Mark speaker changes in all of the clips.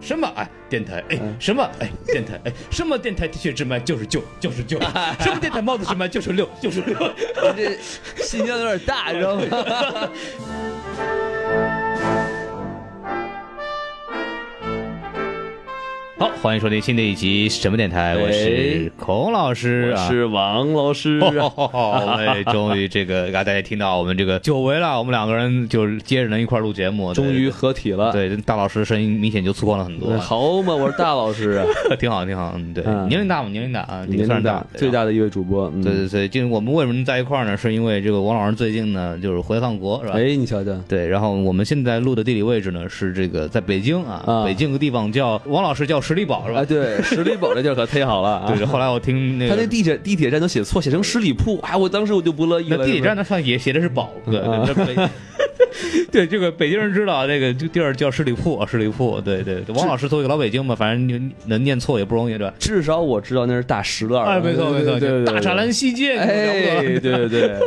Speaker 1: 什么哎电台哎
Speaker 2: 嗯
Speaker 1: 什么哎电台哎什么电台 T 恤只卖九十九九十 九，什么电台帽子只卖九十六九十六。
Speaker 2: 我这信息量有点大，知道吗？
Speaker 1: 好，欢迎收听新的一集什么电
Speaker 2: 哎
Speaker 1: 台，我是孔老师啊。
Speaker 2: 是王老师啊
Speaker 1: 哦， 我
Speaker 2: 哎
Speaker 1: 们终于这个哎让大家听到我们这个久违了，我们两个人就是接着能一块儿录节目，对
Speaker 2: 终于合体了。
Speaker 1: 对大老师声音明显就粗犷了很多
Speaker 2: 嗯，好嘛，我是大老 师啊，
Speaker 1: 挺好挺好，嗯，对，
Speaker 2: 嗯
Speaker 1: 年龄大嘛，年龄大啊，
Speaker 2: 年
Speaker 1: 算
Speaker 2: 龄
Speaker 1: 是
Speaker 2: 大
Speaker 1: 对啊
Speaker 2: 最大的一位主播。嗯
Speaker 1: 对对对，就是我们为什么在一块儿呢？是因为这个王老师最近呢就是回趟国是吧？
Speaker 2: 哎，你瞧瞧，
Speaker 1: 对，然后我们现在录的地理位置呢是这个在北京啊，
Speaker 2: 啊
Speaker 1: 北京有个地方叫王老师叫十里堡是吧？
Speaker 2: 哎，对，十里堡这地儿可忒好了啊。
Speaker 1: 对，后来我听那
Speaker 2: 他那
Speaker 1: 个。
Speaker 2: 地铁地铁站都写错，写成十里铺，哎，我当时我就不乐意
Speaker 1: 那
Speaker 2: 了。
Speaker 1: 地铁站
Speaker 2: 呢？
Speaker 1: 那上也写的是堡，对
Speaker 2: 啊
Speaker 1: 对 对北对，这个北京人知道啊这个地儿叫十里铺，啊，十里铺，对对，对王老师作为一个老北京嘛，反正你能念错也不容易，对吧？
Speaker 2: 至少我知道那是大石栏儿。
Speaker 1: 哎，没错没错，
Speaker 2: 对对
Speaker 1: 就
Speaker 2: 对，
Speaker 1: 大栅栏西街，你们了不得
Speaker 2: 哎，对对对，
Speaker 1: 对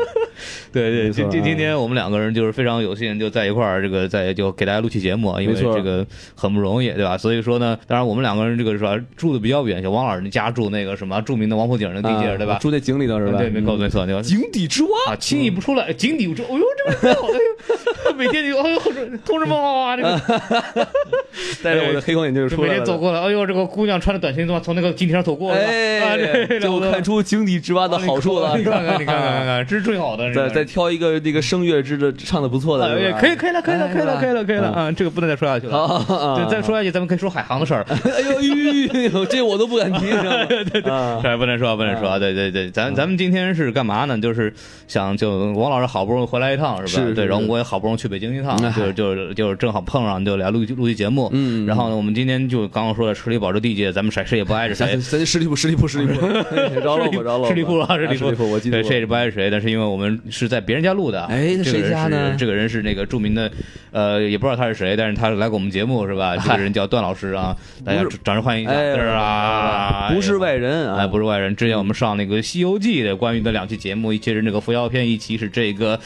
Speaker 1: 对，
Speaker 2: 没
Speaker 1: 今
Speaker 2: 错
Speaker 1: 今
Speaker 2: 啊
Speaker 1: 今天我们两个人就是非常有幸就在一块儿，这个在就给大家录期节目啊，因为
Speaker 2: 没错
Speaker 1: 这个很不容易，对吧？所以说呢，当然我们两个人这个是吧，住的比较远，像王老师家住那个什么著名的王府井的 地界，
Speaker 2: 啊
Speaker 1: 对吧？
Speaker 2: 住那井里头是吧？
Speaker 1: 对，没错
Speaker 2: 嗯
Speaker 1: 没错，对吧？
Speaker 2: 井底之蛙，
Speaker 1: 啊，轻易不出来，井底有这，哎呦，这个哎呦， 每天就哎呦，同志们哇，这个
Speaker 2: 戴哎着我的黑框眼镜就
Speaker 1: 就
Speaker 2: 啊出
Speaker 1: 每
Speaker 2: 来
Speaker 1: 天
Speaker 2: 了。
Speaker 1: 走过来，哎呦，这个姑娘穿着短裙怎么从那个井底上走过？是吧啊，
Speaker 2: 哎，
Speaker 1: 这
Speaker 2: 就看出井底之蛙的好处了，
Speaker 1: 哎你
Speaker 2: 是吧
Speaker 1: 看看，你看看，看 看，这是最好的。这
Speaker 2: 再
Speaker 1: 个
Speaker 2: 再挑一个那个声乐之的唱的不错的，
Speaker 1: 哎
Speaker 2: 是吧
Speaker 1: 可以，可以了，可以了，可以了，可以了，可以了
Speaker 2: 啊
Speaker 1: 啊！这个不能再说下去了。
Speaker 2: 好，
Speaker 1: 对，再说下去，咱们可以说海航的事 儿了。
Speaker 2: 哎呦，哎呦，这我都不敢提，知道吗？啊对 对，
Speaker 1: 对，不能说，不能说。对对对，咱咱们今天是干嘛呢？就是想就王老师好不容易回来一趟，是吧？
Speaker 2: 是是
Speaker 1: 对，
Speaker 2: 是
Speaker 1: 然后我也好不容易去北京一趟
Speaker 2: 嗯，
Speaker 1: 就是就是就是正好碰上，就来录一录一节目。
Speaker 2: 嗯
Speaker 1: 然后呢，我们今天就刚刚说的十里堡这地界，咱们谁谁也不挨着谁
Speaker 2: 咱。咱十里铺，十里铺，十里 铺，哎饶 了我吧，饶了我吧，
Speaker 1: 十里铺啊，十
Speaker 2: 十
Speaker 1: 里
Speaker 2: 里铺，我记得
Speaker 1: 对，谁也不挨着谁，但是因为我们是在别人家录的，
Speaker 2: 哎
Speaker 1: 这个
Speaker 2: 谁
Speaker 1: 人
Speaker 2: 家
Speaker 1: 是
Speaker 2: 呢
Speaker 1: 这个人是那个著名的，呃，也不知道他是谁，但是他来过我们节目是吧？这个人叫段老师 啊，大家
Speaker 2: 不是
Speaker 1: 掌声欢迎一下，
Speaker 2: 哎
Speaker 1: 是啊，
Speaker 2: 不是外人
Speaker 1: 哎，
Speaker 2: 啊，
Speaker 1: 不是外人。之前我们上那个《西游记》的关于的两期节目，一期是那个伏妖篇，一期是这个《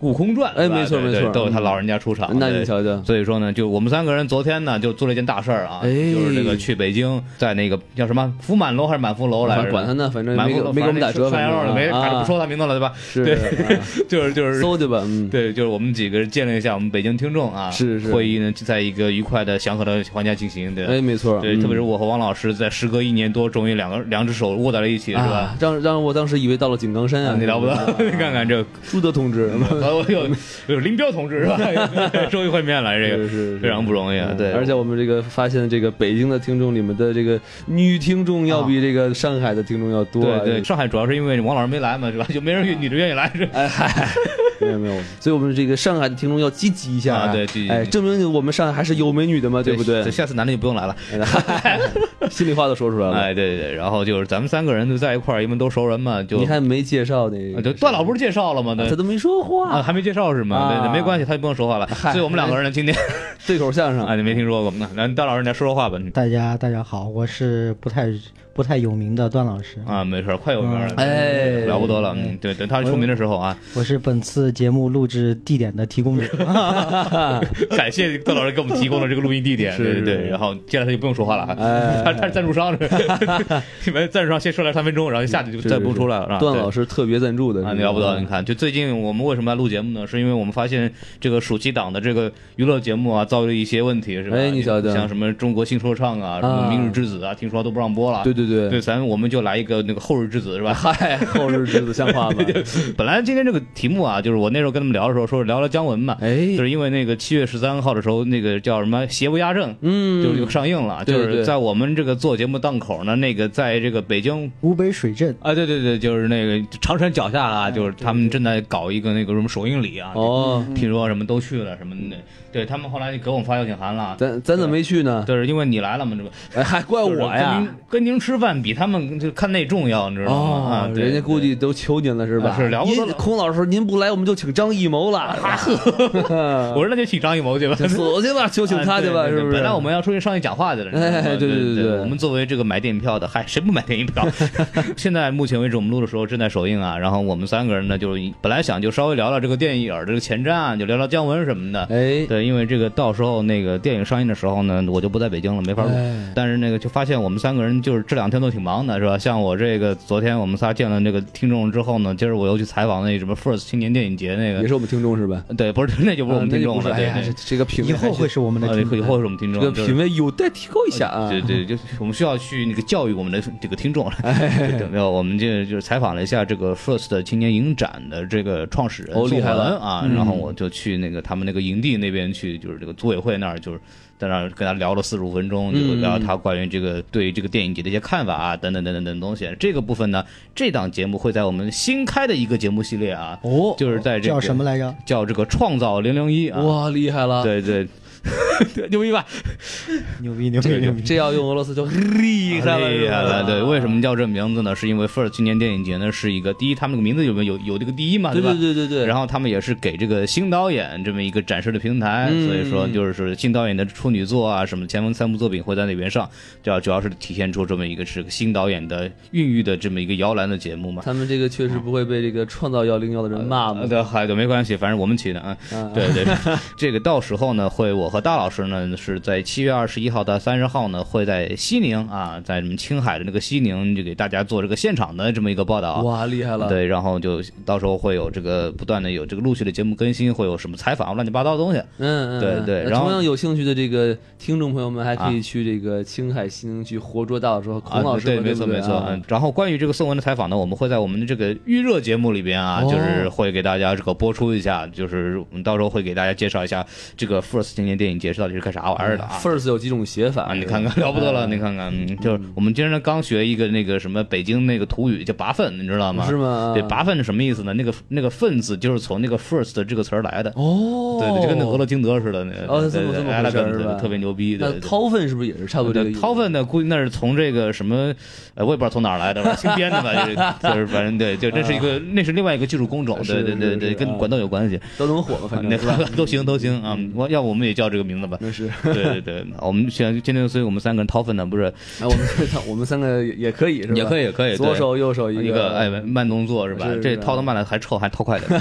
Speaker 1: 悟空传》
Speaker 2: 哎
Speaker 1: 是吧，
Speaker 2: 没错
Speaker 1: 对对
Speaker 2: 没错
Speaker 1: 都有他老人家出场。
Speaker 2: 那
Speaker 1: 对
Speaker 2: 你瞧瞧，
Speaker 1: 所以说呢，就我们三个人昨天呢，就做了一件大事儿啊，
Speaker 2: 哎
Speaker 1: 就是那个去北京，在那个叫什么福满楼还是满福楼来着？
Speaker 2: 啊管他呢，反正
Speaker 1: 满
Speaker 2: 没
Speaker 1: 福楼
Speaker 2: 没给我们打折，啊
Speaker 1: 反正那没反正不说他名字了，对吧？
Speaker 2: 是，啊
Speaker 1: 就是就是。
Speaker 2: 搜去吧，嗯，
Speaker 1: 对，就是我们几个人见了一下我们北京听众啊，
Speaker 2: 是是
Speaker 1: 会议呢就在一个愉快的、祥和的环境进行，对吧、
Speaker 2: 哎，没错，
Speaker 1: 对，特别是我和王老师在时隔一年多，终于两个两只手握在了一起，是吧？？
Speaker 2: 让让啊我当时以为到了井冈山啊，
Speaker 1: 你了不得， 你看看这，呃
Speaker 2: 朱德 同志，
Speaker 1: 我有有林彪同 志是吧？ 终于会面了，这
Speaker 2: 是
Speaker 1: 个
Speaker 2: 是
Speaker 1: 哎
Speaker 2: 嗯
Speaker 1: 非常不容易啊。对，
Speaker 2: 而且我们这个发现，这个北京的听众里面的这个女听众要比这个上海的听众要多啊。
Speaker 1: 对啊对，上海主要是因为王老师没来嘛，是吧？就没人愿女的愿意来，是吧？
Speaker 2: 哎嗨，没有没有，所以我们这个上海的听众要积极一下
Speaker 1: 啊对积极
Speaker 2: 哎，证明我们上海还是有美女的嘛，对不对哎
Speaker 1: 这？下次男的就不用 来了。
Speaker 2: 心里话都说出来了，
Speaker 1: 哎，对对对，然后就是咱们三个人就在一块儿，因为都熟人嘛，就
Speaker 2: 你还没介绍那
Speaker 1: 啊
Speaker 2: 个，
Speaker 1: 就段老不是介绍了吗？对
Speaker 2: 他都没说
Speaker 1: 啊，
Speaker 2: 话，
Speaker 1: 还没介绍是吗？对对，
Speaker 2: 啊
Speaker 1: 没关系，他就不用说话了。
Speaker 2: 嗨
Speaker 1: 所以我们两个人呢，今天
Speaker 2: 对口相声
Speaker 1: 啊，你没听说过吗？那段老师，你来说说话吧。你
Speaker 3: 大家大家好，我是不太不太有名的段老师，
Speaker 1: 啊，没事儿，快有名了，
Speaker 2: 哎
Speaker 1: 了不得了。嗯，对，等他出名的时候啊，
Speaker 3: 我是本次节目录制地点的提供者。
Speaker 1: 感谢段老师给我们提供了这个录音地点，
Speaker 2: 哎是
Speaker 1: 对对
Speaker 2: 是
Speaker 1: 对。
Speaker 2: 是
Speaker 1: 然后接下来就不用说话了啊，
Speaker 2: 哎
Speaker 1: 他他是赞助商， 你们赞助商先说来三分钟，然后下去就是再不出来了。啊
Speaker 2: 段
Speaker 1: 对
Speaker 2: 老师嗯特别赞助的
Speaker 1: 啊，你了不得！
Speaker 2: 这
Speaker 1: 你
Speaker 2: 个
Speaker 1: 看，就最近我们为什么要录节目呢？是因为我们发现这个暑期档的这个娱乐节目啊，遭遇了一些问题，是吧？
Speaker 2: 哎你晓得
Speaker 1: 像什么中国新说唱啊，什么明日之子啊，听说都不让播了。
Speaker 2: 对对对，
Speaker 1: 对，咱我们就来一个那个后日之子，是吧？
Speaker 2: 嗨，后日之子像 话吗？
Speaker 1: 本来今天这个题目啊，就是我那时候跟他们聊的时候，说是聊聊姜文嘛，
Speaker 2: 哎
Speaker 1: 就，是因为那个七月十三号的时候，那个叫什么《邪不压正》。
Speaker 2: 嗯，
Speaker 1: 就就上映了，
Speaker 2: 对
Speaker 1: 就是
Speaker 2: 对
Speaker 1: 在我们这个做节目档口呢，那个在这个北京
Speaker 3: 湖北水镇，
Speaker 1: 啊，对对对，就是那个长山脚下啊，就是他们正在搞一个那个什么首映礼啊，
Speaker 2: 哦，
Speaker 1: 听说什么都去了什么的，啊对他们后来就给我们发邀请函了，
Speaker 2: 咱咱怎么没去呢？
Speaker 1: 就是因为你来了嘛，这不
Speaker 2: 哎，还怪我
Speaker 1: 就是跟
Speaker 2: 呀
Speaker 1: 您？跟您吃饭比他们就看那重要，你知道吗？啊
Speaker 2: 哦，，
Speaker 1: 对
Speaker 2: 人家估。计都求您了是吧？
Speaker 1: 啊是了不得
Speaker 2: 您
Speaker 1: 了啊
Speaker 2: 孔老师，您不来我们就就请张艺谋了。
Speaker 1: 我 说那就请张艺谋去吧，
Speaker 2: 就死去吧，就请他去吧，
Speaker 1: 啊对对对
Speaker 2: 是不是？
Speaker 1: 本来我们要出去上去讲话去了，你知道吗
Speaker 2: 哎对
Speaker 1: 对
Speaker 2: 对对
Speaker 1: 对
Speaker 2: 对
Speaker 1: 我们作为这个买电影票的，嗨，谁不买电影 票？现在目前为止，我们录的时候正在首映啊，然后我们三个人呢，就是本来想就稍微聊聊这个电影儿这个前瞻啊，就聊聊姜文什么的。
Speaker 2: 哎，
Speaker 1: 对，因为这个到时候那个电影上映的时候呢，我就不在北京了，没法录。
Speaker 2: 哎
Speaker 1: 但是那个就发现我们三个人就是这两天都挺忙的，是吧？像我这个昨天我们仨见了那个听众之后呢，今儿我又去采访那什么 First 青年电影节那
Speaker 2: 也
Speaker 1: 个，
Speaker 2: 是我们听众是吧？
Speaker 1: 对，不是那就不是我们
Speaker 2: 啊那
Speaker 1: 听
Speaker 2: 就
Speaker 1: 众
Speaker 2: 不是
Speaker 1: 了，
Speaker 2: 哎
Speaker 1: 对
Speaker 2: 呀，
Speaker 1: 对
Speaker 2: 这。这个品味
Speaker 3: 以后会
Speaker 2: 还是
Speaker 3: 是我们的
Speaker 1: 呃
Speaker 3: 听众
Speaker 1: 以后是我们听
Speaker 2: 这
Speaker 1: 众，
Speaker 2: 个
Speaker 1: 就是
Speaker 2: 品味有待提高一下啊。
Speaker 1: 对对，就是我们需要去那个教育我们的这个听众了。
Speaker 2: 哎
Speaker 1: 对对，没有，我们就就是采访了一下这个 First 青年影展的这个创始人
Speaker 2: 哦
Speaker 1: 宋
Speaker 2: 厉害
Speaker 1: 文
Speaker 2: 了嗯
Speaker 1: 啊，然后我就去那个他们那个营地那边去，就是这个组委会那儿，就是在那儿跟他聊了四十五分钟，就
Speaker 2: 嗯
Speaker 1: 聊他关于这个对这个电影节的一些看法啊，等等等等等东西。这个部分呢，这档节目会在我们新开的一个节目系列啊，
Speaker 3: 哦，
Speaker 1: 就是在这个
Speaker 3: 叫什么来着？
Speaker 1: 叫这个创造零零一啊，
Speaker 2: 哇，厉害了！
Speaker 1: 对对，牛逼吧？
Speaker 3: 牛逼牛逼
Speaker 1: 这个
Speaker 3: 牛逼！
Speaker 2: 这要用俄罗斯就厉害了，
Speaker 1: 啊厉害了！
Speaker 2: 是吧
Speaker 1: 哎对，为什么叫这名字呢？是因为 First 青年电影节呢是一个第一，他们这个名字有没有有有这个第一嘛，
Speaker 2: 对
Speaker 1: 吧
Speaker 2: 对？对对对，
Speaker 1: 然后他们也是给这个新导演这么一个展示的平台，
Speaker 2: 嗯
Speaker 1: 所以说就是新导演的处女作啊，什么前锋三部作品会在那边上，主要主要是体现出这么一个是个新导演的孕育的这么一个摇篮的节目嘛。
Speaker 2: 他们这个确实不会被这个创造幺零幺的人骂
Speaker 1: 啊
Speaker 2: 嘛？
Speaker 1: 对，还对，没关系，反正我们起的啊。
Speaker 2: 啊，
Speaker 1: 对对，对这个到时候呢，会我和大老师呢是在七月二十一号到三十号呢，会在西宁啊，在你们青海的那个西宁，就给大家做这个现场的这么一个报道。
Speaker 2: 哇，厉害了！
Speaker 1: 对，然后就到时候会有这个不断的有这个陆续的节目更新，会有什么采访啊乱七八糟的东西。
Speaker 2: 嗯，嗯，
Speaker 1: 对
Speaker 2: 嗯
Speaker 1: 对
Speaker 2: 那
Speaker 1: 然后
Speaker 2: 同样有兴趣的这个听众朋友们，还可以去这个青海西宁区活捉大老师和孔老
Speaker 1: 啊，
Speaker 2: 师嘛，
Speaker 1: 对，没
Speaker 2: 不
Speaker 1: 错没错。
Speaker 2: 啊
Speaker 1: 嗯，然后关于这个宋文的采访呢，我们会在我们的这个预热节目里边啊，
Speaker 2: 哦
Speaker 1: 就是会给大家这个播出一下，就是我们到时候会给大家介绍一下这个 First 青年电影节到底是干啥玩意儿的啊。
Speaker 2: First 有几种写法
Speaker 1: 啊，你看看 了不得
Speaker 2: 哎
Speaker 1: 了，你看看，嗯就是我们今儿刚学一个那个什么北京那个土语叫“拔粪”，你知道吗？
Speaker 2: 是啊吗？
Speaker 1: 对，拔粪是什么意思呢？那个那个“粪”字就是从那个 “first” 这个词儿来的，
Speaker 2: 哦，
Speaker 1: 对对，就跟那俄勒金德似的，那
Speaker 2: 哦
Speaker 1: 对
Speaker 2: 这么
Speaker 1: 对
Speaker 2: 这么
Speaker 1: 对
Speaker 2: 回事儿
Speaker 1: elegant，
Speaker 2: 是吧
Speaker 1: 特别牛逼，对
Speaker 2: 那
Speaker 1: 对。
Speaker 2: 掏粪是不是也是差不多这个意思？
Speaker 1: 掏粪呢，估计那是从这个什么，呃，我也不知道从哪儿来的， 反正新编的 吧，就是就是反正对，就这是一个，那是另外一个技术工种，
Speaker 2: 是
Speaker 1: 对对
Speaker 2: 是
Speaker 1: 对
Speaker 2: 啊是
Speaker 1: 对，
Speaker 2: 啊
Speaker 1: 跟管道有关系，
Speaker 2: 都能火嘛，反正
Speaker 1: 那
Speaker 2: 是吧？ 嗯
Speaker 1: 都行都行啊，我要不我们也叫这个名字吧，
Speaker 2: 那是，
Speaker 1: 对对对，我们现在今天所以我们三个人掏粪呢，不是
Speaker 2: 那我们 我们三个也也可以是吧？
Speaker 1: 也可
Speaker 2: 以，
Speaker 1: 以，也可以，
Speaker 2: 左
Speaker 1: 对
Speaker 2: 手右手
Speaker 1: 一
Speaker 2: 个，
Speaker 1: 个哎，慢动作是吧
Speaker 2: 是？
Speaker 1: 这
Speaker 2: 是
Speaker 1: 掏的慢了还臭，还掏快 点，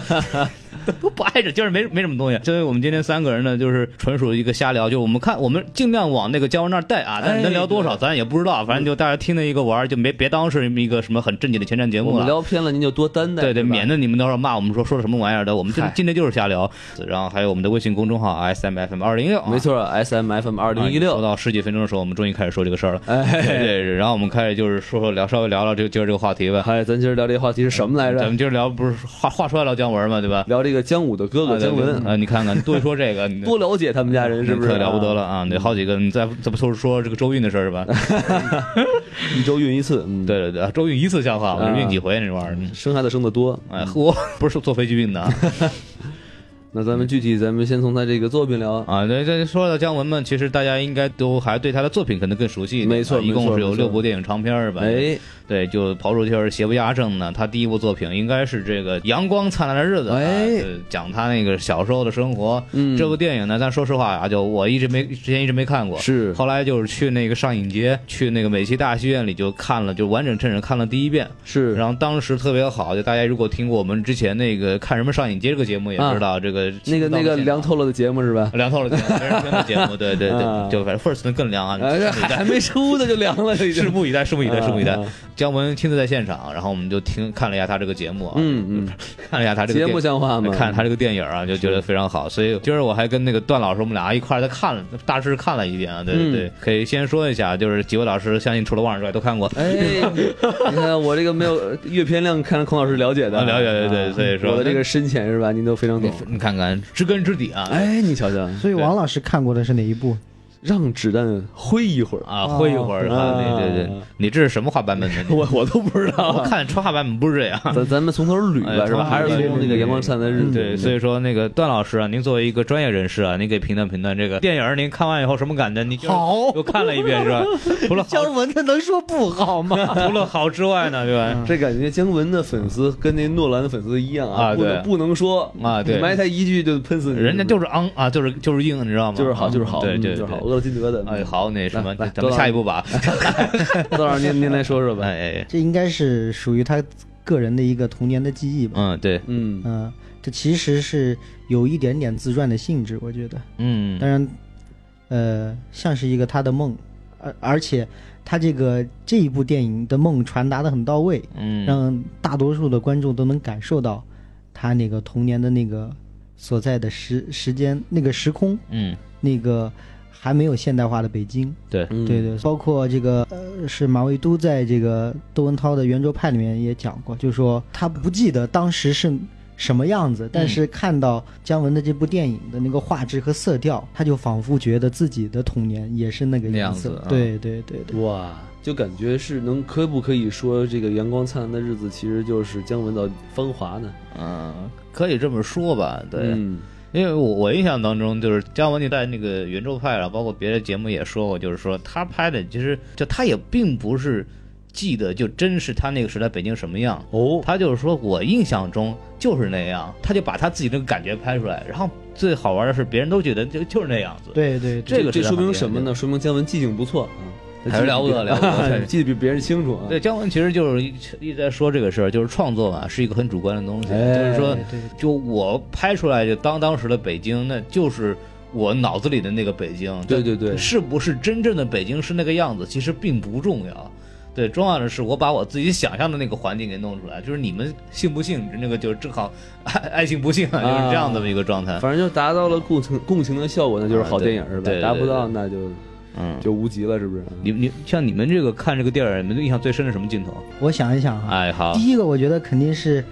Speaker 1: 都不挨着，就是没没什么东西。所以我们今天三个人呢，就是纯属一个瞎聊，就我们看我们尽量往那个姜文那儿带啊，但是
Speaker 2: 哎
Speaker 1: 能聊多少
Speaker 2: 对
Speaker 1: 咱也不知道，反正就大家听了一个玩儿，就没别当是一个什么很正经的前瞻节
Speaker 2: 我
Speaker 1: 目
Speaker 2: 们
Speaker 1: 了。
Speaker 2: 聊偏了您就多担待，
Speaker 1: 对对，
Speaker 2: 是吧
Speaker 1: 免得你们到时候骂我们说说的什么玩意儿的。我们今
Speaker 2: 嗨
Speaker 1: 今天就是瞎聊，然后还有我们的微信公众号 S M F M 二零六，
Speaker 2: 没错，S M F M 二零一
Speaker 1: 啊说
Speaker 2: 六，
Speaker 1: 到十几分钟的时候，我们终于开始说这个事儿了。
Speaker 2: 哎
Speaker 1: 对对，然后我们开始就是说说聊，稍微聊聊这个今儿这个话题吧。
Speaker 2: 嗨，咱今儿聊这话题是什么来
Speaker 1: 咱
Speaker 2: 着？
Speaker 1: 们今儿聊不是话话说要聊姜文嘛，对吧？
Speaker 2: 聊这个姜武的哥哥姜文，
Speaker 1: 啊，你看看，多一说这个， 你
Speaker 2: 多了解他们家人是不是
Speaker 1: 可
Speaker 2: 啊？嗯
Speaker 1: 了不得了啊！嗯那好几个，你再再不说说这个周韵的事儿是吧？
Speaker 2: 一周运一次，嗯，
Speaker 1: 对对啊对，周韵一次像话，我
Speaker 2: 啊
Speaker 1: 是运几回啊那玩意儿。
Speaker 2: 生孩子生的多。
Speaker 1: 哎，我不是坐飞机运的 啊！
Speaker 2: 那咱们具
Speaker 1: 嗯
Speaker 2: 体，咱们先从他这个作品聊。
Speaker 1: 啊，对对，说到姜文嘛，其实大家应该都还对他的作品可能更熟悉一点。
Speaker 2: 没错
Speaker 1: 啊一
Speaker 2: 没错
Speaker 1: 共是有
Speaker 2: 没错
Speaker 1: 六部电影长片儿吧？，
Speaker 2: 哎，
Speaker 1: 对，就刨出就是《邪不压正》呢，他第一部作品应该是这个《阳光灿烂的日子》啊，
Speaker 2: 哎
Speaker 1: 对讲他那个小时候的生活。
Speaker 2: 嗯
Speaker 1: 这部电影呢，但说实话啊，就我一直没之前一直没看过，
Speaker 2: 是
Speaker 1: 后来就是去那个上影节，去那个美琪大戏院里就看了，就完整趁着看了第一遍，
Speaker 2: 是，
Speaker 1: 然后当时特别好，就大家如果听过我们之前那个看什么上影节这个节目，也
Speaker 2: 啊
Speaker 1: 知道这个
Speaker 2: 那个那个凉透了的节目是吧？
Speaker 1: 凉透了节目，没人听的节目，对对
Speaker 2: 啊
Speaker 1: 对，就反正 first 能更凉啊，
Speaker 2: 哎，这还还没出呢就凉了，这已经
Speaker 1: 拭。目以待，拭目以待，拭目以待
Speaker 2: 啊啊。
Speaker 1: 姜文亲自在现场，然后我们就听看了一下他这个节目啊，
Speaker 2: 嗯嗯，
Speaker 1: 看了一下他这个
Speaker 2: 节
Speaker 1: 电哎
Speaker 2: 目嗯像话吗？
Speaker 1: 看他这个电影啊，就觉得非常好，所以今儿我还跟那个段老师，我们俩一块儿再看了，大致看了一遍啊。对
Speaker 2: 嗯
Speaker 1: 对对，可以先说一下，就是几位老师，相信除了王老师之外都看过。
Speaker 2: 哎，你看我这个没有呃阅片量，看来孔老师了解的啊，
Speaker 1: 啊了解对对所以说
Speaker 2: 我的这个深浅是吧？您都非常懂。
Speaker 1: 你看看知根知底啊！
Speaker 2: 嗯哎，你瞧瞧，
Speaker 3: 所以王老师看过的是哪一部？
Speaker 2: 让子弹挥一会儿。
Speaker 1: 啊，挥一会儿，啊
Speaker 2: 啊
Speaker 1: 对对对，你这是什么话版本 的？
Speaker 2: 我我都不知
Speaker 1: 我
Speaker 2: 道，
Speaker 1: 看川话版本不是这样。
Speaker 2: 咱咱们从头捋吧，
Speaker 1: 哎
Speaker 2: 是吧？还是
Speaker 1: 从头捋
Speaker 2: 从那个《阳光灿烂的日子》
Speaker 1: 对，所以说那个段老师啊，您作为一个专业人士啊，您给评断评断这个电影儿，您看完以后什么感觉？你就
Speaker 2: 啊
Speaker 3: 好
Speaker 1: 又看了一遍是吧？除了好
Speaker 3: 姜文他能说不好吗？
Speaker 1: 除了好之外呢，对吧？
Speaker 2: 这感觉姜文的粉丝跟那诺兰的粉丝一样
Speaker 1: 啊
Speaker 2: 不
Speaker 1: 对
Speaker 2: 能不能说
Speaker 1: 啊对
Speaker 2: 你埋他一句就喷死你，
Speaker 1: 人家就是昂啊，就是就是硬，你知道吗？
Speaker 2: 就是好就是好，
Speaker 1: 对
Speaker 2: 嗯
Speaker 1: 对
Speaker 2: 就是好，
Speaker 1: 对。
Speaker 2: 饿了金德的，
Speaker 1: 哎， 好，那什么，
Speaker 2: 来来
Speaker 1: 咱们下一步 吧。
Speaker 2: 段老师您您来说说
Speaker 1: 哎
Speaker 2: 吧，
Speaker 1: 哎，哎
Speaker 3: 这应该是属于他个人的一个童年的记忆吧。
Speaker 1: 嗯，对，
Speaker 2: 嗯
Speaker 3: 嗯、这其实是有一点点自传的性质，我觉得。
Speaker 1: 嗯
Speaker 3: 当然，呃，像是一个他的梦，而而且他这个这一部电影的梦传达的很到位，
Speaker 1: 嗯，
Speaker 3: 让大多数的观众都能感受到他那个童年的那个所在的时时间、那个时空、
Speaker 1: 嗯，
Speaker 3: 那个还没有现代化的北京。
Speaker 1: 对，
Speaker 2: 嗯
Speaker 3: 对对，包括这个呃，是马未都在这个窦文涛的《圆桌派》里面也讲过，就说他不记得当时是什么样子，
Speaker 1: 嗯
Speaker 3: 但是看到姜文的这部电影的那个画质和色调，他就仿佛觉得自己的童年也是那个
Speaker 1: 那样
Speaker 3: 样子。
Speaker 1: 子啊
Speaker 3: 对对对对，
Speaker 2: 哇，就感觉是能可不可以说这个《阳光灿烂的日子》其实就是姜文的芳华呢？
Speaker 1: 嗯，可以这么说吧，对。
Speaker 2: 嗯
Speaker 1: 因为我我印象当中，就是姜文你在那个圆桌派啊，包括别的节目也说过，就是说他拍的其实就他也并不是记得就真是他那个时代北京什么样，
Speaker 2: 哦，
Speaker 1: 他就是说我印象中就是那样，他就把他自己那个感觉拍出来，然后最好玩的是别人都觉得就就是那样子，
Speaker 3: 对对对，
Speaker 1: 这个
Speaker 2: 这
Speaker 1: 是
Speaker 2: 说明
Speaker 1: 很
Speaker 2: 什么呢？说明姜文记性不错啊，他
Speaker 1: 还是
Speaker 2: 记得
Speaker 1: 了不
Speaker 2: 比
Speaker 1: 得了不得
Speaker 2: 记得比别人 清楚啊。
Speaker 1: 对，姜文其实就是一一直在说这个事儿，就是创作嘛，是一个很主观的东西，
Speaker 2: 哎
Speaker 1: 就是说
Speaker 3: 对对
Speaker 1: 就我拍出来就当当时的北京，那就是我脑子里的那个北京。
Speaker 2: 对对对
Speaker 1: 是不是真正的北京是那个样子，其实并不重要。对，重要的是我把我自己想象的那个环境给弄出来，就是你们信不信，那个就是正好爱爱信不信啊，就是这样这么一个状态。
Speaker 2: 反正就达到了共情共情的效果，那就是
Speaker 1: 啊
Speaker 2: 好
Speaker 1: 对
Speaker 2: 电影是吧
Speaker 1: 对对？
Speaker 2: 达不
Speaker 1: 对
Speaker 2: 到那就
Speaker 1: 嗯，
Speaker 2: 就无极了，是不是？
Speaker 1: 你你像你们这个看这个电影，你们印象最深的什么镜头？
Speaker 3: 我想一想哈，
Speaker 1: 哎，好
Speaker 3: 第一个我觉得肯定是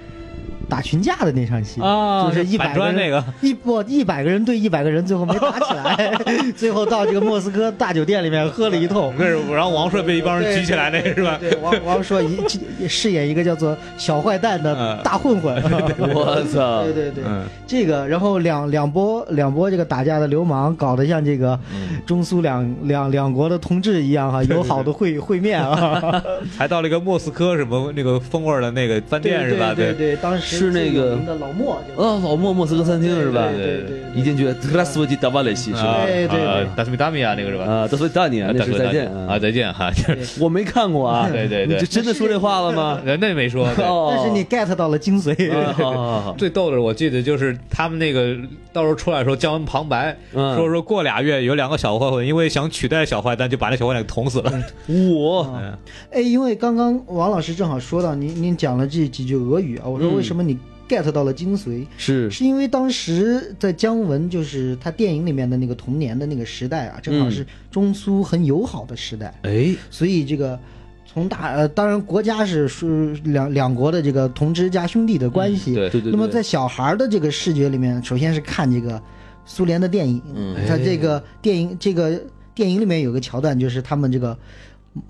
Speaker 3: 打群架的那场戏
Speaker 1: 啊，
Speaker 3: 就是一
Speaker 1: 板
Speaker 3: 百
Speaker 1: 砖那个，
Speaker 3: 一不一百个人对一百个人，最后没打起来， 最后到这个莫斯科大酒店里面喝了一通。
Speaker 1: 那是然后王帅被一帮人举起来那个是吧？
Speaker 3: 对， 王王朔一一饰演一个叫做小坏蛋的大混混。
Speaker 2: 嗯 我 操！
Speaker 3: 对对对，
Speaker 1: 嗯
Speaker 3: 这个，然后两两波两波这个打架的流氓，搞得像这个
Speaker 1: 嗯，
Speaker 3: 中苏两两两国的同志一样哈、友好的会会面 啊，
Speaker 1: 还到了一个莫斯科什么那个风味儿的那个饭店
Speaker 3: 对
Speaker 1: 是吧？
Speaker 3: 对对对，当时
Speaker 2: 是那
Speaker 3: 最
Speaker 2: 个
Speaker 3: 有名的老莫，这个
Speaker 2: 哦，老莫莫斯科餐厅是吧？
Speaker 3: 对对对对，
Speaker 2: 一进去，特拉斯维基达瓦雷西是吧？
Speaker 3: 对对对
Speaker 1: 啊达斯米达米亚那个是吧？
Speaker 2: 啊，德斯维达尼啊，那
Speaker 1: 大
Speaker 2: 是
Speaker 1: 哥
Speaker 2: 再见
Speaker 1: 大哥
Speaker 3: 嗯
Speaker 1: 啊，！再见哈。
Speaker 3: 哦
Speaker 2: 我没看过 啊，
Speaker 1: 对对对
Speaker 2: 你这真的说这话了吗？
Speaker 1: 人家没 说。对
Speaker 2: 哦，
Speaker 3: 但是你 get 到了精髓。
Speaker 2: 啊好好好，
Speaker 1: 最逗的是，我记得就是他们那个到时候出来的时候，姜文旁白
Speaker 2: 嗯
Speaker 1: 说说过俩月有两个小坏混，因为想取代小坏蛋，就把那小坏蛋给捅死了。
Speaker 3: 嗯
Speaker 2: 我
Speaker 1: 嗯
Speaker 3: 哎，因为刚刚王老师正好说到您，您讲了这几句俄语啊，我说
Speaker 2: 嗯
Speaker 3: 为什么你 get 到了精髓，
Speaker 2: 是
Speaker 3: 是因为当时在姜文就是他电影里面的那个童年的那个时代啊，正好
Speaker 1: 嗯
Speaker 3: 是中苏很友好的时代，
Speaker 2: 哎，
Speaker 3: 所以这个从大呃，当然国家是是两两国的这个同志加兄弟的关系，
Speaker 1: 嗯对
Speaker 2: 对对对，
Speaker 3: 那么在小孩儿的这个视觉里面，首先是看这个苏联的电影，
Speaker 1: 嗯哎
Speaker 3: 他这个电影这个电影里面有个桥段，就是他们这个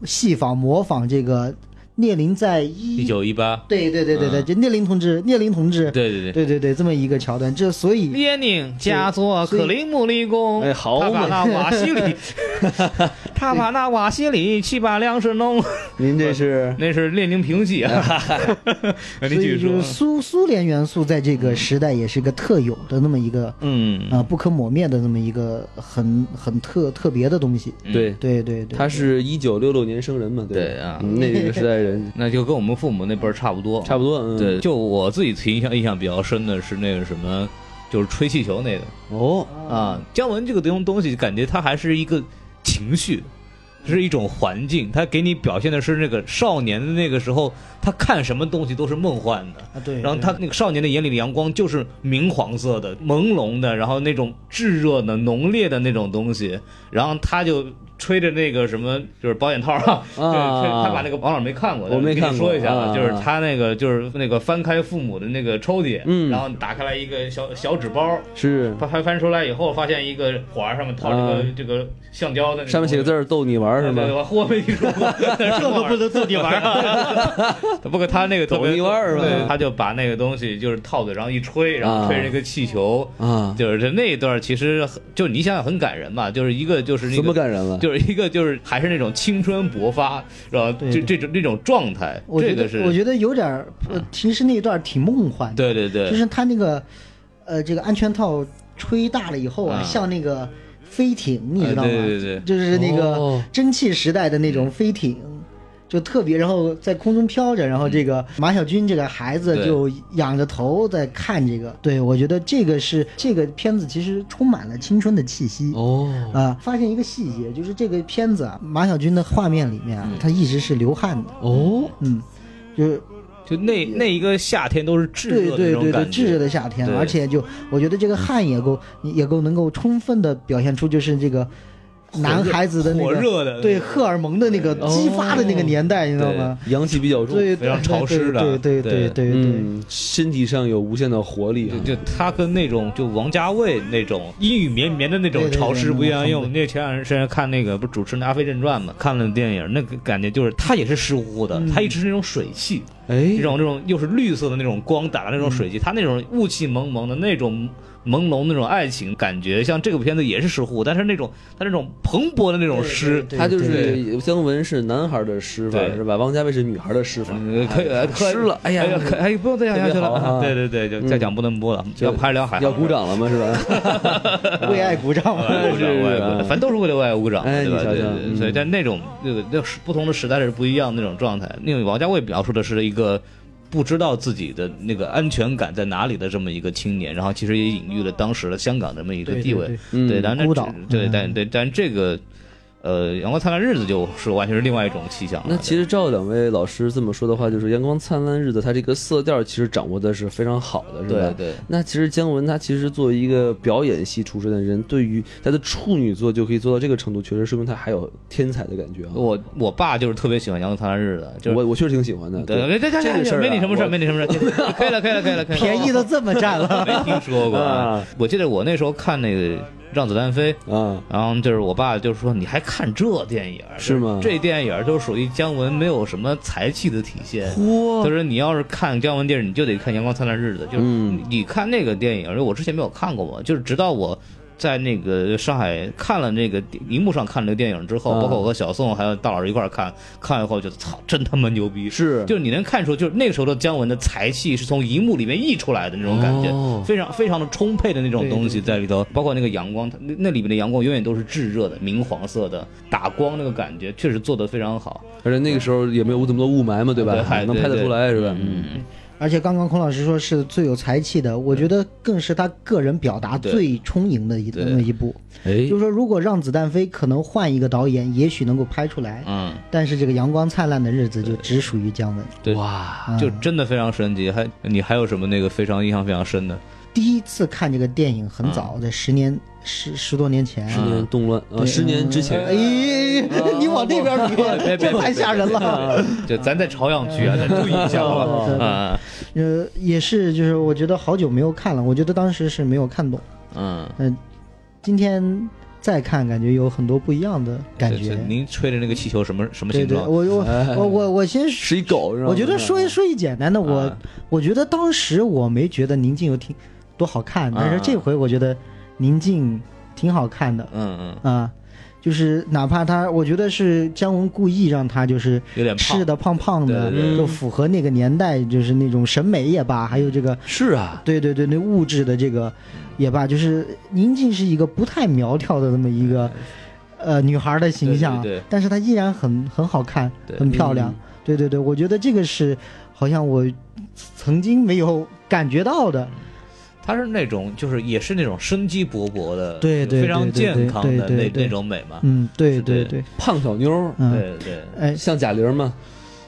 Speaker 3: 戏仿模仿这个聂林在
Speaker 1: 一
Speaker 3: 一，
Speaker 1: 九一八，
Speaker 3: 对对对对对，
Speaker 1: 嗯
Speaker 3: 就聂林同志，聂林同志，
Speaker 1: 对对对。
Speaker 3: 对对对，这么一个桥段，这所以
Speaker 1: 列宁、加佐、克林姆林宫，
Speaker 2: 哎好
Speaker 1: 塔
Speaker 2: 嘛
Speaker 1: 帕纳瓦西里，塔帕纳瓦西里，七八粮食农，
Speaker 2: 您这是
Speaker 1: 那是列宁评戏啊。你
Speaker 3: 所
Speaker 1: 继续
Speaker 3: 以就是
Speaker 1: 说。啊
Speaker 3: 苏苏联元素在这个时代也是个特有的那么一个
Speaker 1: 嗯，
Speaker 3: 呃不可磨灭的那么一个很很特特别的东西，
Speaker 2: 对，
Speaker 3: 对对对，
Speaker 2: 他是一九六六年生人嘛，
Speaker 1: 对
Speaker 2: 吧
Speaker 1: 啊
Speaker 2: 嗯那个时代人
Speaker 1: 那就跟我们父母那辈儿差不多。
Speaker 2: 差不多，嗯，
Speaker 1: 对，就我自己印象印象比较深的是那个什么，就是吹气球那个
Speaker 2: 哦，
Speaker 1: 啊。姜文这个东东西，感觉它还是一个情绪，是一种环境，它给你表现的是那个少年的那个时候，他看什么东西都是梦幻的。
Speaker 3: 啊，对。
Speaker 1: 然后他
Speaker 2: 嗯
Speaker 3: 对
Speaker 1: 那个少年的眼里的阳光就是明黄色的、朦胧的，然后那种炙热的、浓烈的那种东西，然后他就吹着那个什么，就是保险套啊，对，吹他把那个王老师没看过，
Speaker 2: 我没
Speaker 1: 跟你
Speaker 2: 看过
Speaker 1: 说一下吧，
Speaker 2: 啊
Speaker 1: 就是他那个就是那个翻开父母的那个抽屉，
Speaker 2: 嗯
Speaker 1: 然后打开来一个小小纸包。
Speaker 2: 是
Speaker 1: 翻翻翻出来以后，发现一个环儿上面套这个、
Speaker 2: 啊
Speaker 1: 这个橡胶的那种东西，
Speaker 2: 上面写个字儿逗你玩儿是
Speaker 1: 对
Speaker 2: 吗？
Speaker 1: 我我没听说 过，但是
Speaker 3: 这个不能自己玩儿
Speaker 1: 啊。 不过他那个特别
Speaker 2: 走 一弯儿是吧
Speaker 1: 对，他就把那个东西就是套嘴，然后一吹，然后吹那个气球，
Speaker 2: 啊，
Speaker 1: 就是这那一段其实很就你想想很感人吧，就是一个就是那
Speaker 2: 怎么
Speaker 1: 个。
Speaker 2: 感人了？
Speaker 1: 就是一个就是还是那种青春勃发，然后
Speaker 3: 对
Speaker 1: 就
Speaker 3: 对
Speaker 1: 这种那种状态，
Speaker 3: 我
Speaker 1: 这
Speaker 3: 觉得
Speaker 1: 个是嗯
Speaker 3: 我觉得有点儿，呃其实那一段挺梦幻的，
Speaker 1: 对对对，
Speaker 3: 就是他那个，呃，这个安全套吹大了以后啊，
Speaker 1: 啊
Speaker 3: 像那个飞艇，你知道吗？
Speaker 1: 啊对对对
Speaker 3: 就是那个
Speaker 2: 哦
Speaker 3: 蒸汽时代的那种飞艇。就特别，然后在空中飘着，然后这个马小军这个孩子
Speaker 1: 对
Speaker 3: 就仰着头在看这个。对，我觉得这个是这个片子其实充满了青春的气息。
Speaker 2: 哦，
Speaker 3: 啊、发现一个细节，就是这个片子啊，马小军的画面里面啊，
Speaker 1: 嗯
Speaker 3: 他一直是流汗的，
Speaker 2: 哦，
Speaker 3: 嗯，就是
Speaker 1: 就那那一个夏天都是炙热
Speaker 3: 对
Speaker 1: 的那
Speaker 3: 对
Speaker 1: 种
Speaker 3: 对对
Speaker 1: 感，
Speaker 3: 炙热
Speaker 1: 觉，
Speaker 3: 的夏天，
Speaker 1: 对
Speaker 3: 而且就我觉得这个汗也够也够能够充分的表现出就是这个男孩子的那
Speaker 1: 火
Speaker 3: 个
Speaker 1: 热的哦
Speaker 3: 对荷尔蒙的那个激发的那个年代，你知道吗？
Speaker 2: 阳气比较重，
Speaker 3: 对，
Speaker 1: 非常潮湿的
Speaker 3: 对对对对对对。
Speaker 2: 嗯，身体上有无限的活力啊
Speaker 1: 就就他跟那种就王家卫那种阴雨绵绵的那种
Speaker 3: 对对对
Speaker 1: 潮湿不一样，
Speaker 3: 那种
Speaker 1: 因为我们那前两天看那个不是主持人的《阿飞正传》嘛，看了电影，那个感觉就是他也是湿乎乎的，
Speaker 3: 嗯
Speaker 1: 他一直是那种水汽，
Speaker 2: 哎
Speaker 1: 这，种这种又是绿色的那种光打的
Speaker 3: 嗯
Speaker 1: 那种水汽，他那种雾气蒙蒙的那种朦胧那种爱情感觉，像这个片子也是湿乎，但是那种他那种蓬勃的那种湿，
Speaker 3: 对
Speaker 2: 他就
Speaker 1: 对
Speaker 2: 是姜文是男孩的施法
Speaker 1: 对
Speaker 2: 是吧？王家卫是女孩的施法，
Speaker 1: 嗯可以，可以
Speaker 2: 湿了，哎呀，
Speaker 1: 可哎，不用再讲下去了。
Speaker 2: 特别好啊
Speaker 1: 对对对，就
Speaker 3: 嗯
Speaker 1: 再讲不能播了，
Speaker 2: 就
Speaker 1: 要拍聊海，
Speaker 2: 要鼓。掌了吗？是吧？
Speaker 3: 为爱 鼓掌嘛，
Speaker 1: 爱鼓掌，
Speaker 2: 是
Speaker 1: 为爱鼓
Speaker 2: 啊
Speaker 1: 掌，反正都是为了为爱鼓掌嘛，
Speaker 2: 哎
Speaker 1: 对吧？
Speaker 2: 你瞧瞧
Speaker 1: 对对对，
Speaker 2: 嗯
Speaker 1: 所以但那种那个那是不同的时代是不一样的那种状态。因为王家卫描述的是一个不知道自己的那个安全感在哪里的这么一个青年，然后其实也隐喻了当时的香港这么一个
Speaker 3: 对
Speaker 1: 地位。
Speaker 3: 对
Speaker 2: 嗯
Speaker 1: 对，但那
Speaker 3: 孤岛
Speaker 1: 对，
Speaker 3: 嗯
Speaker 1: 但对，但这个呃，《阳光灿烂日子》就是完全是另外一种气象了。
Speaker 2: 那其实照两位老师这么说的话，就是《阳光灿烂日子》它这个色调其实掌握的是非常好的，是
Speaker 1: 对
Speaker 2: 吧？
Speaker 1: 对对
Speaker 2: 那其实姜文他其实作为一个表演系出身的人，对于他的处女作就可以做到这个程度，确实说明他还有天才的感觉啊！
Speaker 1: 我我爸就是特别喜欢《阳光灿烂日子》，就是
Speaker 2: 我我确实挺喜欢的，
Speaker 1: 对，对对对
Speaker 2: 这个事儿啊
Speaker 1: 没你什么事儿，
Speaker 2: 我
Speaker 1: 没你什么事 儿，可以了，可以了，可以了，可以了。
Speaker 3: 便宜都这么占 了，
Speaker 1: 没听说过。
Speaker 2: 啊
Speaker 1: 我记得我那时候看那个《让子弹飞》，
Speaker 2: 啊，
Speaker 1: 然后就是我爸就说：“你还看这电影儿
Speaker 2: 是吗
Speaker 1: 这电影儿就属于姜文没有什么才气的体现。”他
Speaker 2: 嚯，
Speaker 1: 说：“你要是看姜文电影，你就得看《阳光灿烂日子》。就是
Speaker 2: 嗯
Speaker 1: 你看那个电影，因为我之前没有看过嘛，就是直到我在那个上海看了那个荧幕上看那个电影之后，
Speaker 2: 啊
Speaker 1: 包括我和小宋还有大老师一块儿看，看完以后觉得操，真他妈牛逼！
Speaker 2: 是
Speaker 1: 就是你能看出，就是那个时候的姜文的才气是从荧幕里面溢出来的那种感觉，
Speaker 2: 哦
Speaker 1: 非常非常的充沛的那种东西在里头，包括那个阳光，它那那里面的阳光永远都是炙热的、明黄色的，打光那个感觉确实做得非常好，
Speaker 2: 而且那个时候也没有这么多雾霾嘛，对吧
Speaker 1: 对？还
Speaker 2: 能拍得
Speaker 1: 对
Speaker 2: 出来是吧？
Speaker 1: 嗯，
Speaker 3: 而且刚刚孔老师说是最有才气的，我觉得更是他个人表达
Speaker 1: 对
Speaker 3: 最充盈的一
Speaker 1: 对
Speaker 3: 那么一部。
Speaker 2: 哎
Speaker 3: 就是说，如果让子弹飞，可能换一个导演，也许能够拍出来。
Speaker 1: 嗯，
Speaker 3: 但是这个阳光灿烂的日子就只属于姜文。
Speaker 1: 对
Speaker 2: 哇，
Speaker 3: 嗯
Speaker 1: 就真的非常神奇。还你还有什么那个非常印象非常深的？
Speaker 3: 第一次看这个电影很
Speaker 1: 嗯
Speaker 3: 早，在十年十十多年前。
Speaker 2: 十年动乱啊，十年之前
Speaker 3: 哎，你往那边
Speaker 1: 别别
Speaker 3: 比，
Speaker 1: 别
Speaker 3: 这太吓人了。
Speaker 1: 就咱在朝阳区啊，咱注意一下好
Speaker 3: 对
Speaker 1: 吧？
Speaker 3: 对对
Speaker 1: 啊，
Speaker 3: 呃，也是，就是我觉得好久没有看了，我觉得当时是没有看懂。
Speaker 1: 嗯。
Speaker 3: 嗯、今天再看，感觉有很多不一样的感
Speaker 1: 这
Speaker 3: 觉
Speaker 1: 这。您吹的那个气球什么什么
Speaker 3: 对
Speaker 1: 形
Speaker 3: 对，
Speaker 1: 状？
Speaker 3: 我我我我我先
Speaker 2: 是一狗，是吧
Speaker 3: 我觉得说一说一简单的，我、
Speaker 1: 啊
Speaker 3: 我觉得当时我没觉得宁静有挺多好看，但是
Speaker 1: 啊
Speaker 3: 这回我觉得宁静挺好看的
Speaker 1: 嗯嗯，
Speaker 3: 啊，就是哪怕他，我觉得是姜文故意让他就是
Speaker 1: 有点胖
Speaker 3: 吃的胖胖的，
Speaker 1: 对
Speaker 2: 对对
Speaker 3: 就符合那个年代，就是那种审美也罢，还有这个
Speaker 2: 是啊，
Speaker 3: 对对对那物质的这个也罢，就是宁静是一个不太苗条的这么一个。呃，女孩的形象，
Speaker 1: 对对对
Speaker 3: 但是她依然很很好看，
Speaker 1: 对
Speaker 3: 很漂亮。
Speaker 2: 嗯
Speaker 3: 对对对，我觉得这个是好像我曾经没有感觉到的。
Speaker 1: 它是那种就是也是那种生机勃勃的，
Speaker 3: 对对
Speaker 1: 非常
Speaker 3: 对对
Speaker 1: 健康的
Speaker 3: 对对
Speaker 1: 那
Speaker 3: 对
Speaker 1: 那种美嘛。
Speaker 3: 嗯，对对
Speaker 1: 对
Speaker 3: 对，
Speaker 2: 胖小妞儿，
Speaker 3: 嗯，
Speaker 1: 啊对对，
Speaker 3: 哎，
Speaker 2: 像贾玲嘛，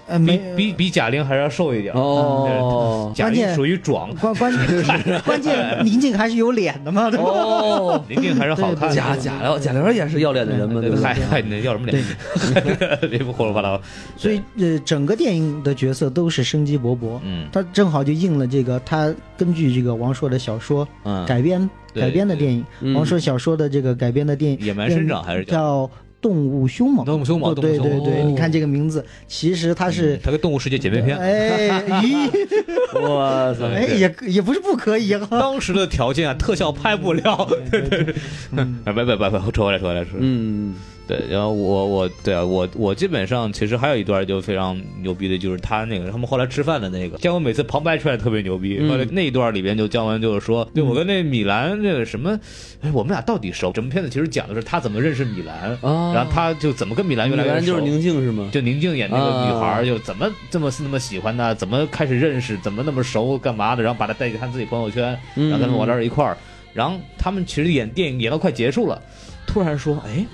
Speaker 3: 呃，
Speaker 1: 比
Speaker 3: 没
Speaker 1: 比比贾玲还是要瘦一点。
Speaker 2: 哦
Speaker 1: 贾
Speaker 3: 关
Speaker 1: 玲
Speaker 3: 键
Speaker 1: 属于壮，
Speaker 3: 关关 键关键林静还是有脸的嘛，对吧？
Speaker 2: 哦，
Speaker 1: 林静还是好看的。
Speaker 2: 贾贾玲贾玲也是要脸的人嘛，对
Speaker 1: 对
Speaker 2: 不
Speaker 1: 嗨
Speaker 2: 对？
Speaker 1: 嗨，你要什么脸？ 别胡说八道。
Speaker 3: 所以呃，整个电影的角色都是生机勃勃。
Speaker 1: 嗯
Speaker 3: 他正好就应了这个，他根据这个王朔的小说
Speaker 2: 嗯，
Speaker 3: 改编
Speaker 1: 对
Speaker 3: 改编的电影
Speaker 2: 对嗯，
Speaker 3: 王朔小说的这个改编的电影
Speaker 1: 野蛮生长还是叫
Speaker 3: 叫《动物凶猛》。
Speaker 1: 动物凶猛
Speaker 3: 对
Speaker 1: 动物
Speaker 3: 对
Speaker 1: 凶猛嗯
Speaker 3: 对，
Speaker 1: 哦
Speaker 3: 你看这个名字，其实它是
Speaker 1: 他跟《动物世界》姐妹篇。
Speaker 3: 哎 咦
Speaker 2: 哇塞，
Speaker 3: 哎也也不是不可以哈。
Speaker 1: 当时的条件啊，特效拍不了。对对 对，
Speaker 3: 嗯
Speaker 1: 哎，别别别别，扯回来扯回来扯回来。
Speaker 2: 嗯，
Speaker 1: 对，然后我我对啊，我我基本上其实还有一段就非常牛逼的，就是他那个他们后来吃饭的那个，姜文每次旁白出来特别牛逼。
Speaker 2: 嗯
Speaker 1: 后来那一段里边就姜文就是说，对我跟那米兰那个什么，哎，我们俩到底熟？整部片子其实讲的是他怎么认识米兰，
Speaker 2: 啊
Speaker 1: 然后他就怎么跟米兰越来
Speaker 2: 原
Speaker 1: 越
Speaker 2: 来
Speaker 1: 熟。
Speaker 2: 就是宁静是吗？
Speaker 1: 就宁静演那个女孩
Speaker 2: 啊
Speaker 1: 儿，就怎么这么是那么喜欢她，怎么开始认识，怎么那么熟，干嘛的，然后把她带去看自己朋友圈，然后跟他们
Speaker 2: 嗯
Speaker 1: 玩到一块儿，然后他们其实演电影演到快结束了，突然说，哎，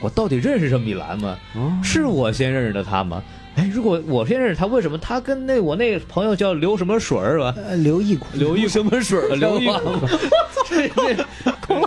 Speaker 1: 我到底认识这米兰吗？
Speaker 2: 哦
Speaker 1: 是我先认识的他吗？哎，如果我先认识他，为什么他跟那我那朋友叫刘什么水儿是吧？
Speaker 3: 呃刘亦孔，
Speaker 1: 刘一
Speaker 2: 什么水儿？
Speaker 1: 刘一
Speaker 2: 哇，
Speaker 1: 这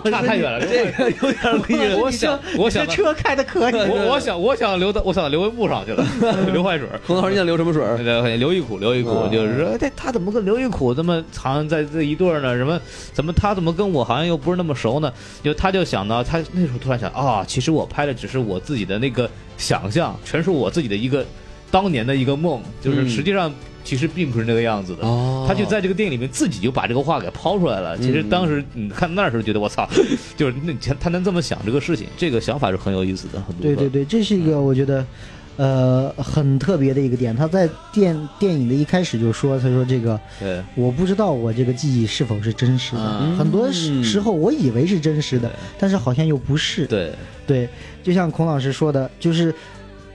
Speaker 1: 这差太远了，这个有点
Speaker 2: 厉害
Speaker 1: 我想，我
Speaker 3: 这
Speaker 1: 想，
Speaker 3: 车开的可以。
Speaker 1: 我我想，我想留到，我想到刘文步上去了， 刘坏水儿。
Speaker 2: 冯老师，你想留什么水儿？
Speaker 1: 对，刘一苦，刘一苦
Speaker 3: 嗯
Speaker 2: 啊
Speaker 1: 就是说，这他怎么跟刘一苦这么好像在这一对儿呢？什么？怎么他怎么跟我好像又不是那么熟呢？就他就想到，他那时候突然想啊，其实我拍的只是我自己的那个想象，全是我自己的一个当年的一个梦，就是
Speaker 2: 嗯
Speaker 1: 实际上其实并不是那个样子的。
Speaker 2: 哦
Speaker 1: 他就在这个电影里面自己就把这个话给抛出来了。其实
Speaker 3: 嗯
Speaker 1: 当时你看那时候觉得我操， 就是那他他能这么想这个事情，这个想法是很有意思的，很独特
Speaker 3: 对
Speaker 1: 的
Speaker 3: 对对，这是一个我觉得，呃，很特别的一个点。他在电电影的一开始就说，他说这个
Speaker 1: 对
Speaker 3: 我不知道我这个记忆是否是真实的，
Speaker 1: 嗯
Speaker 3: 很多时时候我以为是真实的
Speaker 1: 对，
Speaker 3: 但是好像又不是。
Speaker 1: 对
Speaker 3: 对，就像孔老师说的，就是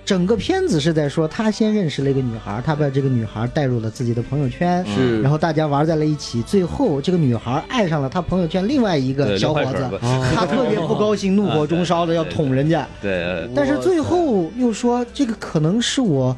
Speaker 3: 整个片子是在说他先认识了一个女孩，他把这个女孩带入了自己的朋友圈，
Speaker 2: 是
Speaker 1: 嗯
Speaker 3: 然后大家玩在了一起，最后这个女孩爱上了他朋友圈另外一个
Speaker 1: 对
Speaker 3: 小
Speaker 1: 刘
Speaker 3: 伙
Speaker 1: 坏水
Speaker 3: 子啊
Speaker 1: 儿，吧
Speaker 3: 他特别不高兴，怒火中 烧的要捅人家，
Speaker 1: 对。呃
Speaker 3: 但是最后又说这个可能是我，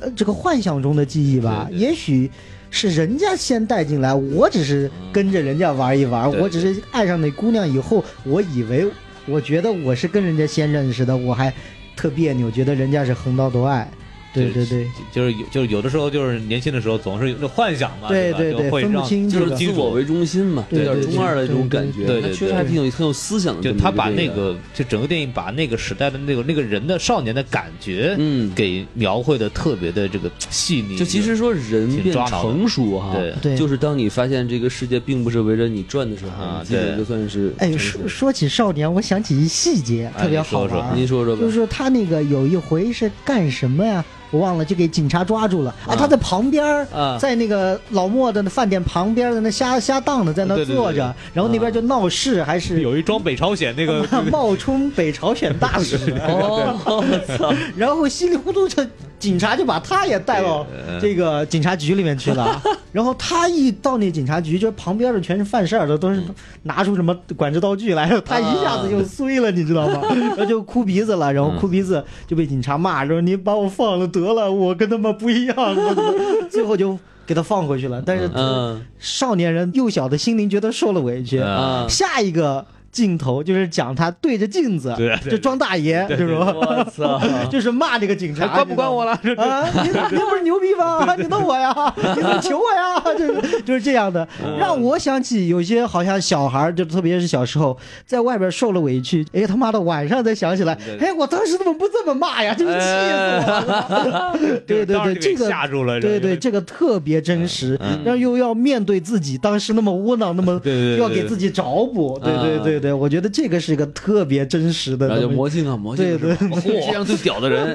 Speaker 3: 呃，这个幻想中的记忆吧，
Speaker 1: 对对
Speaker 3: 也许。是人家先带进来，我只是跟着人家玩一玩，
Speaker 1: 嗯对
Speaker 3: 我只是爱上那姑娘以后，我以为，我觉得我是跟人家先认识的，我还特别扭，觉得人家是横刀夺爱，对对对
Speaker 1: 就是有就是有的时候就是年轻的时候总是有这幻想嘛，
Speaker 3: 对
Speaker 1: 吧
Speaker 3: 对
Speaker 1: 就
Speaker 3: 对，
Speaker 1: 会
Speaker 3: 分不
Speaker 1: 让
Speaker 3: 清
Speaker 2: 就
Speaker 3: 这
Speaker 2: 是
Speaker 3: 个，
Speaker 2: 自我为中心嘛，有
Speaker 3: 对
Speaker 2: 点
Speaker 3: 对
Speaker 2: 中二的这种感觉，
Speaker 1: 对对对
Speaker 2: 他确实还挺有挺有思想的这
Speaker 1: 就
Speaker 2: 么一个电影。
Speaker 1: 他把那个就整个电影把那个时代的那个那个人的少年的感觉，
Speaker 2: 嗯
Speaker 1: 给描绘的特别的这个细腻。
Speaker 2: 就其实说人变成熟哈，
Speaker 1: 对
Speaker 3: 对
Speaker 2: 就是当你发现这个世界并不是围着你转的时候，
Speaker 1: 啊
Speaker 2: 你基本
Speaker 1: 对
Speaker 2: 就算是
Speaker 3: 哎，
Speaker 2: 成熟
Speaker 3: 说说起少年，我想起一细节，
Speaker 1: 哎
Speaker 3: 特别
Speaker 1: 你
Speaker 3: 好
Speaker 1: 说说
Speaker 3: 玩儿。
Speaker 2: 您说说吧，
Speaker 3: 就是他那个有一回是干什么呀？我忘了，就给警察抓住了。啊，他在旁边儿
Speaker 2: 啊
Speaker 3: 在那个老莫的那饭店旁边的那瞎瞎荡的，在那
Speaker 1: 对对对
Speaker 3: 坐着，然后那边就闹事，还
Speaker 1: 就是有一桩北朝鲜那 个哎
Speaker 3: 冒充北朝鲜大使，
Speaker 2: 哦，我操，
Speaker 3: 然后稀里糊涂的警察就把他也带到
Speaker 1: 呃
Speaker 3: 这个警察局里面去 了。啊然后他一到那警察局，就旁边的全是犯事儿的，都是拿出什么管制刀 具来，他一下子就碎了，你知道吗？
Speaker 1: 啊
Speaker 3: 然后就哭鼻子了，然后哭鼻子就被警察骂，说你把我放了得了，我跟他们不一样。我怎么最后就给他放回去了。但是
Speaker 2: 嗯
Speaker 3: 少年人幼小的心灵觉得受了委屈，
Speaker 1: 嗯
Speaker 2: 啊，
Speaker 3: 下一个镜头就是讲他对着镜子，
Speaker 1: 对对
Speaker 3: 就装大爷，就是说，
Speaker 2: 我操，
Speaker 3: 就是骂这个警察，
Speaker 1: 还哎管不管我了
Speaker 3: 你知道吗？啊，你你不是牛 逼吗？你弄我呀，你怎么求我呀？ 就是就是这样的，
Speaker 1: 嗯
Speaker 3: 让我想起有些好像小孩儿，就特别是小时候在外边受了委屈，哎他妈的晚上才想起来
Speaker 1: 对，对
Speaker 3: 哎我当时怎么不这么骂呀？真是气死我了！
Speaker 1: 哎
Speaker 3: 对对
Speaker 1: 当
Speaker 3: 对，
Speaker 1: 时
Speaker 3: 这
Speaker 1: 给
Speaker 3: 个
Speaker 1: 吓住了，
Speaker 3: 对
Speaker 1: 这
Speaker 3: 对，
Speaker 1: 个
Speaker 3: 这个特别真实
Speaker 1: 嗯，
Speaker 3: 然后又要面对自己当时那么窝囊，那么
Speaker 1: 对对对嗯
Speaker 3: 要给自己找补，对对
Speaker 2: 啊
Speaker 3: 对对，我觉得这个是一个特别真实的
Speaker 2: 然后就
Speaker 3: 东西。
Speaker 2: 魔镜啊，魔镜是吧，
Speaker 1: 对对
Speaker 2: 世界上最屌 的人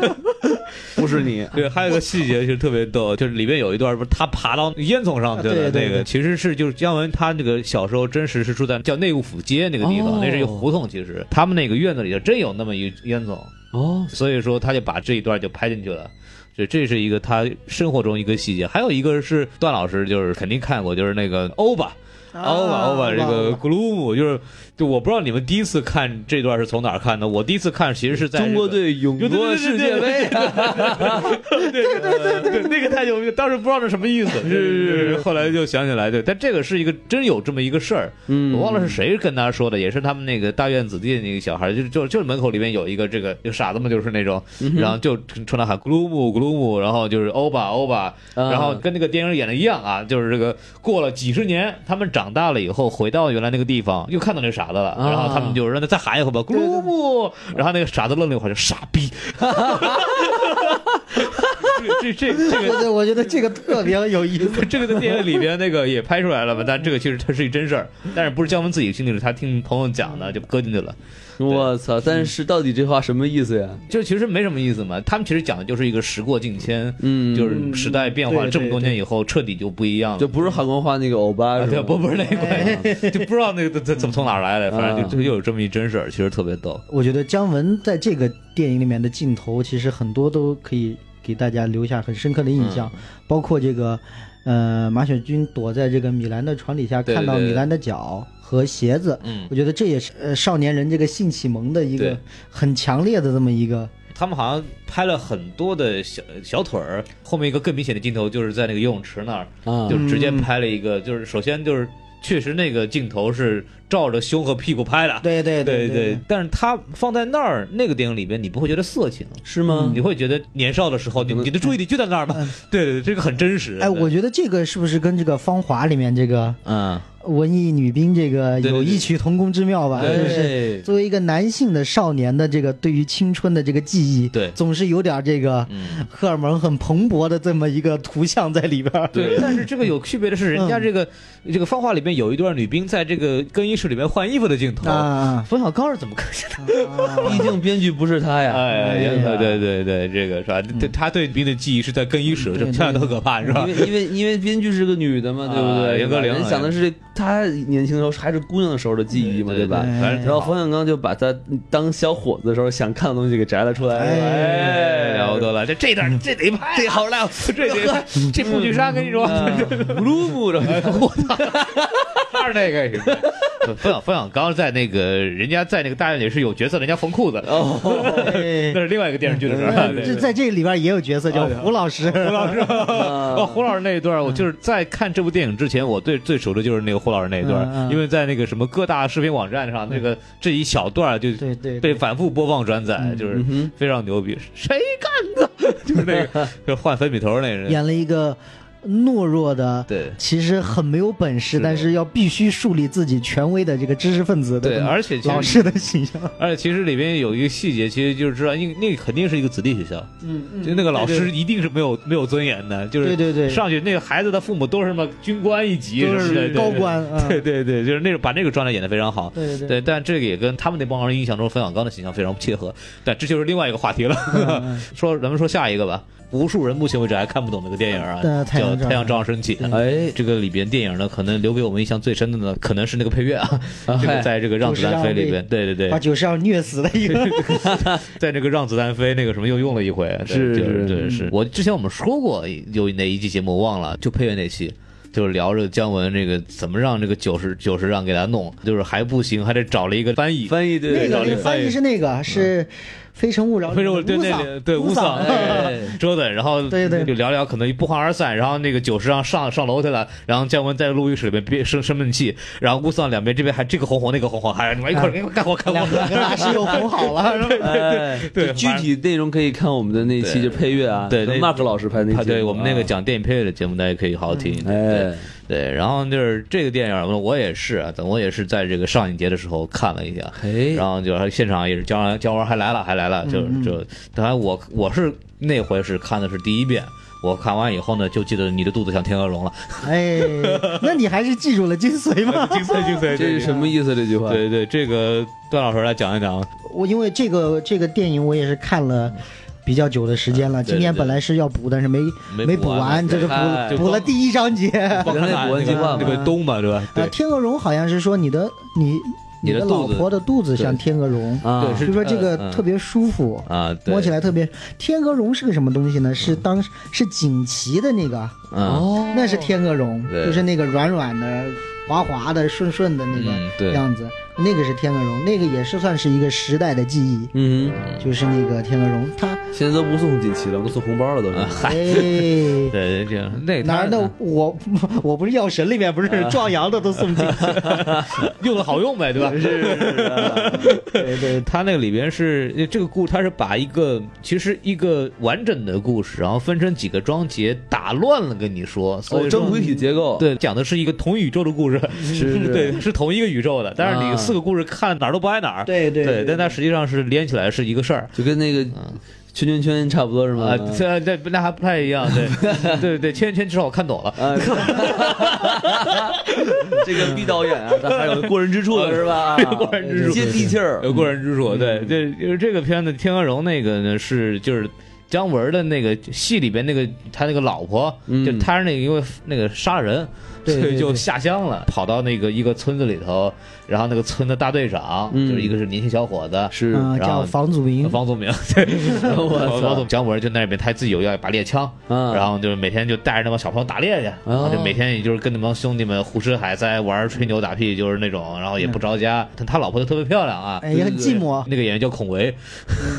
Speaker 2: 不是你，
Speaker 1: 对，还有一个细节就特别逗，就是里面有一段不是他爬到烟囱上去了，
Speaker 3: 啊对对
Speaker 1: 那个
Speaker 3: 对
Speaker 1: 其实是就是姜文他那个小时候真实是住在叫内务府街那个地方，
Speaker 2: 哦
Speaker 1: 那是一个胡同，其实他们那个院子里头真有那么一烟囱，
Speaker 2: 哦，
Speaker 1: 所以说他就把这一段就拍进去了。这这是一个他生活中一个细节，还有一个是
Speaker 3: 啊
Speaker 1: 哦段老师就是肯定看过，就是那个欧巴，欧巴，欧巴，这个 gloom 就是就我不知道你们第一次看这段是从哪儿看的，我第一次看其实是在
Speaker 2: 中国
Speaker 1: 日本
Speaker 2: 队勇
Speaker 1: 对对
Speaker 2: 夺
Speaker 1: 对对
Speaker 2: 世界杯
Speaker 1: 对，对对对对，那个太牛逼了，当时不知道是什么意 思，是是是，后来就想起来，对，但这个是一个真有这么一个事儿，
Speaker 2: 嗯，
Speaker 1: 我忘了是谁跟他说的，也是他们那个大院子弟的那个小孩，就就就是门口里面有一个这个就傻子嘛，就是那种，
Speaker 2: 嗯
Speaker 1: 然后就冲他喊咕噜姆咕噜姆，然后就是欧巴欧巴，
Speaker 2: 啊
Speaker 1: 然后跟那个电影演的一样啊，就是这个过了几十年，他们长大了以后回到原来那个地方，又看到那个傻子了，
Speaker 2: 啊
Speaker 1: 然后他们就让他再喊一回吧，咕噜姆，然后那个傻子愣了一会儿就傻逼， 这这这这
Speaker 3: 我
Speaker 1: 个。
Speaker 3: 觉得我觉得这个特别有意思。
Speaker 1: 这个在电影里边那个也拍出来了嘛，但这个其实它是一真事儿，但是不是姜文自己经历了，他听朋友讲的就嗯搁进去了。
Speaker 2: 我操！但是到底这话什么意思呀？
Speaker 1: 就其实没什么意思嘛。他们其实讲的就是一个时过境迁，
Speaker 2: 嗯，
Speaker 1: 就是时代变化
Speaker 3: 对
Speaker 1: 这么多年以后，彻底就不一样
Speaker 2: 就
Speaker 1: 了。
Speaker 2: 不是韩国话那个欧巴
Speaker 1: 啊
Speaker 2: 是
Speaker 1: 对，
Speaker 2: 吧？
Speaker 1: 不不是那
Speaker 3: 哎
Speaker 1: 个，就不知道那个怎怎么从哪儿来的，反正
Speaker 3: 嗯
Speaker 1: 就就又有这么一真事儿，其实特别逗。
Speaker 3: 我觉得姜文在这个电影里面的镜头，其实很多都可以给大家留下很深刻的印象，包括这个，呃，马雪军躲在这个米兰的床底下，
Speaker 1: 对对
Speaker 3: 看到
Speaker 1: 对
Speaker 3: 米兰的脚和鞋子。
Speaker 1: 嗯，
Speaker 3: 我觉得这也是呃少年人这个性启蒙的一
Speaker 1: 对
Speaker 3: 个很强烈的这么一个，
Speaker 1: 他们好像拍了很多的小小腿儿，后面一个更明显的镜头就是在那个游泳池那儿，
Speaker 2: 啊
Speaker 1: 就
Speaker 3: 嗯
Speaker 1: 直接拍了一个，就是首先就是确实那个镜头是照着胸和屁股拍的，
Speaker 3: 对对
Speaker 1: 对
Speaker 3: 对，
Speaker 1: 但是他放在那儿那个电影里边，你不会觉得色情。
Speaker 2: 是吗
Speaker 3: 嗯
Speaker 1: 你？会觉得年少的时候，你你的注意力就在那儿嘛？对对，对这个很真实。
Speaker 3: 哎，我觉得这个是不是跟这个《芳华》里面这个
Speaker 1: 嗯，
Speaker 3: 文艺女兵这个
Speaker 1: 对对
Speaker 3: 有
Speaker 1: 对
Speaker 3: 异曲同工之妙吧？
Speaker 1: 对
Speaker 3: 就是
Speaker 2: 哎，
Speaker 3: 作为一个男性的少年的这个对于青春的这个记忆，
Speaker 1: 对
Speaker 3: 总是有点这个
Speaker 1: 嗯
Speaker 3: 荷尔蒙很蓬勃的这么一个图像在里边儿。
Speaker 1: 对。但是这个有区别的是，人家
Speaker 3: 嗯
Speaker 1: 这个这个《芳华》里边有一段女兵在这个更衣室里面换衣服的镜头，
Speaker 3: 啊，
Speaker 1: 冯小刚是怎么看的？
Speaker 2: 毕竟编剧不是他呀。
Speaker 1: 哎，嗯
Speaker 3: 哎
Speaker 1: 对
Speaker 3: 呀
Speaker 1: 对对对，这个是吧？对他对女兵的记忆是在更衣室，
Speaker 3: 嗯
Speaker 1: 这
Speaker 3: 对
Speaker 1: 漂亮的很可怕，是吧
Speaker 2: 因？为因为因为编剧是个女的嘛，对不
Speaker 1: 啊
Speaker 2: 对？
Speaker 1: 严格玲
Speaker 2: 人想的是她年轻的时候还是姑娘的时候的记忆嘛，
Speaker 1: 对
Speaker 2: 吧？
Speaker 1: 对反正挺
Speaker 2: 然
Speaker 1: 好
Speaker 2: 后冯小刚就把她当小伙子的时候想看的东西给摘了出来，
Speaker 1: 哎，
Speaker 2: 哎，
Speaker 1: 了不得了，这这段这得拍啊，嗯这好了，这得嗯这布剧杀，跟你说，
Speaker 2: 啊
Speaker 1: 哎
Speaker 2: 咕噜咕 噜，
Speaker 1: 我操，二那个也行。冯小冯小刚在那个人家在那个大院里是有角色的，人家缝裤子，嗯
Speaker 2: 哦，
Speaker 1: 那
Speaker 3: 哎
Speaker 1: 是另外一个电视剧的事儿。 对
Speaker 3: 这 在这里边也有角色叫
Speaker 1: 哎呀
Speaker 3: 胡老 师，
Speaker 1: 胡老师，
Speaker 3: 呃
Speaker 1: 哦，
Speaker 2: 啊
Speaker 1: 胡老师那一段，我
Speaker 3: 嗯
Speaker 1: 就是在看这部电影之前，我对最熟的就是那个胡老师那一
Speaker 3: 嗯
Speaker 1: 段，
Speaker 3: 嗯
Speaker 1: 因为在那个什么各大视频网站上，那个这一小段就
Speaker 3: 对对
Speaker 1: 被
Speaker 3: 对，
Speaker 1: 反复播放转载，
Speaker 3: 嗯
Speaker 1: 就是
Speaker 2: 嗯哼，
Speaker 1: 非常牛逼。谁干的？ 就是那个， 就是换粉笔头那人。
Speaker 3: 演了一个懦弱的。
Speaker 1: 对
Speaker 3: 其实很没有本事，
Speaker 1: 是的
Speaker 3: 但是要必须树立自己权威的这个知识分子的
Speaker 1: 对，
Speaker 3: 这么
Speaker 1: 而且其
Speaker 3: 嗯老
Speaker 1: 实
Speaker 3: 师的形象。
Speaker 1: 而且其实里边有一个细节，其实就是知道，因为那个肯定是一个子弟学校，
Speaker 3: 嗯
Speaker 1: 就那个老师一定是没有没有尊严的，就是
Speaker 3: 对对对
Speaker 1: 上去那个孩子的父母都是什么军官一级
Speaker 3: 就
Speaker 1: 什么的
Speaker 3: 是
Speaker 1: 对
Speaker 3: 高官，啊
Speaker 1: 对 对对，就是那种把那个状态演得非常好。
Speaker 3: 对对
Speaker 1: 对，但这个也跟他们那帮人印象中冯小刚的形象非常切合，但这就是另外一个话题了。
Speaker 3: 嗯
Speaker 1: 说咱们说下一个吧，无数人目前为止还看不懂这个电影啊，
Speaker 3: 对太阳
Speaker 1: 叫《
Speaker 3: 照嗯
Speaker 1: 太阳照常升起》。
Speaker 2: 哎，
Speaker 1: 这个里边电影呢，可能留给我们印象最深的呢，可能是那个配乐啊，
Speaker 3: 哎
Speaker 2: 啊
Speaker 1: 这个
Speaker 2: 嗨
Speaker 1: 在这个《让子弹飞》里边，对对对，
Speaker 3: 把九十二虐死的一个，
Speaker 1: 在这个《让子弹飞》那个什么又用了一回，对
Speaker 2: 是
Speaker 1: 就是
Speaker 2: 是
Speaker 1: 对
Speaker 3: 嗯
Speaker 1: 是。我之前我们说过有哪一期节目我忘了，就配乐那期。就是聊着姜文这个怎么让这个九十九十让给他弄，就是还不行，还得找了一个翻译。
Speaker 2: 翻译
Speaker 3: 那
Speaker 2: 对，
Speaker 3: 个
Speaker 1: 找
Speaker 3: 那
Speaker 1: 这
Speaker 3: 个翻译是那个是《非诚 勿扰》
Speaker 1: 嗯非
Speaker 3: 里
Speaker 1: 诚
Speaker 3: 的
Speaker 1: 勿
Speaker 3: 乌
Speaker 1: 对那
Speaker 3: 桑，
Speaker 1: 里对乌
Speaker 3: 桑
Speaker 1: 桑，
Speaker 2: 哎
Speaker 1: 折腾，然后
Speaker 3: 对对
Speaker 1: 就聊聊，可能不欢而散。然后那个九十让上上楼去了，然后姜文在录音室里面憋生生闷气，然后乌桑两边这边还这个哄哄那个哄哄，还哎你们一块儿一块儿干活干
Speaker 3: 两
Speaker 1: 活。
Speaker 3: 个大师又哄 好了，
Speaker 2: 哎，
Speaker 1: 对
Speaker 2: 就具体内容可以看我们的那期
Speaker 1: 对
Speaker 2: 就配乐啊，
Speaker 1: 对
Speaker 2: 跟
Speaker 1: 那
Speaker 2: Mark 老师拍那
Speaker 1: 啊，
Speaker 2: 期，
Speaker 1: 对我们那个
Speaker 2: 啊，
Speaker 1: 讲电影配乐的节目，大家可以好好听。对
Speaker 2: 哎，
Speaker 1: 对，然后就是这个电影儿，我也是啊，等我也是在这个上影节的时候看了一下，
Speaker 2: 嘿
Speaker 1: 然，后就是现场也是姜文姜文还来了，还来了，就就当然我我是那回是看的是第一遍。我看完以后呢，就记得你的肚子像天鹅绒了，
Speaker 3: 哎，那你还是记住了精髓吗？
Speaker 1: 精髓精髓
Speaker 2: 这是什么意思？这句话，
Speaker 1: 对对，这个段老师来讲一讲啊，
Speaker 3: 我因为这个这个电影我也是看了。比较久的时间了，
Speaker 1: 啊对对
Speaker 3: 今天本来是要补，但是没
Speaker 1: 没
Speaker 3: 没
Speaker 1: 补
Speaker 3: 补
Speaker 1: 完
Speaker 3: 完，就是补
Speaker 2: 哎
Speaker 1: 就
Speaker 3: 补了第一章节。
Speaker 1: 光看
Speaker 2: 人类
Speaker 1: 那
Speaker 2: 古
Speaker 1: 个
Speaker 2: 玩计划嘛
Speaker 1: 那个东嘛，对吧？
Speaker 3: 呃，
Speaker 1: 对
Speaker 3: 天鹅绒好像是说你的你
Speaker 1: 你的
Speaker 3: 的
Speaker 1: 肚
Speaker 3: 老
Speaker 1: 子
Speaker 3: 婆的肚子像
Speaker 1: 对
Speaker 3: 天鹅绒，
Speaker 2: 啊，
Speaker 1: 对是
Speaker 3: 就说这
Speaker 1: 嗯嗯
Speaker 3: 个特别舒服，
Speaker 1: 啊，对
Speaker 3: 摸起来特别。天鹅绒是个什么东西呢？是当时是锦旗的那个，
Speaker 1: 嗯
Speaker 2: 哦
Speaker 3: 那是天鹅绒，
Speaker 1: 对
Speaker 3: 就是那个软软的、滑滑的、顺顺的那
Speaker 1: 嗯
Speaker 3: 个
Speaker 1: 对
Speaker 3: 样子。那个是天鹅绒，那个也是算是一个时代的记忆，
Speaker 2: 嗯，
Speaker 3: 就是那个天鹅绒，它
Speaker 2: 现在都不送锦旗了，都送红包了，都是。哦
Speaker 3: 哎，
Speaker 1: 对 对，这样那
Speaker 3: 哪
Speaker 1: 他啊
Speaker 3: 儿的我我不是药神里面不是壮阳的 都送进去，
Speaker 1: 用的好用呗，对吧？
Speaker 3: 对对，
Speaker 1: 他那个里边是这个故，他是把一个其实一个完整的故事，然后分成几个章节打乱了跟你说，所
Speaker 2: 哦，
Speaker 1: 以
Speaker 2: 正
Speaker 1: 说
Speaker 2: 轨体结构，，
Speaker 1: 对讲的是一个同宇宙的故事，
Speaker 2: 是是
Speaker 1: 对，是同一个宇宙的，但是
Speaker 2: 啊
Speaker 1: 你四个故事看哪儿都不挨哪儿，
Speaker 3: 对对对
Speaker 1: 但它实际上是连起来是一个事儿。
Speaker 2: 就跟那个圈圈圈差不多是吗
Speaker 1: 啊？，这这那还不太一样，对对对，圈圈至少我看懂了，
Speaker 2: 啊， 这个毕导演啊，他还有过人之处的啊是吧？
Speaker 1: 过人之处
Speaker 2: 接地气儿，
Speaker 1: 有过人之处。
Speaker 2: 嗯
Speaker 1: 对，这就是这个片子《天鹅绒》那个呢是就是姜文的那个戏里边那个他那个老婆，
Speaker 2: 嗯
Speaker 1: 就他是那个因为那个杀人，
Speaker 3: 对对
Speaker 1: 所以就
Speaker 3: 对
Speaker 1: 下乡了，跑到那个一个村子里头，然后那个村的大队长、
Speaker 2: 嗯
Speaker 1: 就是一个是年轻小伙子。
Speaker 2: 是
Speaker 3: 嗯，
Speaker 1: 然后
Speaker 3: 叫房祖名，
Speaker 1: 房祖名，对，
Speaker 2: 我操
Speaker 1: 房祖姜文就那边他自己有要一把猎枪，
Speaker 3: 嗯
Speaker 2: 啊，
Speaker 1: 然后就是每天就带着那帮小朋友打猎去，
Speaker 3: 哦
Speaker 1: 然后就每天也就是跟那帮兄弟们胡吃海塞、玩儿吹牛打屁，就是那种，然后也不着家。他他老婆就特别漂亮啊，
Speaker 3: 嗯哎，也很寂寞，
Speaker 1: 那个演员叫孔维，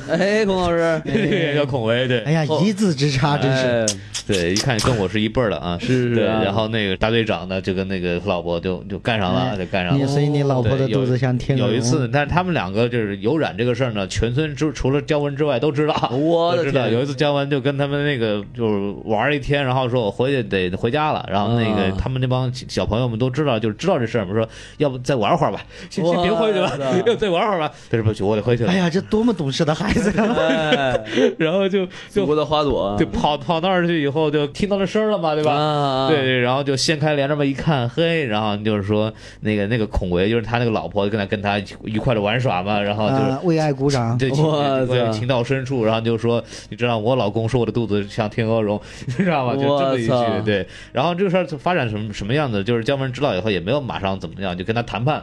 Speaker 2: 哎，孔老师，
Speaker 1: 那个演员叫孔维，
Speaker 3: 哎
Speaker 1: 对哦
Speaker 3: 呀，一字之差真是，
Speaker 2: 哎
Speaker 1: 对，一看跟我是一辈儿的
Speaker 3: 哎
Speaker 1: 啊，
Speaker 2: 是是
Speaker 1: 对。
Speaker 2: 啊
Speaker 1: 然后那个大队长呢，就跟那个老婆就就干上了，
Speaker 3: 哎
Speaker 1: 就干上
Speaker 3: 你
Speaker 1: 了。
Speaker 3: 所以你老婆的
Speaker 1: 对有
Speaker 3: 肚子像天鹅
Speaker 1: 有
Speaker 3: 绒，
Speaker 1: 一次，但是他们两个就是有染这个事儿呢，全村除除了姜文之外都知道。
Speaker 2: 哎我的
Speaker 1: 知道
Speaker 2: 天
Speaker 1: 有一次姜文就跟他们那个就是玩了一天，然后说我回去得回家了，然后那个
Speaker 2: 啊
Speaker 1: 他们那帮小小朋友们都知道，就是知道这事儿嘛，说要不再玩会儿吧，先先别回去
Speaker 2: 我
Speaker 1: 吧，
Speaker 2: 的
Speaker 1: 要 再玩会儿吧。他说不行，我得回去了
Speaker 3: 哎。呀，这多么懂事的孩子 呀！
Speaker 2: 哎，
Speaker 1: 然后就
Speaker 2: 祖
Speaker 1: 就
Speaker 2: 国的花朵，
Speaker 1: 就跑跑那儿去以后就听到那声儿了嘛，对吧？
Speaker 2: 吧
Speaker 1: 对，对，然后就掀开帘这么一看，嘿，然后就是说那个那个孔维，就是他那个老婆跟他跟他一起愉快的玩耍嘛，然后哦就是。
Speaker 3: 啊，为爱鼓掌，
Speaker 1: 对，
Speaker 2: 哇塞
Speaker 1: 情情到深处，然后就说，你知道我老公说我的肚子像天鹅绒， 你知道吗？就这么一
Speaker 2: 我操
Speaker 1: 句，对。然后这个事儿就发展成什么样子，就是姜文知道以后也没有马上怎么样，就跟他谈判，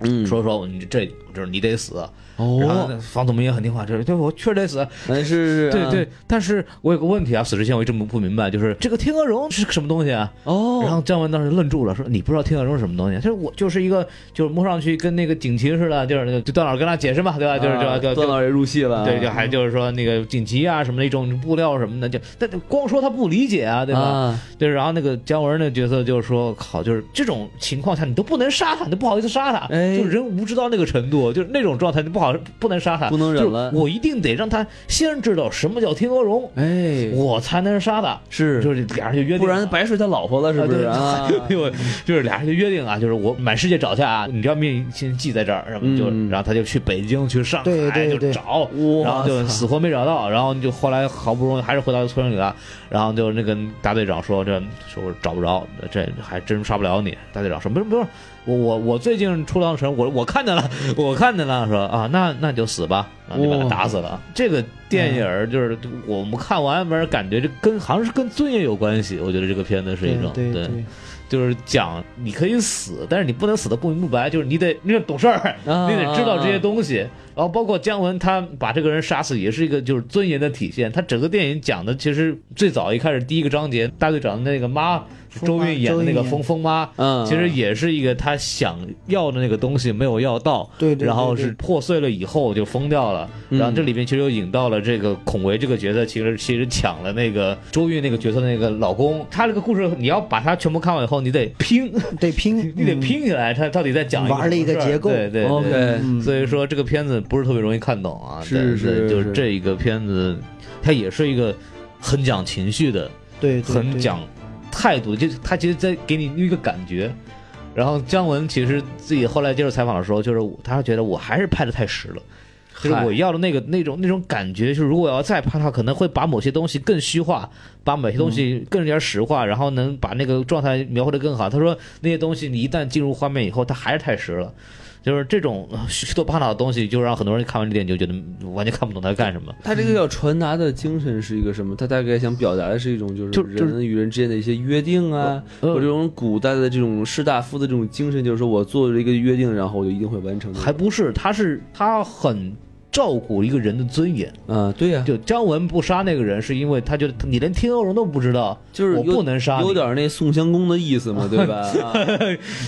Speaker 2: 嗯，
Speaker 1: 说说你这就是你得死。然后
Speaker 2: 哦，
Speaker 1: 那房祖名也很听话，就是对我确实得死，
Speaker 2: 哎是，是
Speaker 1: 对，
Speaker 2: 啊
Speaker 1: 对。但是我有个问题啊，死之前我一直不不明白，就是这个天鹅绒是个什么东西啊？
Speaker 2: 哦，
Speaker 1: 然后姜文当时愣住了，说：“你不知道天鹅绒是什么东西？”他说：“我就是一个，就是摸上去跟那个锦旗似的，就是那个就段老师跟他解释嘛，对吧？就是
Speaker 2: 啊
Speaker 1: 就
Speaker 2: 段
Speaker 1: 就
Speaker 2: 老师也入戏了，
Speaker 1: 对，就还就是说那个锦旗啊什么的一种布料什么的，就但光说他不理解啊，对吧？
Speaker 2: 啊
Speaker 1: 对，然后那个姜文那角色就是说，靠，就是这种情况下你都不能杀他，你都不好意思杀他，
Speaker 2: 哎
Speaker 1: 就是人无知到那个程度，就是那种状态，你不好不能杀他，
Speaker 2: 不能忍
Speaker 1: 就是
Speaker 2: 了
Speaker 1: 我一定得让他先知道什么叫天鹅绒，
Speaker 2: 哎，
Speaker 1: 我才能杀他。”
Speaker 2: 是，
Speaker 1: 就是俩人就约定了，
Speaker 2: 不然白睡他老婆了，是不是
Speaker 1: 啊
Speaker 2: 啊？
Speaker 1: 对对，我就是俩人就约定啊，就是我满世界找去啊，你这张命先记在这儿，什么就
Speaker 2: 嗯
Speaker 1: 然后他就去北京去上
Speaker 3: 对
Speaker 1: 海
Speaker 3: 对
Speaker 1: 就
Speaker 3: 对
Speaker 1: 找，
Speaker 2: 哇
Speaker 1: 然后就
Speaker 2: 操
Speaker 1: 死活没找到，然后就后来好不容易还是回到村里了，然后就那个大队长说这说我找不着，这还真杀不了你。大队长说不用不用，我我我最近出趟城，我我看见了， 我看见了，说啊那那你就死吧，然后就把他
Speaker 2: 哇
Speaker 1: 打死了。这个电影儿就是我们看完完感觉这跟好像是跟尊严有关系，我觉得这个片子是一
Speaker 3: 对
Speaker 1: 种
Speaker 3: 对对，
Speaker 1: 就是讲你可以死，但是你不能死的不明不白，就是你得你得懂事儿，
Speaker 2: 啊
Speaker 1: 你得知
Speaker 3: 嗯
Speaker 1: 道这些东西。然后包括姜文他把这个人杀死，也是一个就是尊严的体现。他整个电影讲的其实最早一开始第一个章节，大队长的那个妈
Speaker 3: 疯
Speaker 1: 周
Speaker 3: 妈
Speaker 1: 韵演的那
Speaker 3: 周
Speaker 1: 个
Speaker 3: 韵演
Speaker 1: 疯疯妈，
Speaker 2: 嗯，
Speaker 1: 其实也是一个他想要的那个东西没有要到，
Speaker 3: 对对
Speaker 1: 然后
Speaker 3: 对
Speaker 1: 是破碎了以后就疯掉了。
Speaker 2: 嗯
Speaker 1: 然后这里面其实又引到了这个孔维这个角色，其实其实抢了那个周韵那个角色的那个老公。他这个故事你要把它全部看完以后，你得拼，
Speaker 3: 得拼，
Speaker 1: 你得
Speaker 3: 嗯，
Speaker 1: 拼起来，他到底在讲
Speaker 3: 玩了一个
Speaker 1: 什么事儿
Speaker 3: 结构
Speaker 1: 对对对
Speaker 2: OK，
Speaker 3: 嗯
Speaker 1: 所以说这个片子不是特别容易看懂啊，
Speaker 2: 是
Speaker 1: 但
Speaker 2: 是
Speaker 1: 就是
Speaker 2: 是
Speaker 1: 这一个片子，它也是一个很讲情绪的，
Speaker 3: 对，对
Speaker 1: 很，讲态度，就是他其实在给你一个感觉。然后姜文其实自己后来接受采访的时候，就是他觉得我还是拍的太实了，就是
Speaker 2: 嗨
Speaker 1: 我要的那个那种那种感觉，就是如果我要再拍的话，可能会把某些东西更虚化，把某些
Speaker 3: 嗯
Speaker 1: 东西更加实化，然后能把那个状态描绘的更好。他说那些东西你一旦进入画面以后，它还是太实了。就是这种呃虚头巴脑的东西，就让很多人看完这点就觉得嗯完全看不懂他在干什么。
Speaker 2: 他这个要传达的精神是一个什么？他大概想表达的是一种就是
Speaker 1: 就就是
Speaker 2: 人与人之间的一些约定啊，
Speaker 1: 呃
Speaker 2: 或者这种古代的这种士大夫的这种精神，就是说我做了一个约定，然后我就一定会完成的。
Speaker 1: 还不是，他是他很照顾一个人的尊严。
Speaker 2: 啊，对呀、
Speaker 1: 就姜文不杀那个人，是因为他觉得你连天鹅绒都不知道，
Speaker 2: 就是
Speaker 1: 我
Speaker 2: 有
Speaker 1: 不能杀你
Speaker 2: 有点那宋襄公的意思嘛， 对吧？啊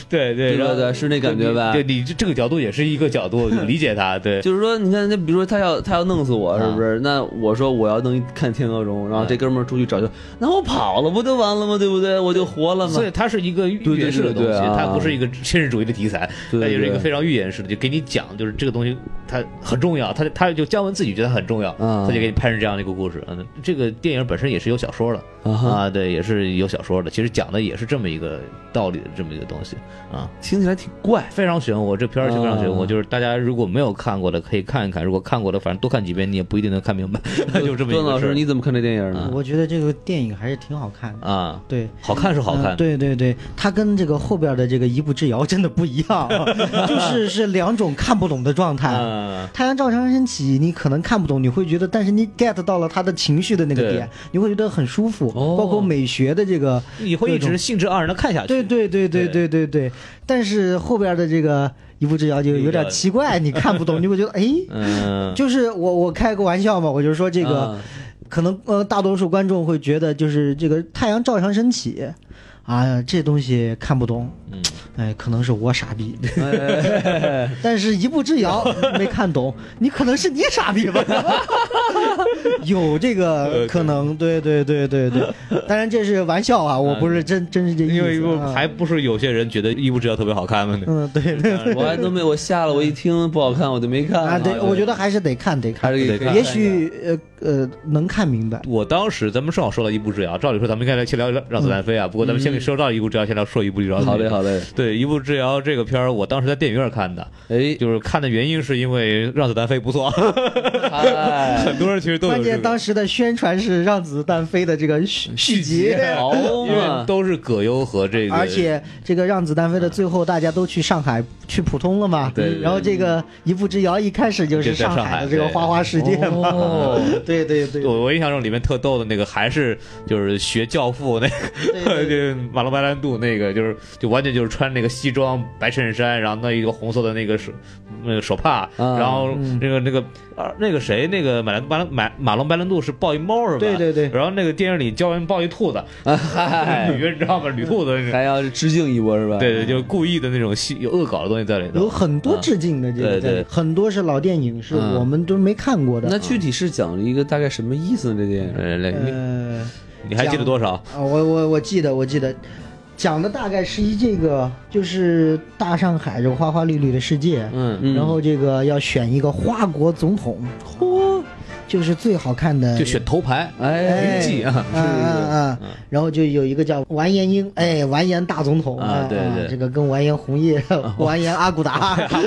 Speaker 1: 对对
Speaker 2: 对
Speaker 1: 然后
Speaker 2: 对对是那感觉吧
Speaker 1: 对你这这个角度也是一个角 度，理解他。对，
Speaker 2: 就是说，你看，那比如说他要他要弄死我，是不
Speaker 1: 啊
Speaker 2: 是？那我说我要弄一看天鹅绒，然后这哥们儿出去找去，那我跑了不就完了吗？对不对？我就活了吗
Speaker 1: 所？以它是一个预
Speaker 2: 对对
Speaker 1: 言式的东
Speaker 2: 对
Speaker 1: 西，
Speaker 2: 对啊
Speaker 1: 它不是一个现实主义的题材，
Speaker 2: 对对
Speaker 1: 它也是一
Speaker 2: 对
Speaker 1: 个非常预言式的，就给你讲，就是这个东西它很重要，它它就姜文自己觉得很重要，
Speaker 2: 啊
Speaker 1: 他就给你拍成这样的一个故事。嗯，这个电影本身也是有小说的
Speaker 2: 啊哈
Speaker 1: 啊，对，也是有小说的，其实讲的也是这么一个道理的这么一个东西啊。
Speaker 2: 听起来挺怪。
Speaker 1: 非常玄乎，这片儿就非常玄乎。
Speaker 2: 啊
Speaker 1: 就是大家如果没有看过的，可以看一看；如果看过的，反正多看几遍，你也不一定能看明白。 就这么一
Speaker 2: 段
Speaker 1: 个
Speaker 2: 老
Speaker 1: 事
Speaker 2: 师，
Speaker 1: 儿
Speaker 2: 你怎么看这电影呢？
Speaker 3: 我觉得这个电影还是挺好看的，
Speaker 1: 啊，
Speaker 3: 对。
Speaker 1: 好看是好看
Speaker 3: 嗯，对对对，它跟这个后边的这个《一步之遥》真的不一样，就是是两种看不懂的状态。
Speaker 1: 嗯，
Speaker 3: 太阳照常升起，你可能看不懂，你会觉得，但是你 get 到了他的情绪的那个
Speaker 1: 对
Speaker 3: 点，你会觉得很舒服。
Speaker 2: 哦
Speaker 3: 包括美学的这个，
Speaker 1: 你会一
Speaker 3: 各
Speaker 1: 直
Speaker 3: 种
Speaker 1: 兴致盎然的看下去。
Speaker 3: 对对对对对对对。但是后边的这个一步之遥就有点奇怪，你看不懂，你会觉得，哎，
Speaker 1: 嗯，
Speaker 3: 就是我我开个玩笑嘛，我就说这个、
Speaker 2: 啊
Speaker 3: 可能呃大多数观众会觉得就是这个太阳照常升起。啊，这东西看不懂，
Speaker 1: 嗯
Speaker 3: 哎，可能是我傻逼，
Speaker 2: 哎
Speaker 3: 但是一步之 遥没看懂，你可能是你傻逼 吧？有这个可能，对对对对对。当然这是玩笑啊，我不是真真是这意
Speaker 1: 因为
Speaker 3: 思啊。
Speaker 1: 还不是有些人觉得《一步之遥》特别好看 吗？
Speaker 3: 嗯，对对
Speaker 2: 我还都没，我下了，我一听不好看，我就没看
Speaker 3: 啊，对，我觉
Speaker 2: 得
Speaker 3: 得还是得看得
Speaker 2: 还
Speaker 3: 看，
Speaker 2: 是
Speaker 1: 得
Speaker 2: 可以看
Speaker 3: 也许呃呃能看明白。
Speaker 1: 我当时咱们正好说到《一步之遥》，照理说咱们应该来先聊《让子弹飞》啊，不过咱们先给说到《一步之遥》，先聊说《一步之遥》。
Speaker 2: 好嘞，好嘞，
Speaker 1: 对，《一步之遥》这个片儿，我当时在电影院看的，
Speaker 2: 哎，
Speaker 1: 就是看的原因是因为《让子弹飞》不错，
Speaker 2: 嗨哎
Speaker 1: 很多人其实都有
Speaker 3: 关
Speaker 1: 这
Speaker 3: 键
Speaker 1: 个。
Speaker 3: 当时的宣传是《让子弹飞》的这个续续集，
Speaker 2: 好
Speaker 1: 因为
Speaker 3: 嗯
Speaker 2: 嘛，
Speaker 1: 都是葛优和这个，
Speaker 3: 而且这个《让子弹飞》的最后大家都去上海去浦东了嘛，
Speaker 1: 对对对
Speaker 3: 然后这个《一步之遥》一开始就
Speaker 1: 就
Speaker 3: 是
Speaker 1: 在上
Speaker 3: 上
Speaker 1: 海
Speaker 3: 海的这个花花世界嘛，
Speaker 2: 哦
Speaker 3: 对对对
Speaker 1: 我我印象中里面特逗的那个还是就是学教父那
Speaker 3: 对
Speaker 1: 个，
Speaker 3: 对 对。
Speaker 1: 就马龙白兰度那个，就是就完全就是穿那个西装白衬衫，然后那一个红色的那个手那个手帕，
Speaker 2: 啊
Speaker 1: 然后
Speaker 3: 嗯
Speaker 1: 那个那个啊那个谁那个马兰马兰马马龙白兰度是抱一猫是吧？
Speaker 3: 对对对哎
Speaker 1: 然后那个电影里教人抱一兔子，
Speaker 2: 嗨，
Speaker 1: 女你知道吗？女兔子那种。
Speaker 2: 还要致敬一波
Speaker 3: 嗯
Speaker 2: 是吧？
Speaker 1: 对对，就是故意的那种戏有恶搞的东西在里
Speaker 3: 有
Speaker 1: 头。
Speaker 3: 很多致敬的这
Speaker 1: 啊对
Speaker 3: 个
Speaker 1: 对
Speaker 3: 在里，很多是老电影，是
Speaker 2: 嗯
Speaker 3: 我们都没看过
Speaker 2: 那
Speaker 3: 的。
Speaker 2: 具体是讲一个大概什么意思呢？这电影？
Speaker 1: 呃，那你
Speaker 3: 呃，
Speaker 1: 你还记得多少？
Speaker 3: 啊，我我我记得我记得，讲的大概是一这个就是大上海这个花花绿绿的世界，
Speaker 1: 嗯，
Speaker 2: 嗯
Speaker 3: 然后这个要选一个花国总统，嚯，就是最好看的，
Speaker 1: 嗯就选头牌，
Speaker 3: 嗯
Speaker 2: 哎
Speaker 1: 名记啊。
Speaker 3: 啊啊啊！然后就有一个叫完颜英，哎，完颜大总统哎
Speaker 1: 啊对对
Speaker 3: 这个跟完颜 红叶、完颜阿骨达，
Speaker 2: 好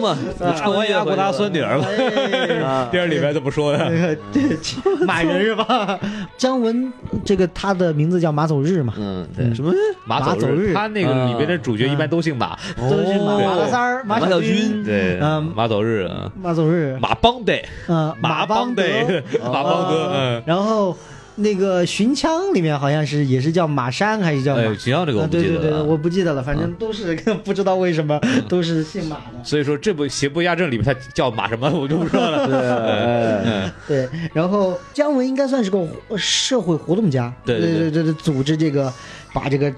Speaker 2: 嘛，
Speaker 3: 嗯
Speaker 1: 阿 完阿古达孙女儿嘛，
Speaker 3: 哎，
Speaker 1: 电影里面这么说
Speaker 3: 那
Speaker 1: 的。
Speaker 3: 哎个对，马人是吧？姜文这个他的名字叫马走日嘛，
Speaker 1: 嗯，
Speaker 3: 嗯
Speaker 2: 什么？
Speaker 1: 马
Speaker 3: 马走日嗯
Speaker 1: 他那个里面的主角一般都姓马，
Speaker 3: 都是
Speaker 1: 哦
Speaker 3: 马马大三儿、马
Speaker 2: 马小
Speaker 3: 军、
Speaker 1: 对，
Speaker 3: 嗯
Speaker 1: 马走日啊，
Speaker 3: 马走日，
Speaker 1: 马帮队，
Speaker 3: 嗯，
Speaker 1: 马帮
Speaker 3: 邦德，哦
Speaker 1: 队， 马帮哥，嗯。
Speaker 3: 然后那个寻枪里面好像是也是叫马山还是叫马？
Speaker 1: 哎，秦昊这个我
Speaker 3: 啊，
Speaker 1: 不
Speaker 3: 对
Speaker 1: 记
Speaker 3: 对
Speaker 1: 得
Speaker 3: 对，
Speaker 1: 了
Speaker 3: 我
Speaker 1: 啊。嗯
Speaker 3: 不记得了，反正都是 不知道为什么都是姓马的。
Speaker 1: 所以说这部《邪不压正》里面他叫马什么，我就不说了。
Speaker 2: 对，
Speaker 1: 嗯，
Speaker 3: 对，然后姜文应该算是个活社会活动家，
Speaker 1: 对对
Speaker 3: 对
Speaker 1: 对
Speaker 3: 对对，组织这个，把这个呃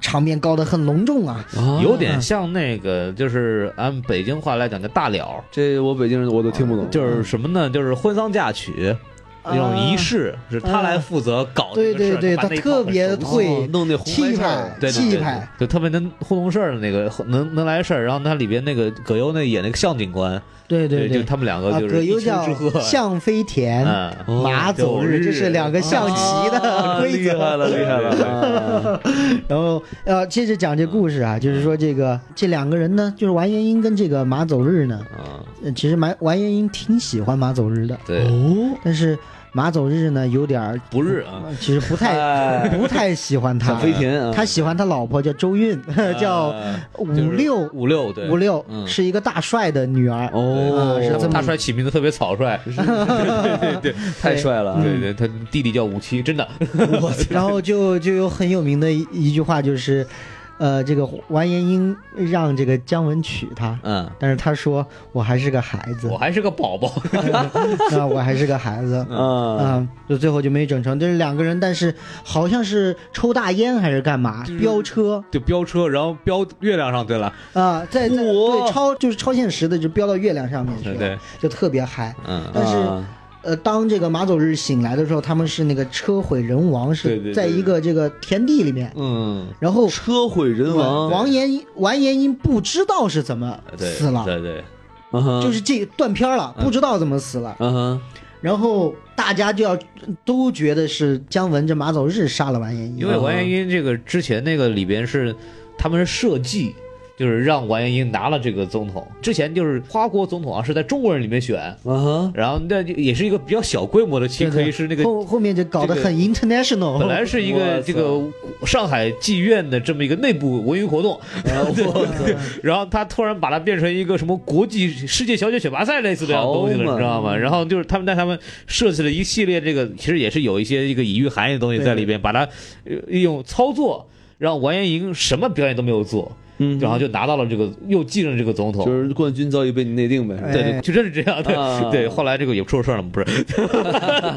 Speaker 3: 场面搞得很隆重啊。
Speaker 1: 有点像那个，就是按北京话来讲叫大了，
Speaker 2: 这我北京人我都听不懂，
Speaker 1: 就是什么呢？就是婚丧嫁娶那种仪式，是他来负责搞这
Speaker 3: 对
Speaker 1: 个事儿。
Speaker 3: 对啊对，
Speaker 1: 把
Speaker 3: 他
Speaker 1: 那一套
Speaker 3: 特别
Speaker 1: 手续
Speaker 3: 会
Speaker 2: 弄那红
Speaker 3: 气派，
Speaker 1: 对对
Speaker 3: 气
Speaker 1: 对
Speaker 3: 派，
Speaker 1: 就特别能糊弄事儿的那个能能来事儿，然后他里边那个葛优那演那个向警官，
Speaker 3: 对对
Speaker 1: 就他们两个
Speaker 3: 啊，
Speaker 1: 就是
Speaker 3: 葛优
Speaker 1: 一丘
Speaker 3: 叫
Speaker 1: 之貉，
Speaker 3: 向飞田、
Speaker 1: 嗯，
Speaker 2: 哦
Speaker 3: 马走
Speaker 1: 走日啊
Speaker 3: 日，这是两个象棋的 规
Speaker 2: 厉
Speaker 3: 则。
Speaker 2: 害了，啊厉害了，
Speaker 3: 然后呃，接着讲这故事啊，就是说这个这两个人呢，就是完颜英跟这个马走日呢，
Speaker 1: 啊，
Speaker 3: 呃其实完完颜英挺喜欢马走日的，
Speaker 1: 对，
Speaker 3: 但是马走日呢有点儿，
Speaker 1: 不日啊，
Speaker 3: 呃其实不太、
Speaker 2: 哎
Speaker 3: 不太喜欢
Speaker 2: 小
Speaker 3: 他，
Speaker 2: 飞田啊，
Speaker 3: 他喜欢他老婆叫周韵， 呃叫
Speaker 1: 嗯啊
Speaker 3: 五六
Speaker 1: 就是五六对
Speaker 3: 五六
Speaker 1: 嗯，
Speaker 3: 是一个大帅的女儿。
Speaker 2: 哦
Speaker 3: 啊，是这么嗯
Speaker 1: 大帅起名字特别草 率，对对
Speaker 2: 太帅了，
Speaker 1: 对对，他 弟弟叫五七，真的，
Speaker 3: 然后就就有很有名的一一句话就是，呃，这个完颜英让这个姜文娶她，
Speaker 2: 嗯
Speaker 3: 但是他说我还是个孩子
Speaker 1: 我，还是个宝宝，
Speaker 3: 啊，我还是个孩子。
Speaker 2: 嗯
Speaker 3: 嗯，就最后就没整成，就是两个人，但是好像是抽大烟还是干嘛，
Speaker 1: 嗯
Speaker 3: 飙车
Speaker 1: 就飙车，然后飙月亮上去了，
Speaker 3: 啊，在在
Speaker 2: 哇
Speaker 3: 对超就是超现实的，就飙到月亮上面去
Speaker 1: 对
Speaker 3: 了，
Speaker 1: 对，
Speaker 3: 就特别嗨。
Speaker 1: 嗯
Speaker 3: 但是
Speaker 2: 啊
Speaker 3: 呃，当这个马走日醒来的时候，他们是那个车毁人亡，
Speaker 1: 对对对
Speaker 3: 是在一个这个田地里面，
Speaker 1: 嗯，
Speaker 3: 然后
Speaker 2: 车毁人亡，
Speaker 3: 王延英完颜英不知道是怎么
Speaker 1: 对，
Speaker 3: 死了，
Speaker 1: 对对，
Speaker 2: 嗯哼
Speaker 3: 就是这断片儿了，不知道怎么死了。
Speaker 2: 嗯哼
Speaker 3: 然后大家就要都觉得是姜文这马走日杀了完颜英，
Speaker 1: 因为完颜英这个之前那个里边是他们是设计。就是让完颜英拿了这个总统，之前就是花国总统啊，是在中国人里面选，
Speaker 2: 嗯哼。
Speaker 1: 然后那就也是一个比较小规模的，其实可以是那个
Speaker 3: 后后面就搞得
Speaker 1: 这个
Speaker 3: 很 international，
Speaker 1: 本来是一
Speaker 2: 哇
Speaker 1: 个
Speaker 2: 塞
Speaker 1: 这个上海妓院的这么一个内部文娱活动， 对然后他突然把它变成一个什么国际世界小姐选拔赛类似这样的东西
Speaker 2: 好
Speaker 1: 了，
Speaker 2: 嘛
Speaker 1: 你知道吗？然后就是他们在他们设计了一系列这个，其实也是有一些这个隐喻含义的东西在里边，把它呃利用操作让完颜莹什么表演都没有做，
Speaker 2: 嗯，
Speaker 1: 然后就拿到了这个又继任这个总统，
Speaker 2: 就是冠军早已被你内定呗，
Speaker 3: 哎
Speaker 1: 对对，就真是这样对
Speaker 2: 啊
Speaker 1: 对，后来这个也出了事儿了嘛，不是？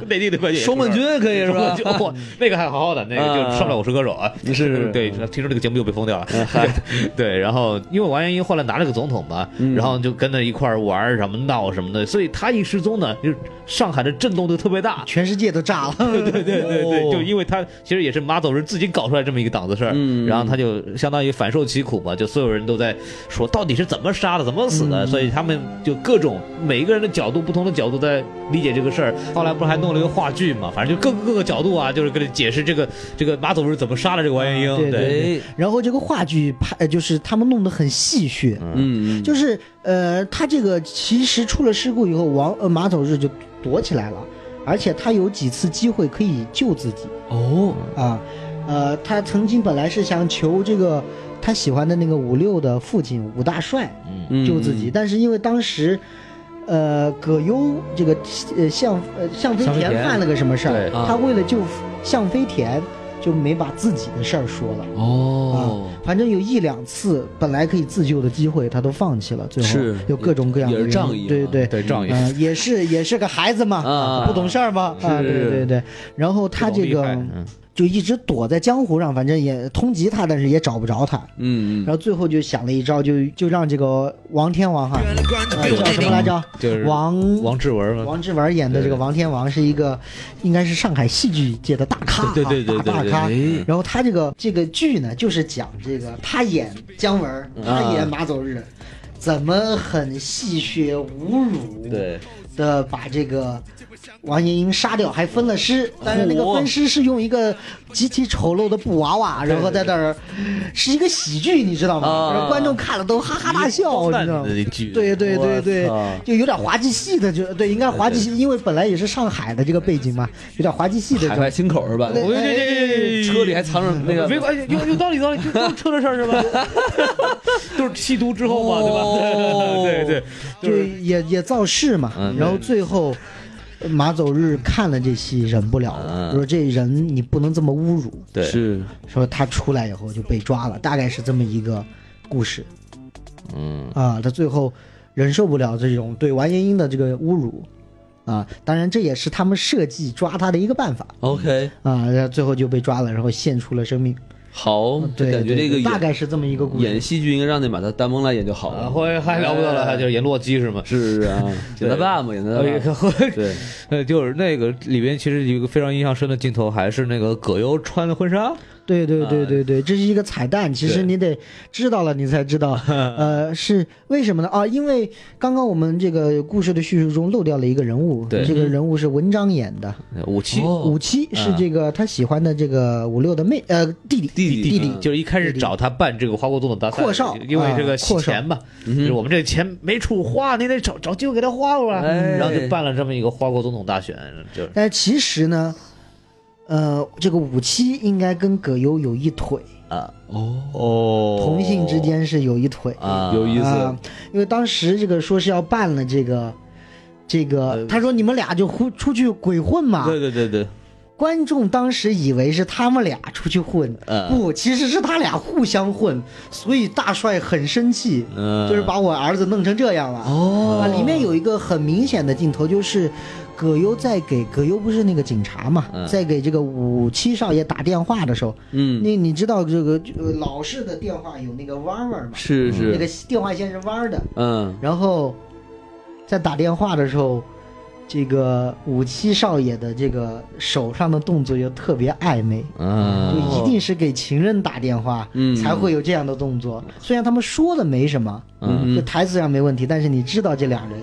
Speaker 1: 内地的关键也出
Speaker 2: 双
Speaker 1: 事儿
Speaker 2: 冠军也可以是
Speaker 1: 是吧
Speaker 2: 吧？？
Speaker 1: 哇，那个还好好的，那个就上不了我是嗯歌手啊。
Speaker 2: 是是
Speaker 1: 对，听说这个节目又被封掉了。 对，然后因为王彦英后来拿了个总统嘛，然后就跟着一块儿玩儿什么闹什么的，所以他一失踪呢，就是上海的震动就特别大。
Speaker 3: 全世界都炸了。
Speaker 1: 对对对对，
Speaker 2: 哦
Speaker 1: 就因为他其实也是马总是自己搞出来这么一个档子事儿，
Speaker 2: 嗯
Speaker 1: 然后他就相当于反受其苦嘛，就所有人都在说到底是怎么杀的，怎么死的，
Speaker 3: 嗯
Speaker 1: 所以他们就各种每一个人的角度不同的角度在理解这个事儿。后来不是还弄了一个话剧嘛，反正就各个各个角度啊，就是跟你解释这个这个马总是怎么杀了这个王元英，
Speaker 3: 啊对
Speaker 1: 对
Speaker 2: 哎，
Speaker 3: 然后这个话剧拍，呃就是他们弄得很戏谑，
Speaker 2: 嗯，
Speaker 3: 就是是呃，他这个其实出了事故以后，王呃马走日就躲起来了，而且他有几次机会可以救自己
Speaker 2: 哦，
Speaker 3: 啊，呃，他曾经本来是想求这个他喜欢的那个武六的父亲武大帅
Speaker 1: 嗯
Speaker 2: 嗯
Speaker 3: 救自己，，但是因为当时。呃，葛优这个呃向呃向飞
Speaker 1: 向飞
Speaker 3: 田
Speaker 1: 田
Speaker 3: 犯了个什么事
Speaker 1: 对
Speaker 3: 儿？
Speaker 2: 啊
Speaker 3: 他为了救向飞田，就没把自己的事儿说了。
Speaker 2: 哦，
Speaker 3: 反正有一两次本来可以自救的机会，他都放弃了。最后
Speaker 2: 是
Speaker 3: 有各种各样的
Speaker 2: 也是
Speaker 3: 原因
Speaker 2: 仗义啊
Speaker 3: 对对对，
Speaker 1: 对，仗义，
Speaker 3: 嗯，也是也是个孩子嘛，
Speaker 2: 啊
Speaker 3: 不懂事儿嘛，啊，
Speaker 2: 是
Speaker 3: 对对对。然后他这
Speaker 1: 不懂厉害
Speaker 3: 个
Speaker 1: 嗯
Speaker 3: 就一直躲在江湖上，反正也通缉他，但是也找不着他。
Speaker 2: 嗯
Speaker 3: 然后最后就想了一招，就就让这个王天王哈，呃叫什么来着？
Speaker 1: 就是
Speaker 3: 王
Speaker 1: 王志文嘛，
Speaker 3: 王志文演的这
Speaker 1: 对
Speaker 3: 个王天王是一个，应该是上海戏剧界的大咖啊，
Speaker 1: 对对对对
Speaker 3: 大
Speaker 1: 对哎
Speaker 3: 大咖。
Speaker 2: 嗯
Speaker 3: 然后他这个这个剧呢，就是讲这个他演姜文儿，他
Speaker 2: 啊
Speaker 3: 演马走日，怎么很戏谑侮辱
Speaker 1: 对，
Speaker 3: 的把这个。王银英杀掉，还分了尸，但是那个分尸是用一个极其丑陋的布娃娃，然后在那儿是一个喜剧，你知道吗？
Speaker 2: 啊
Speaker 3: 然后观众看了都哈哈大笑，你知道吗？
Speaker 1: 那剧，
Speaker 3: 对对对对
Speaker 2: 我操，
Speaker 3: 就有点滑稽戏的，就对，应该滑稽戏，因为本来也是上海的这个背景嘛，有点滑稽戏的
Speaker 2: 海
Speaker 3: 这
Speaker 2: 外
Speaker 3: 种。
Speaker 2: 新口是吧？
Speaker 1: 我这这这
Speaker 2: 车里还藏着那个，
Speaker 1: 哎没关系，有有道理道理，就都是车的事儿是吧？ 都是吸毒之后嘛，对吧？
Speaker 2: 哦
Speaker 1: 对对，
Speaker 3: 就
Speaker 1: 就是
Speaker 3: 也也造势嘛
Speaker 1: 嗯，对
Speaker 3: 然后最后。呃马走日看了这戏，忍不了
Speaker 1: 嗯
Speaker 3: 了，说这人你不能这么侮辱。
Speaker 1: 对
Speaker 2: 是，
Speaker 3: 说他出来以后就被抓了，大概是这么一个故事
Speaker 1: 嗯，
Speaker 3: 啊。他最后忍受不了这种对完颜英的这个侮辱啊，当然这也是他们设计抓他的一个办法
Speaker 2: OK，
Speaker 3: 啊。然后最后就被抓了，然后献出了生命。
Speaker 2: 好，
Speaker 3: 对，
Speaker 2: 感觉
Speaker 3: 对
Speaker 2: 这个
Speaker 3: 对大
Speaker 2: 演
Speaker 3: 概是这么一个故
Speaker 2: 演
Speaker 3: 事。
Speaker 2: 戏剧应该让那把他丹蒙来演就好
Speaker 1: 啊，
Speaker 2: 了，
Speaker 1: 会还了不得了，还就是演洛基是吗？
Speaker 2: 是啊，哦演他爸嘛，演他爸，对，
Speaker 1: 呃，就是那个里边其实有一个非常印象深的镜头，还是那个葛优穿的婚纱，
Speaker 3: 对对对对对，这是一个彩蛋，其实
Speaker 1: 对
Speaker 3: 你得知道了，你才知道，呃，是为什么呢？啊，因为刚刚我们这个故事的叙述中漏掉了一个人物，
Speaker 1: 对嗯
Speaker 3: 这个人物是文章演的，
Speaker 1: 武器
Speaker 2: 哦
Speaker 3: 武七是这个他喜欢的这个五六的妹呃弟
Speaker 2: 弟
Speaker 3: 弟
Speaker 2: 弟
Speaker 3: 弟
Speaker 1: 嗯就是一开始找他办这个花国总统大赛，
Speaker 3: 阔少
Speaker 1: 因为这个
Speaker 3: 啊
Speaker 1: 洗
Speaker 3: 阔少
Speaker 1: 钱嘛，
Speaker 3: 嗯
Speaker 1: 就是我们这钱没处花，你得找找机会给他花过来，
Speaker 2: 哎
Speaker 1: 然后就办了这么一个花国总统大选，就是
Speaker 3: 但是其实呢，呃，这个武七应该跟葛优有一腿，
Speaker 1: 啊
Speaker 2: 哦，
Speaker 1: 哦，
Speaker 3: 同性之间是有一腿
Speaker 1: 啊，
Speaker 2: 有意思
Speaker 3: 啊，因为当时这个说是要办了这个，这个，他说你们俩就胡出去鬼混嘛，
Speaker 1: 对对对对，
Speaker 3: 观众当时以为是他们俩出去混，
Speaker 2: 嗯
Speaker 3: 不，其实是他俩互相混，所以大帅很生气，
Speaker 2: 嗯
Speaker 3: 就是把我儿子弄成这样了。
Speaker 2: 哦
Speaker 3: 啊，里面有一个很明显的镜头，就是葛优在给葛优不是那个警察嘛，
Speaker 2: 嗯
Speaker 3: 在给这个武七少爷打电话的时候，
Speaker 2: 嗯
Speaker 3: 那你知道这个呃老式的电话有那个弯弯嘛，
Speaker 2: 是
Speaker 3: 那个
Speaker 2: 是，
Speaker 3: 电话线是弯的，
Speaker 2: 嗯
Speaker 3: 然后在打电话的时候，这个武七少爷的这个手上的动作又特别暧昧，
Speaker 2: 嗯，
Speaker 3: 就一定是给情人打电话，
Speaker 2: 嗯
Speaker 3: 才会有这样的动作。虽然他们说的没什么，
Speaker 2: 嗯
Speaker 3: 就台词上没问题，但是你知道这俩人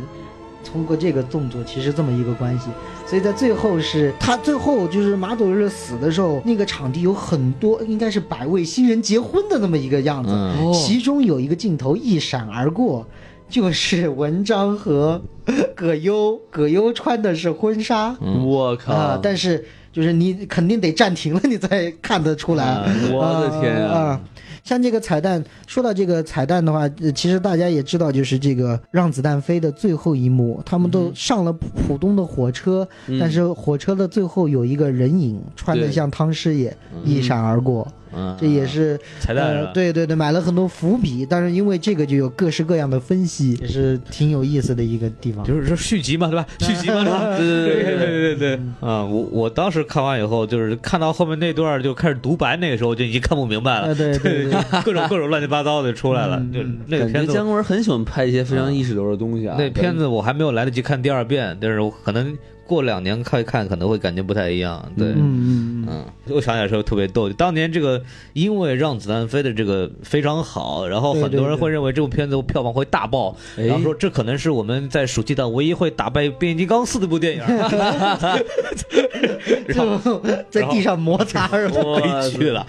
Speaker 3: 通过这个动作其实这么一个关系。所以在最后是他最后就是马佐日死的时候，那个场地有很多应该是百位新人结婚的那么一个样子，
Speaker 2: 嗯
Speaker 3: 其中有一个镜头一闪而过。就是文章和 葛优，葛优穿的是婚纱，
Speaker 2: 我
Speaker 3: 啊
Speaker 2: 靠！，
Speaker 3: 但是就是你肯定得暂停了，你才看得出来。
Speaker 2: 啊我的天
Speaker 3: 啊
Speaker 2: 啊
Speaker 3: 啊像这个彩蛋，说到这个彩蛋的话，呃其实大家也知道，就是这个《让子弹飞》的最后一幕，他们都上了浦浦东的火车，
Speaker 2: 嗯
Speaker 3: 但是火车的最后有一个人影穿的
Speaker 2: 对
Speaker 3: 像汤师爷一闪而过，
Speaker 2: 嗯
Speaker 3: 这也是
Speaker 1: 彩蛋啊是
Speaker 3: 呃
Speaker 1: 吧？
Speaker 3: 对对对，买了很多伏笔，但是因为这个就有各式各样的分析，也是挺有意思的一个地方。
Speaker 1: 啊就是说续集嘛，对吧？续集嘛， 对吧？
Speaker 2: 对对
Speaker 1: 对
Speaker 2: 对对对，
Speaker 1: 对对啊！我我当时看完以后，就是看到后面那段就开始独白，那个时候我就已经看不明白了
Speaker 3: 呃，，对对对，
Speaker 1: 各种各种乱七八糟的出来了。
Speaker 3: 嗯
Speaker 1: 就
Speaker 3: 嗯
Speaker 1: 那个
Speaker 2: 感觉
Speaker 1: 片子
Speaker 2: 姜文很喜欢拍一些非常意识流的东西啊。
Speaker 1: 那片子我还没有来得及看第二遍，但是我可能过两年看一看，可能会感觉不太一样。对，
Speaker 3: 嗯嗯嗯。
Speaker 1: 嗯，我想起来时候特别逗，当年这个因为《让子弹飞》的这个非常好，然后
Speaker 3: 对
Speaker 1: 很多人
Speaker 3: 对对
Speaker 1: 会认为这部片子票房会大爆，
Speaker 2: 哎
Speaker 1: 然后说这可能是我们在暑期档唯一会打败《变形金刚四》的部电影。 然后
Speaker 3: 嗯在地上摩擦是吧？
Speaker 1: 我
Speaker 2: 哇塞
Speaker 1: 悲剧
Speaker 3: 啊
Speaker 1: 了，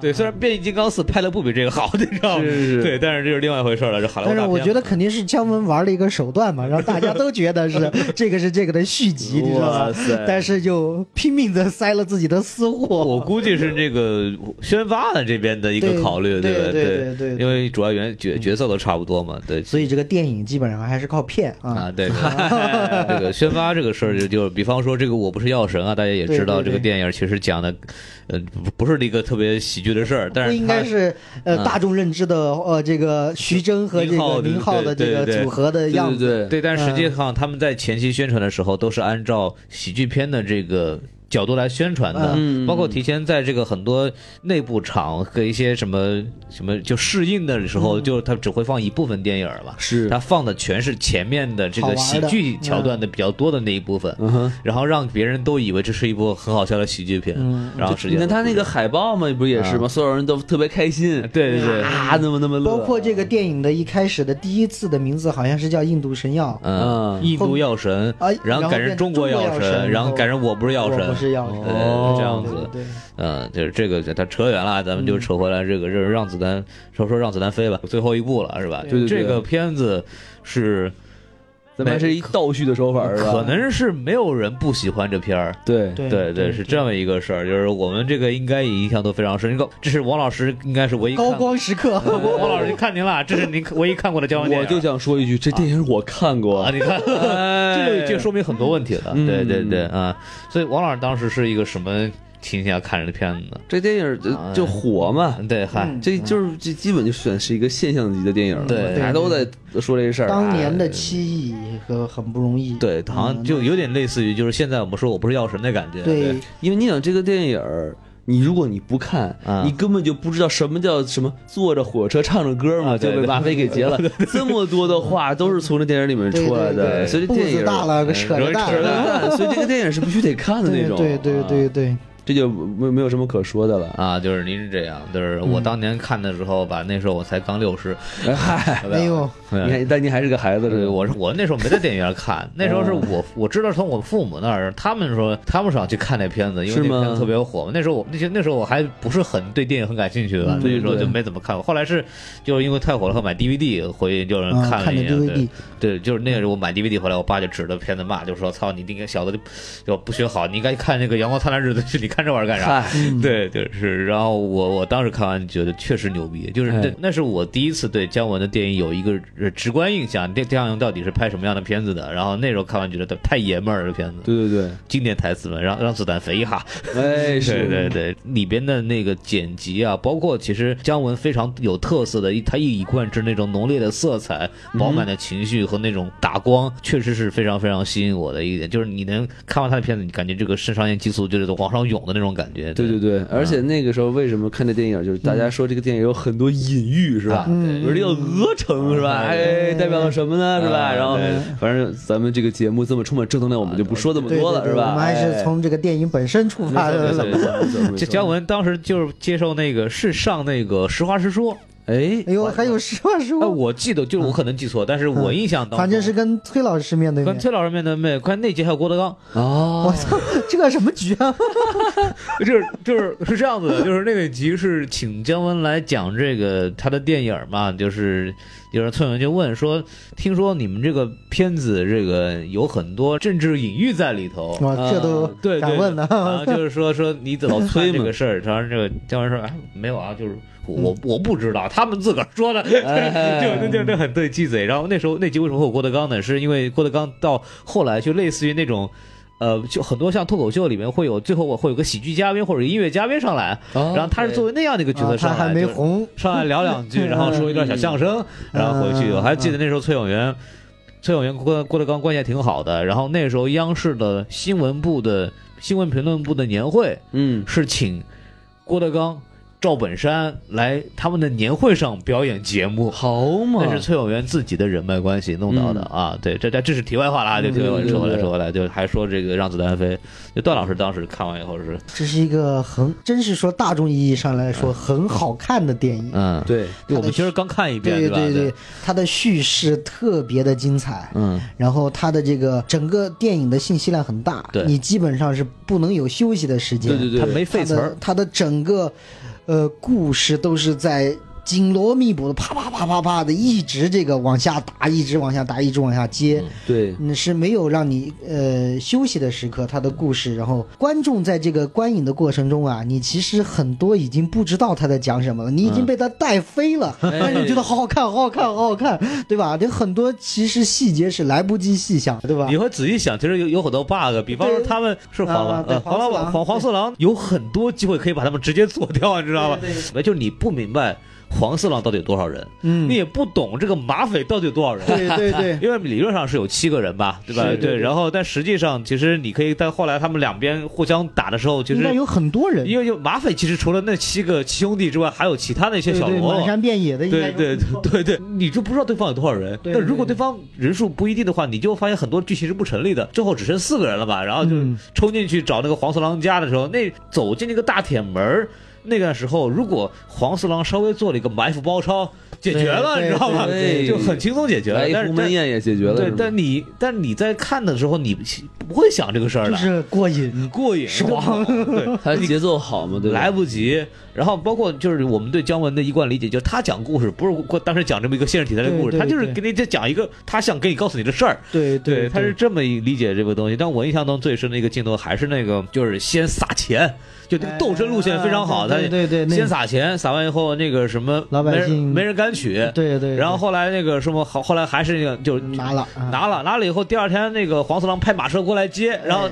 Speaker 1: 对，虽然《变形金刚四》拍的不比这个好，你知道吗？
Speaker 2: 是是是
Speaker 1: 对，但是这是另外一回事了，这好莱坞
Speaker 3: 但是
Speaker 1: 大
Speaker 3: 我
Speaker 1: 片
Speaker 3: 觉
Speaker 1: 嘛
Speaker 3: 得肯定是姜文玩了一个手段嘛，让大家都觉得 是这个是这个的续集，你知道
Speaker 2: 哇
Speaker 3: 吧？
Speaker 2: 塞！
Speaker 3: 但是就拼命的塞了自己的私
Speaker 1: 我
Speaker 3: 货。
Speaker 1: 估计是这个宣发的这边的一个
Speaker 3: 对
Speaker 1: 考虑，
Speaker 3: 对
Speaker 1: 吧？
Speaker 3: 对
Speaker 1: 对
Speaker 3: 对对
Speaker 1: 因为主要原角角色都差不多嘛，对，
Speaker 3: 所以这个电影基本上还是靠骗啊
Speaker 1: 啊，。对，对 这个宣发这个事儿就就比方说这个我不是药神啊，大家也知道
Speaker 3: 对对对
Speaker 1: 这个电影其实讲的，呃，不不是一个特别喜剧的事儿，但
Speaker 3: 不
Speaker 1: 是
Speaker 3: 应该
Speaker 1: 它
Speaker 3: 是呃
Speaker 1: 嗯
Speaker 3: 大众认知的呃这个徐峥和这
Speaker 1: 宁浩
Speaker 3: 个
Speaker 1: 的
Speaker 3: 宁浩的这
Speaker 1: 对对
Speaker 3: 个
Speaker 1: 对
Speaker 3: 组合的
Speaker 2: 对
Speaker 3: 样
Speaker 2: 对
Speaker 3: 子。
Speaker 2: 对，
Speaker 1: 对，但是实际
Speaker 3: 嗯
Speaker 1: 上他们在前期宣传的时候都是按照喜剧片的这个。角度来宣传的，
Speaker 2: 嗯
Speaker 1: 包括提前在这个很多内部场和一些什么什么就试映的时
Speaker 3: 嗯
Speaker 1: 候，就他只会放一部分电影了，
Speaker 2: 是
Speaker 1: 他放的全是前面的这
Speaker 3: 好
Speaker 1: 个
Speaker 3: 玩
Speaker 1: 喜
Speaker 3: 的
Speaker 1: 剧
Speaker 3: 嗯
Speaker 1: 桥段的比较多的那一部分，
Speaker 2: 嗯哼。
Speaker 1: 然后让别人都以为这是一部很好笑的喜剧片，
Speaker 3: 嗯
Speaker 1: 然后实际
Speaker 2: 你
Speaker 1: 上
Speaker 2: 看他那个海报嘛，不是也是吗？所有人都特别开心，
Speaker 1: 啊对对对嗯
Speaker 2: 啊，那么那么乐，
Speaker 3: 包括这个电影的一开始的第一次的名字好像是叫《印度神药》。
Speaker 1: 嗯，印度药神
Speaker 3: 啊，
Speaker 1: 然后改成中国
Speaker 3: 然后变成中国药神
Speaker 1: 神，然后改成我不是药
Speaker 3: 我不是
Speaker 1: 神，
Speaker 3: 药神，
Speaker 1: 呃，这样
Speaker 3: 对
Speaker 1: 子，
Speaker 3: 对对
Speaker 1: 嗯，就是这个他扯远了，咱们就扯回来这个，就是让子弹说说让子弹飞吧，最后一步了是吧？
Speaker 2: 对对对
Speaker 1: 这个片子是
Speaker 2: 咱们还是一倒叙的手法，是吧
Speaker 1: 可能是没有人不喜欢这片儿，
Speaker 2: 对
Speaker 3: 对
Speaker 1: 对对，是这么一个事儿，就是我们这个应该也印象都非常深。你看这是王老师应该是唯一看哎
Speaker 3: 高光 时刻。
Speaker 1: 王王老师看您了，这是您唯一看过的交换电
Speaker 2: 我
Speaker 1: 影。
Speaker 2: 就想说一句，这电影我看过
Speaker 1: 啊
Speaker 2: 哎
Speaker 1: 啊，，你看，这就这说明很多问题了。
Speaker 2: 嗯
Speaker 1: 对对对啊，所以王老师当时是一个什么情形下看这片子呢？
Speaker 2: 这电影就就火嘛，
Speaker 1: 哎嗯，对，嗨
Speaker 3: 嗯，
Speaker 2: 这就是这基本就选是一个现象级的电影，
Speaker 1: 对
Speaker 2: 大家都在说这事儿。
Speaker 3: 当年的
Speaker 2: 哎
Speaker 3: 七亿和很不容易，
Speaker 1: 对，好像就有点类似于就是现在我们说我不是药神的感觉。
Speaker 3: 对，
Speaker 2: 因为你想这个电影儿，你如果你不看，
Speaker 1: 啊
Speaker 2: 你根本就不知道什么叫什么坐着火车唱着歌嘛，
Speaker 1: 啊
Speaker 2: 就
Speaker 1: 对
Speaker 2: 被马飞给 劫了。这么多的话都是从这电影里面
Speaker 3: 对
Speaker 2: 出来的，
Speaker 3: 对
Speaker 2: 所以这
Speaker 3: 对，步
Speaker 2: 电
Speaker 3: 子
Speaker 2: 影
Speaker 3: 大了，扯
Speaker 1: 嗯容易
Speaker 3: 着蛋
Speaker 1: 扯着
Speaker 3: 了，
Speaker 1: 蛋
Speaker 2: 所以这个电影是必须得看的那
Speaker 3: 对
Speaker 2: 种。
Speaker 3: 对对对
Speaker 2: 啊，
Speaker 1: 嗯
Speaker 3: 对，
Speaker 2: 这就没没有什么可说的了。
Speaker 1: 啊，就是您是这样，就是我当年看的时候吧，那时候我才刚六十，
Speaker 2: 嗨，
Speaker 1: 对吧
Speaker 3: 哎呦，
Speaker 2: 你看，但你还是个孩子，是
Speaker 1: 对，
Speaker 2: 吧？
Speaker 1: 我是我那时候没在电影院看，那时候是我我知道从我父母那儿，他们说他们想去看那片子，因为
Speaker 2: 是吗
Speaker 1: 那片子特别火嘛。那时候我那些那时候我还不是很对电影很感兴趣吧，
Speaker 3: 嗯
Speaker 1: 所以说
Speaker 2: 对
Speaker 1: 就没怎么看过。后来是就是因为太火了，后买 DVD 回去就是
Speaker 3: 啊，
Speaker 1: 嗯了
Speaker 3: 看的
Speaker 1: 一眼。
Speaker 3: DVD，
Speaker 1: 对对，就是那个时候我买 DVD 回来，我爸就指着片子骂，就说：“操你那个小子就就不学好，你应该看那个《阳光灿烂日子》去，你看这玩意儿干啥？
Speaker 2: 嗨，
Speaker 1: 对，就是，然后我我当时看完觉得确实牛逼，就是
Speaker 2: 哎
Speaker 1: 那那是我第一次对姜文的电影有一个呃直观印象，这姜文到底是拍什么样的片子的？然后那时候看完觉得太爷们儿了，这片子，
Speaker 2: 对对
Speaker 1: 经典台词嘛，让让子弹飞一哈，
Speaker 2: 对，哎，
Speaker 1: 对
Speaker 2: 是，
Speaker 1: 对对，里边的那个剪辑啊，包括其实姜文非常有特色的，一他一以贯之那种浓烈的色彩、饱满的情绪和那种打光，确实是非常非常吸引我的一点。就是你能看完他的片子，你感觉这个肾上腺激素就是往上涌的那种感觉。
Speaker 2: 对对对，而且那个时候为什么看这电影，就是大家说这个电影有很多隐喻，是吧？
Speaker 3: 嗯
Speaker 2: 比如这个鹅城，是吧？哎，代表了什么呢？是吧？
Speaker 1: 嗯
Speaker 2: 然后
Speaker 1: 对
Speaker 2: 反正咱们这个节目这么充满正能量，我们就不说这么
Speaker 3: 啊对
Speaker 2: 多
Speaker 3: 对
Speaker 2: 了，
Speaker 3: 对，
Speaker 2: 是
Speaker 3: 我
Speaker 2: 吧？哎
Speaker 3: 们还
Speaker 1: 哎
Speaker 3: 是从这个电影本身出发
Speaker 1: 对
Speaker 3: 的。
Speaker 1: 对
Speaker 2: 从
Speaker 1: 这姜，文当时就是接受那个是上那个实话实说，
Speaker 2: 哎
Speaker 3: 哎，呦，还有实话实
Speaker 1: 哎，
Speaker 3: 说，
Speaker 1: 我记得就是我可能记错，但是我印象当中，
Speaker 3: 嗯反正是跟崔老师面对
Speaker 1: 跟
Speaker 3: 面。
Speaker 1: 崔老师面对面，关键那集还有郭德纲，
Speaker 3: 啊
Speaker 2: 哦，
Speaker 3: 这个什么局啊？
Speaker 1: 就是就是是这样子的，就是那个集是请姜文来讲这个他的电影嘛，就是有人村友就问说，听说你们这个片子这个有很多政治隐喻在里头。呃
Speaker 3: 哇，这都
Speaker 2: 啊
Speaker 1: 对，对
Speaker 3: 敢问呢
Speaker 1: 然后就是说说你怎么推
Speaker 2: 催嘛
Speaker 1: 这个事儿？然后这个姜文说：“哎，没有啊，就是我
Speaker 3: 嗯
Speaker 1: 我不知道，他们自个儿 说的，
Speaker 2: 哎
Speaker 1: 就就就就很对鸡贼。”然后那时候那集为什么会有郭德纲呢？是因为郭德纲到后来就类似于那种，呃，就很多像脱口秀里面会有最后会有个喜剧嘉宾或者音乐嘉宾上来，然后他是作为那样的一个角
Speaker 3: 哦啊
Speaker 1: 色
Speaker 3: 他
Speaker 1: 上
Speaker 3: 还
Speaker 1: 来，
Speaker 3: 没
Speaker 1: 就是
Speaker 3: 红，
Speaker 1: 上来聊两 句，然后说一段小相声，然后回去。
Speaker 3: 嗯啊
Speaker 1: 我还记得那时候崔永元，崔永元跟郭德纲关系还挺好的。然后那时候央视的新闻部的新闻评论部的年会
Speaker 2: 嗯，
Speaker 1: 是请郭德纲、赵本山来他们的年会上表演节目。
Speaker 2: 好嘛，
Speaker 1: 那是崔永元自己的人脉关系弄到的啊，对，这这这是题外话啦，就
Speaker 2: 嗯
Speaker 1: 就
Speaker 2: 对对
Speaker 1: 说回来
Speaker 2: 对
Speaker 1: 说回来，就还说这个让子弹飞，就段老师当时看完以后是，
Speaker 3: 这是一个很，真是说大众意义上来说很好看的电影。
Speaker 1: 嗯，
Speaker 2: 对，
Speaker 1: 我们今儿刚看一遍，
Speaker 3: 对
Speaker 1: 吧？
Speaker 3: 对
Speaker 1: 对，，
Speaker 3: 它的叙事特别的精彩，
Speaker 1: 嗯，
Speaker 3: 然后它的这个整个电影的信息量很大，
Speaker 1: 对
Speaker 3: 你基本上是不能有休息的时间。
Speaker 2: 对对对，
Speaker 1: 他没废词儿，
Speaker 3: 它的它的整个呃故事都是在紧锣密鼓的啪啪啪啪啪的一直这个往下打，一直往下打，一直往下接。
Speaker 2: 对，
Speaker 3: 嗯，是没有让你呃休息的时刻，它的故事，然后观众在这个观影的过程中啊，你其实很多已经不知道他在讲什么了，你已经被他带飞了，
Speaker 1: 嗯哎
Speaker 3: 但是你觉得好好看，好好看，好好看，对吧？这很多其实细节是来不及细想，对吧
Speaker 1: 你？会仔细想，其实有有很多 bug，比方说
Speaker 3: 对
Speaker 1: 他们是黄
Speaker 3: 啊
Speaker 1: 狼，
Speaker 3: 对
Speaker 1: 呃黄老
Speaker 3: 黄四
Speaker 1: 板、
Speaker 3: 郎
Speaker 1: 黄黄四郎有很多机会可以把他们直接做掉，啊你知道吗？哎
Speaker 3: 对对
Speaker 1: 就是你不明白黄四郎到底有多少人，
Speaker 3: 嗯
Speaker 1: 你，也不懂这个马匪到底有多少人。
Speaker 3: 对对 对，
Speaker 1: 因为理论上是有七个人吧，对吧？
Speaker 3: 是对对
Speaker 1: 然后但实际上，其实你可以在后来他们两边互相打的时 候，其
Speaker 3: 应该
Speaker 1: 实
Speaker 3: 有很多人，
Speaker 1: 因为有马匪其实除了那七个七兄弟之外，还有其他那些
Speaker 3: 对
Speaker 1: 小
Speaker 3: 对，
Speaker 1: 喽啰。
Speaker 3: 满山遍野的应该
Speaker 1: 对
Speaker 3: 有
Speaker 1: 对
Speaker 3: 很多
Speaker 1: 对对，你就不知道对方有多少人。
Speaker 3: 对
Speaker 1: 但如果
Speaker 3: 对
Speaker 1: 对方人数不一定的话，你就发现很多剧情是不成立的。最后只剩四个人了吧？然后就
Speaker 3: 嗯
Speaker 1: 冲进去找那个黄四郎家的时候，那走进那个大铁门儿那个时候，如果黄四郎稍微做了一个埋伏包抄，解决了，你
Speaker 3: 对
Speaker 1: 知道吗？
Speaker 2: 对
Speaker 1: 就很轻松解决了
Speaker 2: 来。一
Speaker 1: 但是
Speaker 2: 鸿门
Speaker 1: 但
Speaker 2: 宴也解决了，
Speaker 1: 对
Speaker 2: 是，吧
Speaker 1: 但你但你在看的时候，你不会想这个事儿
Speaker 3: 就
Speaker 1: 的，
Speaker 3: 是 过瘾。
Speaker 1: 你过瘾
Speaker 3: 爽
Speaker 1: 对，
Speaker 2: 他节奏好嘛，对 吧，
Speaker 1: 来不及。然后包括就是我们对姜文的一贯理解，就是他讲故事不是过当时讲这么一个现实题材的故事，
Speaker 3: 对对
Speaker 1: 他就是
Speaker 3: 对
Speaker 1: 给你再讲一个他想给你告诉你的事儿。
Speaker 3: 对对，
Speaker 1: 他是这么一理解这个东西。但我印象中最深的一个镜头还是那个，就是先撒钱，就那个斗争路线非常好，
Speaker 3: 哎
Speaker 1: 他
Speaker 3: 对对对，那
Speaker 1: 先撒钱，撒完以后那个什么
Speaker 3: 老百
Speaker 1: 没人
Speaker 3: 姓
Speaker 1: 没人敢取，
Speaker 3: 对对，
Speaker 1: 然后后来那个什么好，后来还是那个就
Speaker 3: 对拿了啊哎
Speaker 1: 拿了拿了以后，第二天那个黄四郎派马车过来接，然后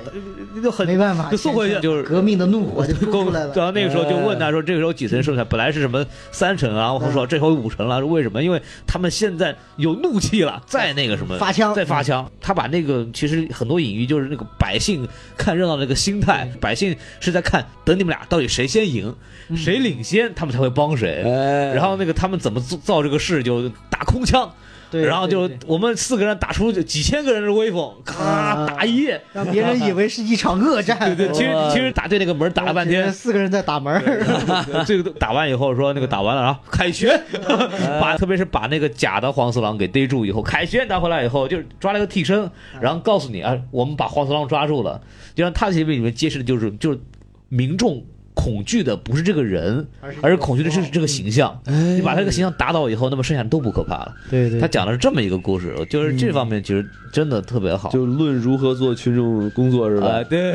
Speaker 1: 呃就很
Speaker 3: 没办法，
Speaker 1: 就送回去，就是
Speaker 3: 革命的怒火就出来
Speaker 1: 然
Speaker 3: 了。嗯
Speaker 1: 后那个时候就问他说：“这个时候几层剩下？本来是什么三层啊，或者说这回五层了，是为什么？因为他们现在有怒气了，再那个什么
Speaker 3: 发枪
Speaker 1: 再发枪。”他把那个其实很多隐喻就是那个百姓看热闹的那个心态，
Speaker 3: 嗯
Speaker 1: 百姓是在看等你们俩到底谁先赢，谁领先，他们才会帮谁。
Speaker 2: 哎，
Speaker 1: 然后那个他们怎么造造这个势，就打空枪，
Speaker 3: 对，
Speaker 1: 然后就
Speaker 3: 对对
Speaker 1: 我们四个人打出几千个人的威风，咔
Speaker 3: 啊
Speaker 1: 打一夜。
Speaker 3: 让别人以为是一场恶战。哦对
Speaker 1: 对，其实其实打对那个门打了半天，
Speaker 3: 四个人在打门 儿，
Speaker 1: 这个打完以后说那个打完了，然后凯旋，把特别是把那个假的黄四郎给逮住以后，凯旋拿回来以后，就是抓了个替身，然后告诉你啊，我们把黄四郎抓住了，就让他这里面揭示的就是就是民众。恐惧的不是这个人，而是恐惧的是这个形象。你把他这个形象打倒以后，那么剩下的都不可怕了。
Speaker 3: 哦对对
Speaker 1: 他讲的是这么一个故事，就是这方面其实真的特别好。
Speaker 2: 就论如何做群众工作是吧
Speaker 3: 哎
Speaker 1: 啊，？对，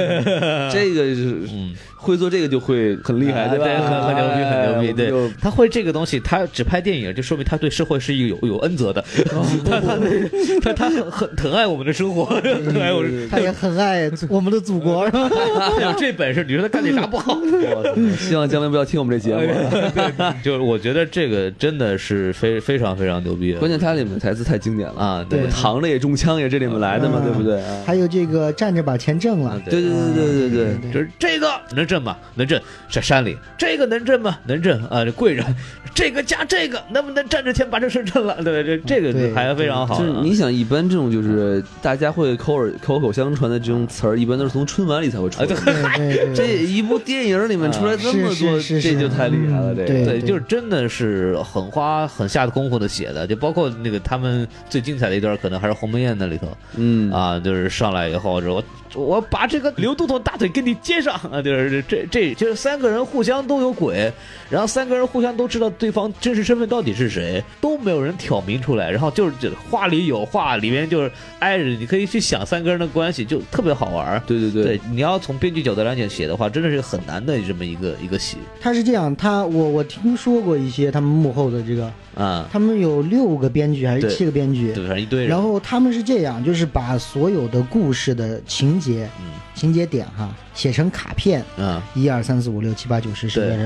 Speaker 2: 这个是
Speaker 1: 嗯
Speaker 2: 会做这个就会很 厉害，
Speaker 1: 啊
Speaker 2: 吧？
Speaker 1: 对，很很牛逼，
Speaker 2: 哎
Speaker 1: 很牛逼。
Speaker 2: 我们
Speaker 1: 对
Speaker 2: 就，
Speaker 1: 他会这个东西，他只拍电影，就说明他对社会是有有恩泽的。
Speaker 2: 哦
Speaker 1: 他他他他很很疼爱我们的生活，
Speaker 2: 嗯
Speaker 1: 疼爱我们。
Speaker 3: 他也很爱我们的祖 国，是吧？
Speaker 1: 他有哎这本事，你说他干点啥不好？
Speaker 2: 嗯
Speaker 1: 哎
Speaker 2: 我希望姜文不要听我们这 节目啊。
Speaker 1: 就是我觉得这个真的是非非常非常牛逼的。
Speaker 2: 关键它里面台词太经典了，
Speaker 1: 啊，
Speaker 3: 对
Speaker 2: 扛着也中枪也这里面来的嘛，
Speaker 3: 嗯
Speaker 2: 对不对？啊
Speaker 3: 还有这个站着把钱挣了
Speaker 1: 啊，
Speaker 2: 对对对对对对
Speaker 3: 对
Speaker 1: 就是这个能震吗？能震，在山里这个能震吗？能震啊！这贵人，这个加这个能不能站着天把这事震了？对对，这个
Speaker 3: 对
Speaker 1: 还非常好啊。
Speaker 2: 就是你想，一般这种就是大家会口耳口口相传的这种词儿，一般都是从春晚里才会出
Speaker 1: 啊，
Speaker 2: 来
Speaker 1: 对
Speaker 2: 的。
Speaker 3: 对 对
Speaker 2: 这
Speaker 3: 对，
Speaker 2: 一部电影里面出来这么
Speaker 3: 是
Speaker 2: 多，
Speaker 3: 是是是
Speaker 2: 这就太厉害了。
Speaker 3: 嗯
Speaker 2: 这
Speaker 3: 对
Speaker 2: 个
Speaker 1: 对，就是真的是很花很下的功夫的写的，就包括那个他们最精彩的一段，可能还是鸿门宴那里头
Speaker 2: 嗯，
Speaker 1: 啊，就是上来以后，说我我把这个刘都统大腿给你接上啊，就是这这就是三个人互相都有鬼，然后三个人互相都知道对方真实身份到底是谁，都没有人挑明出来，然后就是这话里有话，里面就是挨着，你可以去想三个人的关系，就特别好玩儿。
Speaker 2: 对对对，
Speaker 1: 对，你要从编剧角度来讲写的话，真的是很难的这么一个一个戏
Speaker 3: 他是这样，他我我听说过一些他们幕后的这个，
Speaker 1: 啊。
Speaker 3: 他们有六个编剧还
Speaker 1: 对
Speaker 3: 是七个编剧，
Speaker 1: 对，反正一堆人。
Speaker 3: 然后他们是这样，就是把所有的故事的情节、
Speaker 1: 嗯
Speaker 3: 情节点哈写成卡片，
Speaker 1: 嗯
Speaker 3: 一二三四五六七八九十十
Speaker 1: 对
Speaker 3: 一，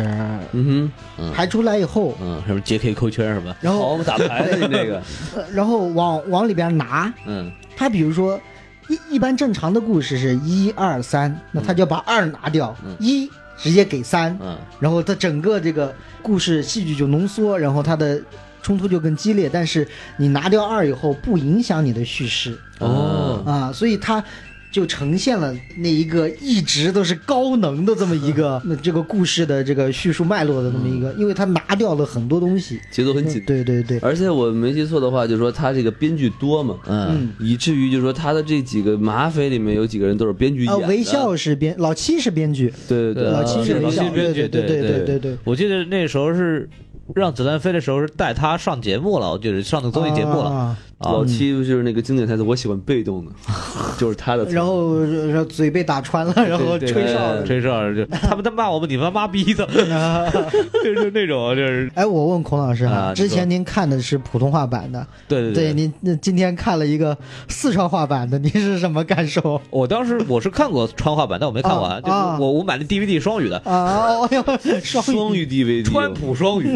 Speaker 2: 嗯
Speaker 1: 嗯
Speaker 3: 排出来以后，
Speaker 1: 嗯，什么 JK 扣圈什么，
Speaker 3: 然
Speaker 2: 哼，好，
Speaker 3: 后
Speaker 2: 我们打 牌的那个，
Speaker 3: 呃然后往往里边拿，
Speaker 1: 嗯
Speaker 3: 他比如说一一般正常的故事是一二三，那他就要把二拿掉，一直接给三，
Speaker 1: 嗯
Speaker 3: 然后他整个这个故事戏剧就浓缩，然后他的冲突就更激烈。但是你拿掉二以后，不影响你的叙事
Speaker 2: 哦
Speaker 3: 啊，所以他。就呈现了那一个一直都是高能的这么一 个那这个故事的这个叙述脉络的这么一个，
Speaker 1: 嗯
Speaker 3: 因为他拿掉了很多东西。
Speaker 2: 节奏很紧。
Speaker 3: 对对对，
Speaker 2: 而且我没记错的话，就说他这个编剧多嘛，
Speaker 1: 嗯，
Speaker 2: 以至于就说他的这几个马匪里面有几个人都是编剧
Speaker 3: 啊，
Speaker 2: 演的。
Speaker 3: 韦笑是编，老七是编剧，
Speaker 2: 对对对，啊
Speaker 1: 呃
Speaker 3: 老七
Speaker 1: 是
Speaker 3: 是
Speaker 1: 哦老
Speaker 3: 微
Speaker 1: 七
Speaker 3: 笑，
Speaker 1: 编
Speaker 3: 对
Speaker 1: 剧
Speaker 3: 对对
Speaker 1: 对
Speaker 3: 对
Speaker 1: 对
Speaker 3: 对对。
Speaker 1: 我记得那时候是让子弹飞的时候是带他上节目了，我记得上的综艺节目了，
Speaker 3: 啊
Speaker 2: 老七
Speaker 1: 嗯
Speaker 2: 就是那个经典台词，我喜欢 被动的，就是他的词。
Speaker 3: 然后呃嘴被打穿了，然后
Speaker 2: 对
Speaker 3: 吹哨
Speaker 2: 对
Speaker 3: 了。
Speaker 1: 吹哨就他们在骂我们，你们妈逼的， 就是那种就是
Speaker 3: 哎，我问孔老师
Speaker 1: 啊
Speaker 3: 哈，
Speaker 1: 你说
Speaker 3: 之前您看的是普通话版的，
Speaker 1: 对对
Speaker 3: 对，。您那今天看了一个四川话版的，您是什么感受？
Speaker 1: 我当时我是看过川话版，但我没看完，就是我我买的 DVD 双语的，
Speaker 3: 啊，哎呦，双
Speaker 2: 双
Speaker 3: 语，
Speaker 2: 语 DVD，
Speaker 1: 川普双语，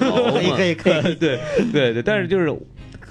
Speaker 1: 哦
Speaker 3: 可以可以可以，
Speaker 1: 对对对，但是就是。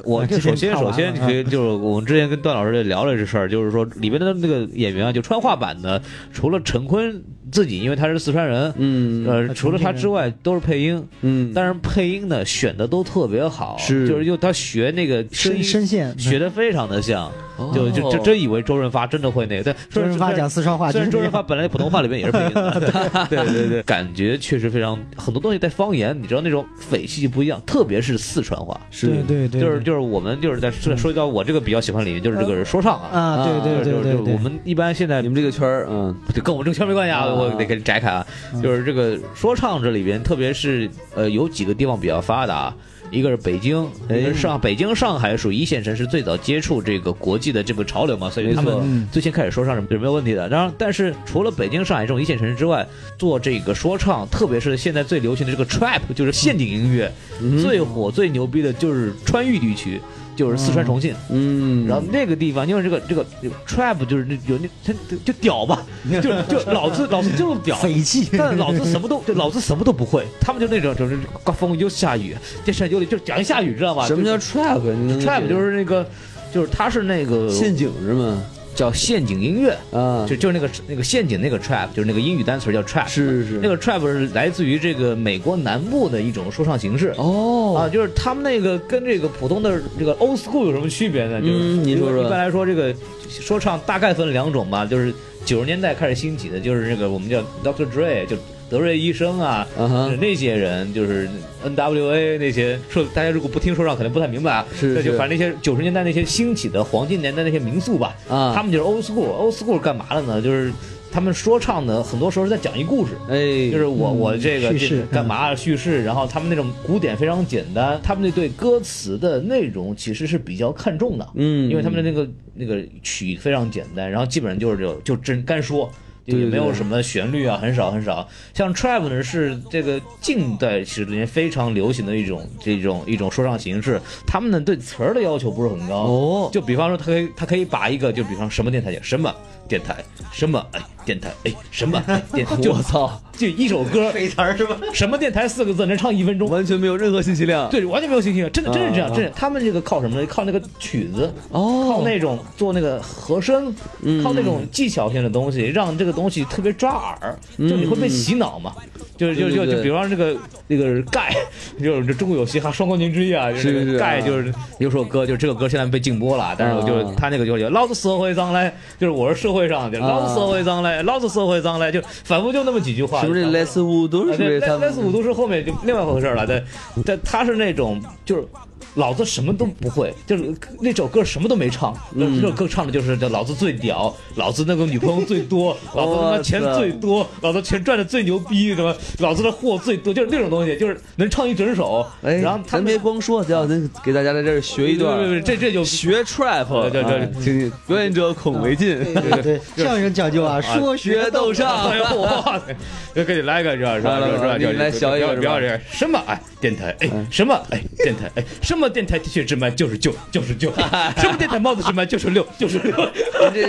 Speaker 1: 我就首先首先觉得就是我们之前跟段老师也聊了这事儿，就是说里边的那个演员啊，就川话版的，除了陈坤自己，因为他是四川人，
Speaker 2: 嗯
Speaker 1: 呃，除了他之外都是配音，
Speaker 2: 嗯，
Speaker 1: 但是配音呢选的都特别好，
Speaker 2: 是
Speaker 1: 就是就他学那个声
Speaker 3: 声
Speaker 1: 音
Speaker 3: 声线。
Speaker 1: 学的非常的像，
Speaker 2: 哦
Speaker 1: 就就就真以为周润发真的会那个，但
Speaker 3: 周润发讲四川话，
Speaker 1: 虽然周
Speaker 3: 真
Speaker 1: 润
Speaker 3: 是
Speaker 1: 发本来普通话里面也是配音 的，对对对对， 感觉确实非常很多东西在方言，你知道那种匪气不一样，特别是四川话，
Speaker 2: 是
Speaker 3: 对对对，
Speaker 1: 就是就是我们就是在说说到我这个比较喜欢的领域，就是这个说唱啊，
Speaker 3: 啊，对
Speaker 1: 就
Speaker 3: 对对
Speaker 1: 是就
Speaker 3: 对
Speaker 1: 是我
Speaker 3: 对，
Speaker 1: 们一般现在
Speaker 2: 你们这个圈儿，嗯，
Speaker 1: 就跟我这个圈没关系啊，
Speaker 2: 啊
Speaker 1: 我得给你摘开啊。就是这个说唱这里边，特别是呃有几个地方比较发达，啊一个是北京，一个是上北京、上海属于一线城市，最早接触这个国际的这个潮流嘛，所以
Speaker 2: 没
Speaker 1: 他们
Speaker 2: 错
Speaker 3: 嗯
Speaker 1: 最先开始说唱是是没有问题的。然后，但是除了北京、上海这种一线城市之外，做这个说唱，特别是现在最流行的这个 trap，就是陷阱音乐，嗯
Speaker 2: 嗯
Speaker 1: 最火最牛逼的就是川渝地区，就是四川重庆。
Speaker 2: 嗯，
Speaker 1: 然后那个地方，因为这个这个这个 trap 就是那有那他就屌吧，就就老子老子就是屌，
Speaker 3: 匪气，
Speaker 1: 但老子什么都就老子什么都不会，他们就那种就是刮风又下雨，电闪就就讲一下雨，知道吧？
Speaker 2: 什么
Speaker 1: 就
Speaker 2: 叫 trap？你能
Speaker 1: trap？就是那个，就是它是那个
Speaker 2: 陷阱是吗？
Speaker 1: 叫陷阱音乐，
Speaker 2: 啊，
Speaker 1: 就就是那个那个陷阱那个 trap，就是那个英语单词叫 trap，
Speaker 2: 是是
Speaker 1: 那个 trap 是来自于这个美国南部的一种说唱形式。啊，
Speaker 2: 哦，
Speaker 1: 就是他们那个跟这个普通的这个 old school 有什么区别呢？就是、
Speaker 2: 嗯您说说
Speaker 1: 一般来说，这个说唱大概分两种吧，就是九十年代开始兴起的，就是这个我们叫 Dr. Dre，就德瑞医生啊。
Speaker 2: 啊哈
Speaker 1: 就是，那些人就是 N W A 那些说，大家如果不听说唱，可能不太明白啊。
Speaker 2: 是
Speaker 1: 那就是反正那些九十年代那些兴起的黄金年代那些民宿吧，
Speaker 2: 啊
Speaker 1: 他们就是 old school。old school 干嘛了呢？就是。他们说唱的很多时候是在讲一故事。
Speaker 2: 哎，
Speaker 1: 就是我
Speaker 3: 嗯
Speaker 1: 我这个
Speaker 3: 叙
Speaker 1: 这
Speaker 3: 事
Speaker 1: 个干嘛
Speaker 2: 嗯
Speaker 1: 叙事，然后他们那种古典非常简单，他们那对歌词的内容其实是比较看重的，
Speaker 2: 嗯
Speaker 1: 因为他们的那个那个曲非常简单，然后基本上就是就就真干说。
Speaker 2: 对
Speaker 1: 也
Speaker 2: 对
Speaker 1: 没有
Speaker 2: 对
Speaker 1: 什么旋律啊，很少很少。像 trap 呢，是这个近代其实年非常流行的一种这种一种说唱形式。他们呢对词儿的要求不是很高，
Speaker 2: 哦
Speaker 1: 就比方说他可以他可以把一个就比方什么电台叫什么电台什么哎电台哎什么哎 电台，就
Speaker 2: 我操，
Speaker 1: 就一首歌，
Speaker 4: 废词儿是吧？
Speaker 1: 什么电台四个字能唱一分钟？
Speaker 2: 完全没有任何信息量。
Speaker 1: 对，完全没有信心，真的真是这样，
Speaker 2: 啊
Speaker 1: 真是他们这个靠什么呢？靠那个曲子，
Speaker 2: 哦嗯
Speaker 1: 靠那种做那个和声，靠那种技巧性的东西，让这个东西特别抓耳，就你会被洗脑嘛。就是就
Speaker 2: 嗯对对
Speaker 1: 就
Speaker 2: 对
Speaker 1: 就比方说这个那个盖，就是这中国有嘻哈双冠军之一啊，就是
Speaker 2: 是
Speaker 1: 那
Speaker 2: 是
Speaker 1: 个盖
Speaker 2: 啊
Speaker 1: 就是有首歌，就是这个歌现在被禁播了，但是我就是
Speaker 2: 啊
Speaker 1: 他那个就是老子社会上来，就是我是社会上的，老子社会上来，老子社会上来，就反复就那么几句话。
Speaker 2: 什么
Speaker 1: 你
Speaker 2: 这
Speaker 1: 知道吗
Speaker 2: Let's Wood 都是
Speaker 1: 啊，
Speaker 2: 不
Speaker 1: 对，
Speaker 2: 是
Speaker 1: 莱
Speaker 2: 他
Speaker 1: 莱
Speaker 2: 们
Speaker 1: 斯伍都是后面就另外一回事儿了。对，但他是那种就是老子什么都不会，就是那首歌什么都没唱，那
Speaker 2: 嗯
Speaker 1: 这首歌唱的就是叫老子最屌，老子那个女朋友最多， 老子他妈钱最多，老子钱赚的最牛逼，什么老子的货最多，就是那种东西，就是能唱一整首。
Speaker 2: 哎，
Speaker 1: 然后他
Speaker 2: 咱
Speaker 1: 们啊
Speaker 2: 别光说，只要能给大家在这儿学一段
Speaker 1: 对对对，
Speaker 2: 儿，
Speaker 1: 这这就
Speaker 2: 学 trap，
Speaker 1: 对对对
Speaker 2: 啊听听表演者孔维进，
Speaker 3: 对对，相声讲究啊，说 学
Speaker 2: 学
Speaker 3: 逗
Speaker 2: 逗
Speaker 3: 唱。
Speaker 2: 唱
Speaker 1: 哎，呦，哇塞！就给你来一个，是吧？是吧？是吧？不要这个什么哎，电台哎，什么哎，电台哎，什么电台 T 恤只卖九十九，九十九，什么电台帽子只卖九十六，九十六。
Speaker 2: 你这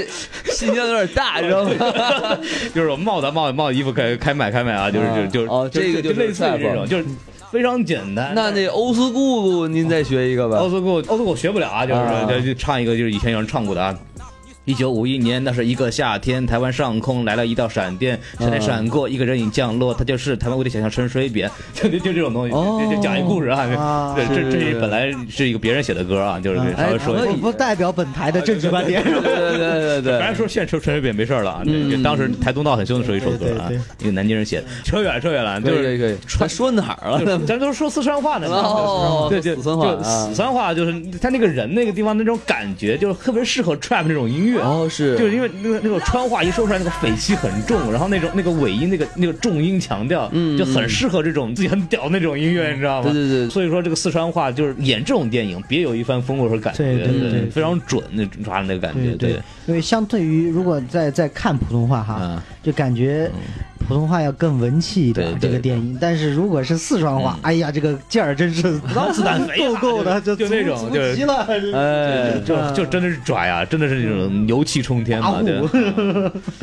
Speaker 2: 信息量有点大，你知道吗？
Speaker 1: 就是我帽子、帽子、帽子、衣服开开买开买啊，就是就就就类似于这种，就是非常简单。
Speaker 2: 那那欧斯姑姑，您再学一个吧
Speaker 1: 奥。斯库，奥斯库我学不了啊，就是、
Speaker 2: 呃啊
Speaker 1: 就就唱一个，就是以前有人唱过的啊。一九五一年，那是一个夏天，台湾上空来了一道闪电，闪电闪过，一个人影降落，他就是台湾无敌小象陈水扁， 就就就这种东西，
Speaker 2: 哦
Speaker 1: 就就讲一故事啊
Speaker 3: 啊。
Speaker 1: 对，这
Speaker 2: 是
Speaker 1: 这
Speaker 2: 是
Speaker 1: 本来是一个别人写的歌啊，就是
Speaker 3: 嗯
Speaker 1: 稍微
Speaker 2: 哎
Speaker 1: 说一
Speaker 2: 可
Speaker 1: 下
Speaker 2: 以。
Speaker 3: 我不代表本台的政治观点。
Speaker 2: 对对对对
Speaker 1: 本来
Speaker 2: 对，
Speaker 1: 说现在陈陈水扁没事儿了啊，
Speaker 2: 嗯
Speaker 1: 这这当时台东闹很凶的时候一首歌啊
Speaker 3: 对对对，
Speaker 1: 一个南京人写的，扯远扯远了，
Speaker 2: 可
Speaker 1: 就
Speaker 2: 以可
Speaker 1: 是
Speaker 2: 以可以。他说哪儿了
Speaker 1: 就
Speaker 2: 呢？
Speaker 1: 咱都说四川话呢，
Speaker 2: 哦
Speaker 1: 对对，
Speaker 2: 四川话
Speaker 1: 就
Speaker 2: 啊
Speaker 1: 四川话就是他那个人那个地方那种感觉，就是特别适合 trap 那种音乐。
Speaker 2: 哦，是，
Speaker 1: 就是因为那个那个川话一说出来，那个匪气很重，然后那种那个尾音那个那个重音强调，
Speaker 2: 嗯
Speaker 1: 就很适合这种自己很屌那种音乐，你知道吗？
Speaker 2: 对对对
Speaker 1: 所以说这个四川话就是演这种电影，别有一番风味和感觉，
Speaker 3: 对对对
Speaker 1: 非常准，那抓那个感觉，
Speaker 3: 对对，因为相对于如果再再看普通话哈，
Speaker 1: 啊，
Speaker 3: 就感觉普通话要更文气一点
Speaker 1: 对对
Speaker 3: 这个电影，但是如果是四川话，哎呀，这个劲儿真是
Speaker 1: 老子胆肥啊
Speaker 3: 够够的，
Speaker 1: 就就那种
Speaker 3: 足足
Speaker 1: 就是
Speaker 3: 极了，
Speaker 2: 哎，
Speaker 1: 就就真的是拽啊，真的是那种牛气冲天嘛，
Speaker 3: 打
Speaker 1: 对
Speaker 3: 虎。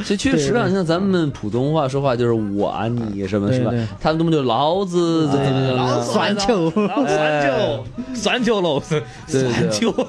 Speaker 2: 其实确实啊，像咱们普通话说话就是我啊你什么是吧
Speaker 3: 对对？哎
Speaker 2: 他们他们就老子怎么怎么怎
Speaker 1: 老
Speaker 2: 么
Speaker 1: 子
Speaker 3: 酸球，
Speaker 1: 然后三舅，三舅喽，
Speaker 2: 对对
Speaker 1: 三舅，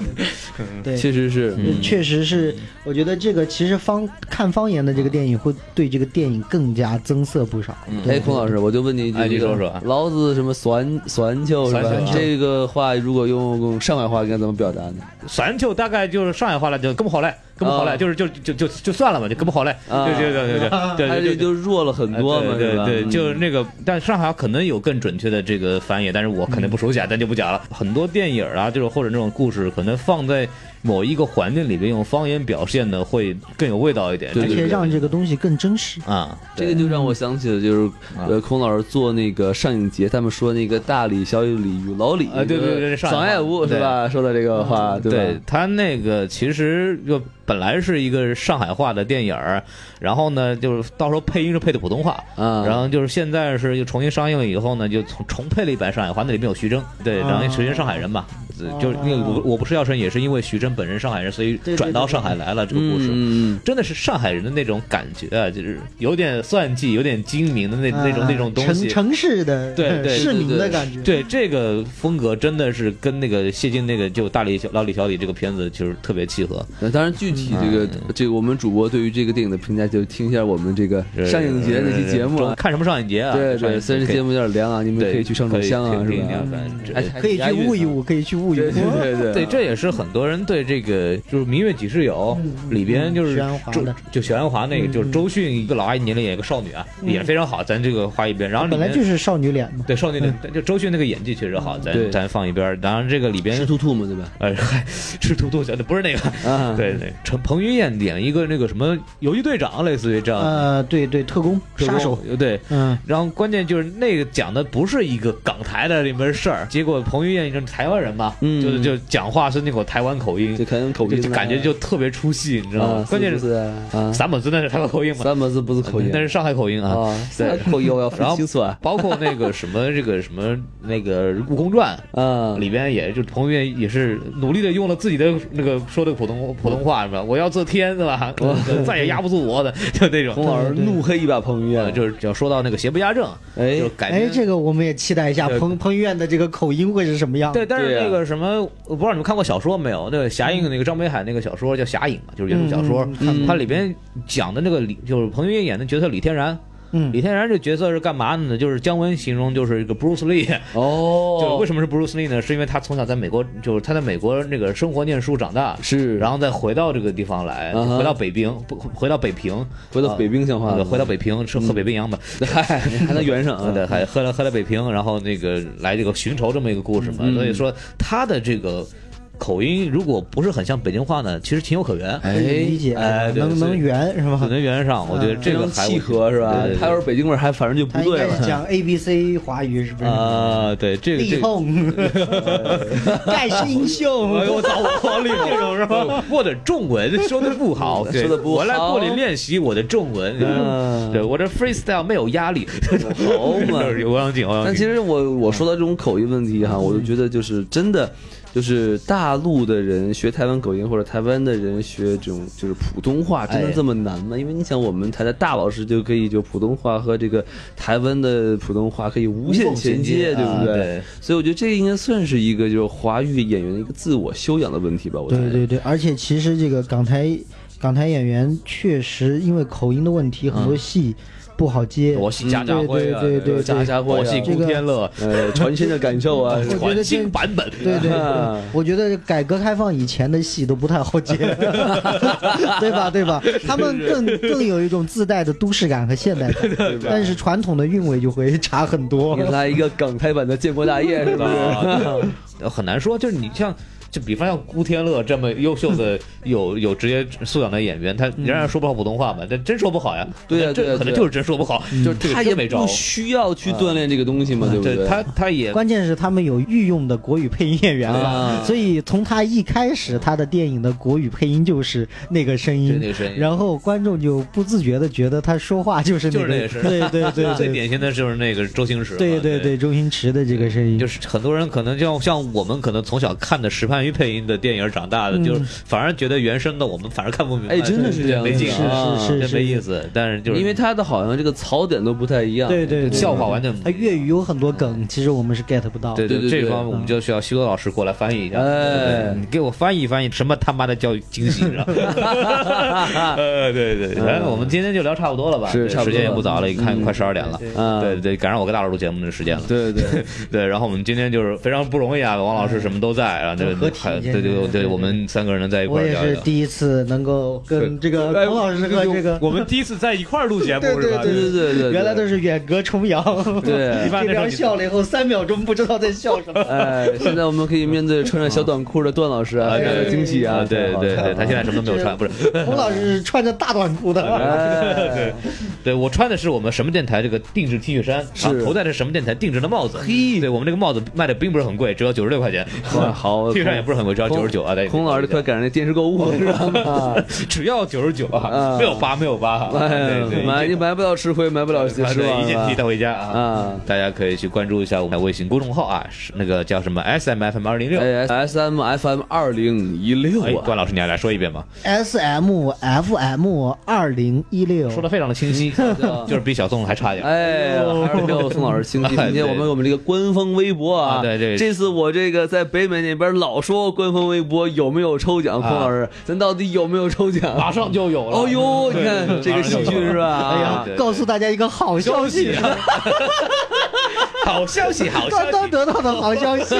Speaker 3: 对，
Speaker 2: 确实是，
Speaker 3: 嗯确实是，我觉得这个其实方看方言的这个电影会对这个电影更加增色不少。
Speaker 1: 嗯
Speaker 2: 哎，孔老师，我就问你一句，
Speaker 1: 哎你
Speaker 2: 这个
Speaker 1: 说说啊
Speaker 2: 老子什么酸酸球是吧
Speaker 1: 酸？球
Speaker 2: 这个话如果用用上海话应该怎么表达呢？
Speaker 1: 三舅大概就是上海话了，就根本好嘞，根本好嘞，
Speaker 2: 啊
Speaker 1: 就是就就就就算了吧，就根本好嘞，
Speaker 2: 啊
Speaker 1: 对对对对对
Speaker 2: 它
Speaker 1: 对
Speaker 2: 就
Speaker 1: 对对。
Speaker 2: 就弱了很多嘛，
Speaker 1: 对
Speaker 2: 是吧
Speaker 1: 对对，
Speaker 2: 嗯
Speaker 1: 就是那个，但上海可能有更准确的这个翻译，但是我可能不熟悉啊，咱就不讲了。很多电影啊，就是或者那种故事，可能放在某一个环境里边用方言表现的会更有味道一点，
Speaker 2: 对
Speaker 3: 而
Speaker 1: 这
Speaker 3: 且
Speaker 1: 个
Speaker 3: 让这个东西更真实。
Speaker 1: 啊，
Speaker 2: 这个就让我想起了，就是
Speaker 1: 嗯
Speaker 2: 呃，孔老师做那个上影节，他们说那个大理、小李与老李，
Speaker 1: 啊对对对对上海
Speaker 2: 上海
Speaker 1: 话
Speaker 2: 屋是吧？说的这个话，对吧？
Speaker 1: 他那个其实就本来是一个上海话的电影儿，然后呢，就是到时候配音是配的普通话。
Speaker 2: 啊，
Speaker 3: 嗯
Speaker 1: 然后就是现在是又重新上映了以后呢，就重重配了一版上海话，那里面有徐峥，对，
Speaker 3: 啊哦
Speaker 1: 然后徐峥上海人嘛，呃就是那个我我不是药神，也是因为徐峥本人上海人，所以
Speaker 3: 对对
Speaker 1: 转到
Speaker 3: 对
Speaker 1: 上海来了这个故事。
Speaker 2: 嗯，嗯
Speaker 1: 真的是上海人的那种感觉啊，就是有点算计，有点精明的那那种那种东西，
Speaker 3: 啊城城市的
Speaker 1: 对对
Speaker 3: 市民的
Speaker 2: 对对
Speaker 3: 感觉，
Speaker 1: 对这个风格真的是跟那个谢晋那个就大理小老李小李这个片子就是特别契合。
Speaker 2: 嗯当然具体这个
Speaker 1: 嗯
Speaker 2: 这个我们主播对于这个电影的评价，就听一下我们这个上影节那期节目啊。
Speaker 1: 呃看什么上影节啊？
Speaker 2: 对对，虽
Speaker 1: 上
Speaker 2: 然
Speaker 1: 影
Speaker 2: 这节目有点凉啊，你们
Speaker 1: 对
Speaker 2: 可以去上种香啊，
Speaker 1: 可
Speaker 2: 是
Speaker 1: 以
Speaker 2: 吧？
Speaker 1: 可以
Speaker 2: 哎
Speaker 1: 哎
Speaker 2: 还
Speaker 3: 可以去
Speaker 2: 押韵啊
Speaker 3: 悟一悟，可以去悟一
Speaker 2: 对对
Speaker 3: 悟。
Speaker 2: 对
Speaker 1: 对，
Speaker 2: 对，
Speaker 1: 这也是很多人对这个就是《明月几时有》
Speaker 3: 嗯
Speaker 1: 里边就是
Speaker 3: 许鞍华
Speaker 1: 周
Speaker 3: 的
Speaker 1: 就许鞍
Speaker 3: 嗯
Speaker 1: 华那个，就是周迅一个老阿姨年龄演一个少女啊，演得非常好，咱这个画一边。然后里
Speaker 3: 本来
Speaker 1: 面
Speaker 3: 就是嗯少女脸嘛，
Speaker 1: 对少女那就周迅那个演技确实好，咱
Speaker 2: 对
Speaker 1: 咱放一边。当然这个里边哎
Speaker 2: 是兔兔嘛，对吧？
Speaker 1: 呃，嗨，吃兔兔小的不是那个，
Speaker 2: 啊，
Speaker 1: 对对，陈彭于晏演一个那个什么游击队长，类似于这样的
Speaker 3: 呃，对对，特工
Speaker 1: 啊特
Speaker 3: 杀
Speaker 1: 工
Speaker 3: 手，，
Speaker 1: 对。
Speaker 3: 嗯，
Speaker 1: 然后关键就是那个讲的不是一个港台的那门事儿，结果彭于晏就是台湾人嘛，
Speaker 2: 嗯
Speaker 1: 就是就讲话是那口台湾口音
Speaker 2: 就，可能口
Speaker 1: 就
Speaker 2: 音
Speaker 1: 就感觉就特别出戏，你知道
Speaker 2: 啊，
Speaker 1: 吗？关键是
Speaker 2: 是啊，
Speaker 1: 萨姆斯那是台湾口音嘛，
Speaker 2: 三本字不是口音，
Speaker 1: 那是上海口音啊。
Speaker 2: 啊，
Speaker 1: 对
Speaker 2: 口音我要
Speaker 1: 然后
Speaker 2: 分清楚啊，
Speaker 1: 包括那个什么，这个什么，那个《悟空传》
Speaker 2: 啊，
Speaker 1: 里边也就彭于晏也是努力的用了自己的那个说的普通普通话是吧？我要做天是吧？再也压不住我的， 就那
Speaker 2: 孔
Speaker 1: 种。
Speaker 2: 老师
Speaker 3: 对对对
Speaker 2: 怒黑一把彭于
Speaker 1: 呃
Speaker 2: 晏，
Speaker 1: 就是只要说到那个邪不压正，
Speaker 2: 哎
Speaker 1: 就是改
Speaker 3: 哎，
Speaker 1: 编。
Speaker 3: 这个我们也期待一下
Speaker 1: 对
Speaker 3: 彭彭于晏的这个口音会是什么样。
Speaker 1: 对，但是
Speaker 2: 对啊
Speaker 1: 那个什么，我不知道你们看过小说没有？那个侠影，那个张北海那个小说叫《侠影》嘛，就是原著小说
Speaker 3: 嗯嗯。
Speaker 2: 嗯
Speaker 1: 它里边讲的那个李，就是彭于晏演的角色李天然。
Speaker 3: 嗯
Speaker 1: 李天然这角色是干嘛的呢？就是姜文形容就是一个 Bruce Lee，就是
Speaker 2: 哦
Speaker 1: 为，什么是 Bruce Lee 呢？是因为他从小在美国，就是他在美国那个生活念书长大，
Speaker 2: 是，
Speaker 1: 然
Speaker 2: 后
Speaker 1: 后再回到这个地方来，
Speaker 2: 啊哈
Speaker 1: 回到北平，不回到北平，
Speaker 2: 回到北冰像话嗯
Speaker 1: 呃
Speaker 2: 了，
Speaker 1: 回到北平是喝北冰洋 吧？
Speaker 2: 嗨，还能圆上
Speaker 1: 啊，
Speaker 2: 啊，
Speaker 1: 对，还喝了喝了北平，然后那个来这个寻仇这么一个故事嘛，
Speaker 2: 嗯
Speaker 1: 所以说他的这个口音如果不是很像北京话呢，其实情有可原，
Speaker 2: 哎
Speaker 3: 可以理解，
Speaker 1: 哎对
Speaker 3: 能
Speaker 1: 所以
Speaker 3: 能圆是吧
Speaker 1: 可？能原上，我觉得
Speaker 3: 嗯
Speaker 1: 这
Speaker 2: 非
Speaker 1: 个
Speaker 2: 常
Speaker 1: 还
Speaker 2: 契合是吧
Speaker 1: 对对？对
Speaker 2: 他要是北京味儿，还反正就
Speaker 3: 他
Speaker 2: 不
Speaker 3: 应
Speaker 2: 对
Speaker 3: 该是
Speaker 2: 了
Speaker 3: 讲 A B C 华语是不是？
Speaker 1: 啊，对这个这
Speaker 3: 力
Speaker 1: 个。
Speaker 3: 宏，盖世英
Speaker 1: 哎
Speaker 3: 雄，
Speaker 1: 呦我操！我厉害这种是吧？我的中文说的不好，对
Speaker 2: 说得不好
Speaker 1: 我来过里练习我的中文，
Speaker 2: 嗯
Speaker 1: 对我的 freestyle 没有压力，
Speaker 2: 好嘛
Speaker 1: 就是欧阳靖，欧阳靖。
Speaker 2: 但其实我我说到这种口音问题
Speaker 1: 嗯
Speaker 2: 哈，我就觉得就是真的，就是大陆的人学台湾口音或者台湾的人学这种就是普通话，真的
Speaker 1: 哎
Speaker 2: 这么难吗？因为你想，我们台的大老师就可以就普通话和这个台湾的普通话可以无
Speaker 1: 无
Speaker 2: 限衔接，
Speaker 1: 缝衔接
Speaker 2: 对
Speaker 1: 啊
Speaker 2: 不
Speaker 1: 对？
Speaker 2: 所以我觉得这应该算是一个就是华语演员的一个自我修养的问题吧，我觉
Speaker 3: 对
Speaker 2: 得。
Speaker 3: 对对，而且其实这个港台港台演员确实因为口音的问题，很多戏不好接。
Speaker 1: 我嗯系家家辉啊，
Speaker 3: 嗯对对对对
Speaker 1: 家家辉啊，
Speaker 2: 我
Speaker 1: 我
Speaker 2: 系
Speaker 1: 系
Speaker 3: 这个
Speaker 1: 古天乐，
Speaker 2: 呃，传心的感 受啊，
Speaker 3: 我觉得
Speaker 1: 全新
Speaker 3: 这
Speaker 1: 版本，
Speaker 3: 对 对
Speaker 2: 啊
Speaker 3: 对，我觉得改革开放以前的戏都不 太好接，对吧？对吧？他们更更有一种自带的都市感和现 代感，但是传统的韵味就会差很多
Speaker 2: 你。来一个港台版的建国大业是 吧？
Speaker 1: 呃 很难说。就是你像，就比方像古天乐这么优秀 的、有有职业素养的演员，他仍然说不好普通话嘛，但真说不好呀。
Speaker 2: 嗯对呀
Speaker 1: 这
Speaker 2: 对呀
Speaker 1: 可能
Speaker 2: 对呀
Speaker 1: 就是真说不好，就
Speaker 2: 就是他也
Speaker 1: 没招
Speaker 2: 不。需要去锻炼这个东西嘛，对不
Speaker 1: 对
Speaker 2: 对？
Speaker 1: 他，他也
Speaker 3: 关键是他们有御用的国语配音演员
Speaker 2: 啊
Speaker 3: 了，所以从他一开始，他的电影的国语配音就是那个声音
Speaker 1: 就那个声音，
Speaker 3: 然后观众就不自觉的觉得他说话就是
Speaker 1: 就是那
Speaker 3: 那
Speaker 1: 个
Speaker 3: 个，
Speaker 1: 声
Speaker 3: 对
Speaker 1: 音
Speaker 3: 对对对
Speaker 1: 最典型的就是那个周星驰嘛，
Speaker 3: 对对
Speaker 1: 对
Speaker 3: 对，。周星驰的这个声音
Speaker 1: 就，是很多人可能像像我们可能从小看的石斑鱼配音的电影长大的，就是反而觉得原声的我们反而看不明白，
Speaker 2: 嗯哎真的是这样
Speaker 1: 没劲，
Speaker 2: 是
Speaker 1: 啊
Speaker 3: 是是
Speaker 1: 真
Speaker 3: 是
Speaker 1: 没意思。但是就是
Speaker 2: 因为他的好像这个槽点都不太一样。
Speaker 3: 对对对，
Speaker 1: 笑话完全
Speaker 3: 他粤语有很多梗，其实我们是 get 不到。
Speaker 1: 对
Speaker 2: 对对
Speaker 1: 这方面我们就需要修老师过来翻译一下。
Speaker 2: 哎
Speaker 1: 对你给我翻译翻译，什么他妈的叫惊喜？是吧呃，对对，对反正我们今天就聊差不多了吧？
Speaker 2: 是
Speaker 1: 对
Speaker 2: 差不多
Speaker 1: 时间也不早了，
Speaker 2: 了
Speaker 1: 一看
Speaker 2: 嗯
Speaker 1: 快十二点了。
Speaker 2: 啊，
Speaker 1: 对对，赶上我跟大佬录节目的时间了。
Speaker 2: 对 对，
Speaker 1: 对，然后我们今天就是非常不容易啊，王老师什么都在啊，对
Speaker 3: 合
Speaker 1: 对
Speaker 3: 体
Speaker 1: 对对对对，我们三个人能在一
Speaker 3: 我
Speaker 1: 块儿
Speaker 3: 也
Speaker 1: 聊一
Speaker 3: 是
Speaker 1: 聊。
Speaker 3: 第一次能够跟这个
Speaker 1: 哎
Speaker 3: 孔老师和这个，
Speaker 1: 我们第一次在一块儿录节目
Speaker 3: 对
Speaker 1: 是吧？
Speaker 2: 对对对对，
Speaker 3: 原来都是远隔重洋，
Speaker 2: 对
Speaker 1: 一般
Speaker 3: 这
Speaker 1: 的时候
Speaker 3: 边笑了以后三秒钟不知道在笑 什么。
Speaker 2: 哎，现在我们可以面对穿着小短裤的段老师啊，
Speaker 1: 啊
Speaker 2: 非常有惊喜啊！
Speaker 1: 啊，对对对，他现在什么都没有穿，不是。
Speaker 3: 孔老师是穿着大短裤 的，
Speaker 2: 哎，
Speaker 1: 对我穿的是我们什么电台这个定制 T 恤衫，
Speaker 2: 是
Speaker 1: 啊，头戴的是什么电台定制的帽子。
Speaker 2: 嘿
Speaker 1: 对我们这个帽子卖的并不是很贵，只要九十六块钱。
Speaker 2: 哇 好
Speaker 1: T 恤衫也不是很贵，只要九十九啊。大家
Speaker 2: 孔老师快赶上那电视购物了，是 吧？
Speaker 1: 只要九十九啊，
Speaker 2: 啊
Speaker 1: 没有八，没有八啊。
Speaker 2: 哎
Speaker 1: 对，对，
Speaker 2: 买
Speaker 1: 一
Speaker 2: 买不到吃亏，买不了失
Speaker 1: 件对一
Speaker 2: 望
Speaker 1: 件 T 带
Speaker 2: 啊！
Speaker 1: 回家啊。
Speaker 2: 啊，
Speaker 1: 大家可以去关注一下我们的微信公众号啊，是那个叫什么 S M F M 二零六。
Speaker 2: 哎，S M F M 二零一六
Speaker 1: 哎，
Speaker 2: 啊，
Speaker 1: 关老师，你要来说一遍吧，
Speaker 3: S M F M 二零一六，
Speaker 1: 说的非常的清晰， 就是比小宋还差一点。
Speaker 2: 哎，还是叫宋老师清晰。
Speaker 1: 哎
Speaker 2: 今天我们
Speaker 1: 对
Speaker 2: 有我们这个官方微博
Speaker 1: 啊
Speaker 2: 啊，
Speaker 1: 对对
Speaker 2: 这次我这个在北美那边老说官方微博有没有抽奖，
Speaker 1: 啊
Speaker 2: 宋老师，咱到底有没有抽奖？
Speaker 1: 马上就有了。
Speaker 2: 哦呦，你
Speaker 1: 对
Speaker 2: 看这个喜讯是？吧？
Speaker 1: 哎呀
Speaker 2: 哎呀，
Speaker 1: 对对
Speaker 3: 告诉大家一个好消息，
Speaker 1: 好消息，好消
Speaker 3: 刚刚
Speaker 1: 息！
Speaker 3: 得到的好消息，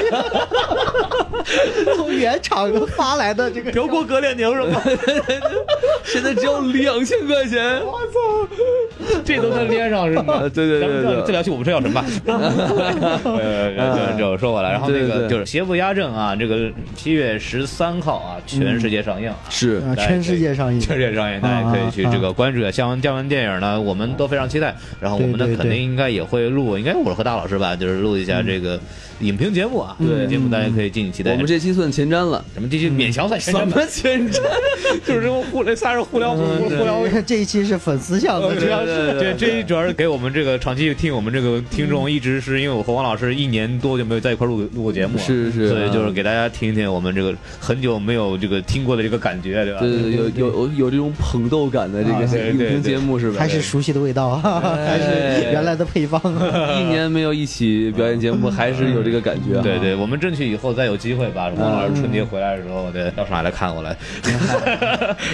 Speaker 3: 从原厂发来的这个
Speaker 1: 刘国格列宁是吗？
Speaker 2: 现在只要两千块钱。
Speaker 1: 这都能连上是吗？
Speaker 2: 啊对对对对
Speaker 1: 咱们这聊起我们这叫什么？呃，就说回来，然后那
Speaker 2: 对
Speaker 1: 个
Speaker 2: 对对
Speaker 1: 就是《邪不压正》啊，这个七月十三号啊，全世界上映啊。
Speaker 2: 是
Speaker 3: 啊，全世界上映，
Speaker 1: 全世界上映，大家可以去这个关注一下。相关相关电影呢，我们都非常期待。然后我们呢，
Speaker 3: 对对对
Speaker 1: 肯定应该也会录，应该我和大老师吧，就是录一下这个影评节目啊。
Speaker 2: 对
Speaker 1: 节目大家可以敬请期待。
Speaker 2: 我们这期算前瞻了。
Speaker 1: 哎咱们这些勉强算全
Speaker 2: 什
Speaker 1: 程吧，
Speaker 2: 么前瞻？
Speaker 1: 就是这么互来仨人互聊互互
Speaker 2: 对
Speaker 1: 聊。
Speaker 3: 这一期是粉丝 向
Speaker 1: 呃
Speaker 3: 的，
Speaker 1: 主要
Speaker 2: 对对
Speaker 1: 是
Speaker 2: 对
Speaker 1: 对， 这主要是给我们这个长期听我们这个听
Speaker 2: 嗯
Speaker 1: 众，一直是因为我和王老师一年多就没有在一块录录过节目了，
Speaker 2: 是是
Speaker 1: 所以就是
Speaker 2: 嗯
Speaker 1: 给大家听一听我们这个很久没有这个听过的这个感觉，对吧？
Speaker 2: 对对对，有有有有这种捧逗感的这
Speaker 3: 啊
Speaker 2: 个
Speaker 1: 对
Speaker 2: 影
Speaker 1: 对
Speaker 2: 评
Speaker 1: 对
Speaker 2: 节目是吧？
Speaker 3: 还是熟悉的味道啊，还
Speaker 1: 哎
Speaker 3: 是 原来的 配方啊。
Speaker 2: 哎一年没有一起表演节目，还是有这个感觉。
Speaker 1: 嗯
Speaker 2: 啊
Speaker 1: 对对，，我们争取以后再有机会吧。王老师春
Speaker 2: 嗯
Speaker 1: 节回来的时候，对，到上海来看我来。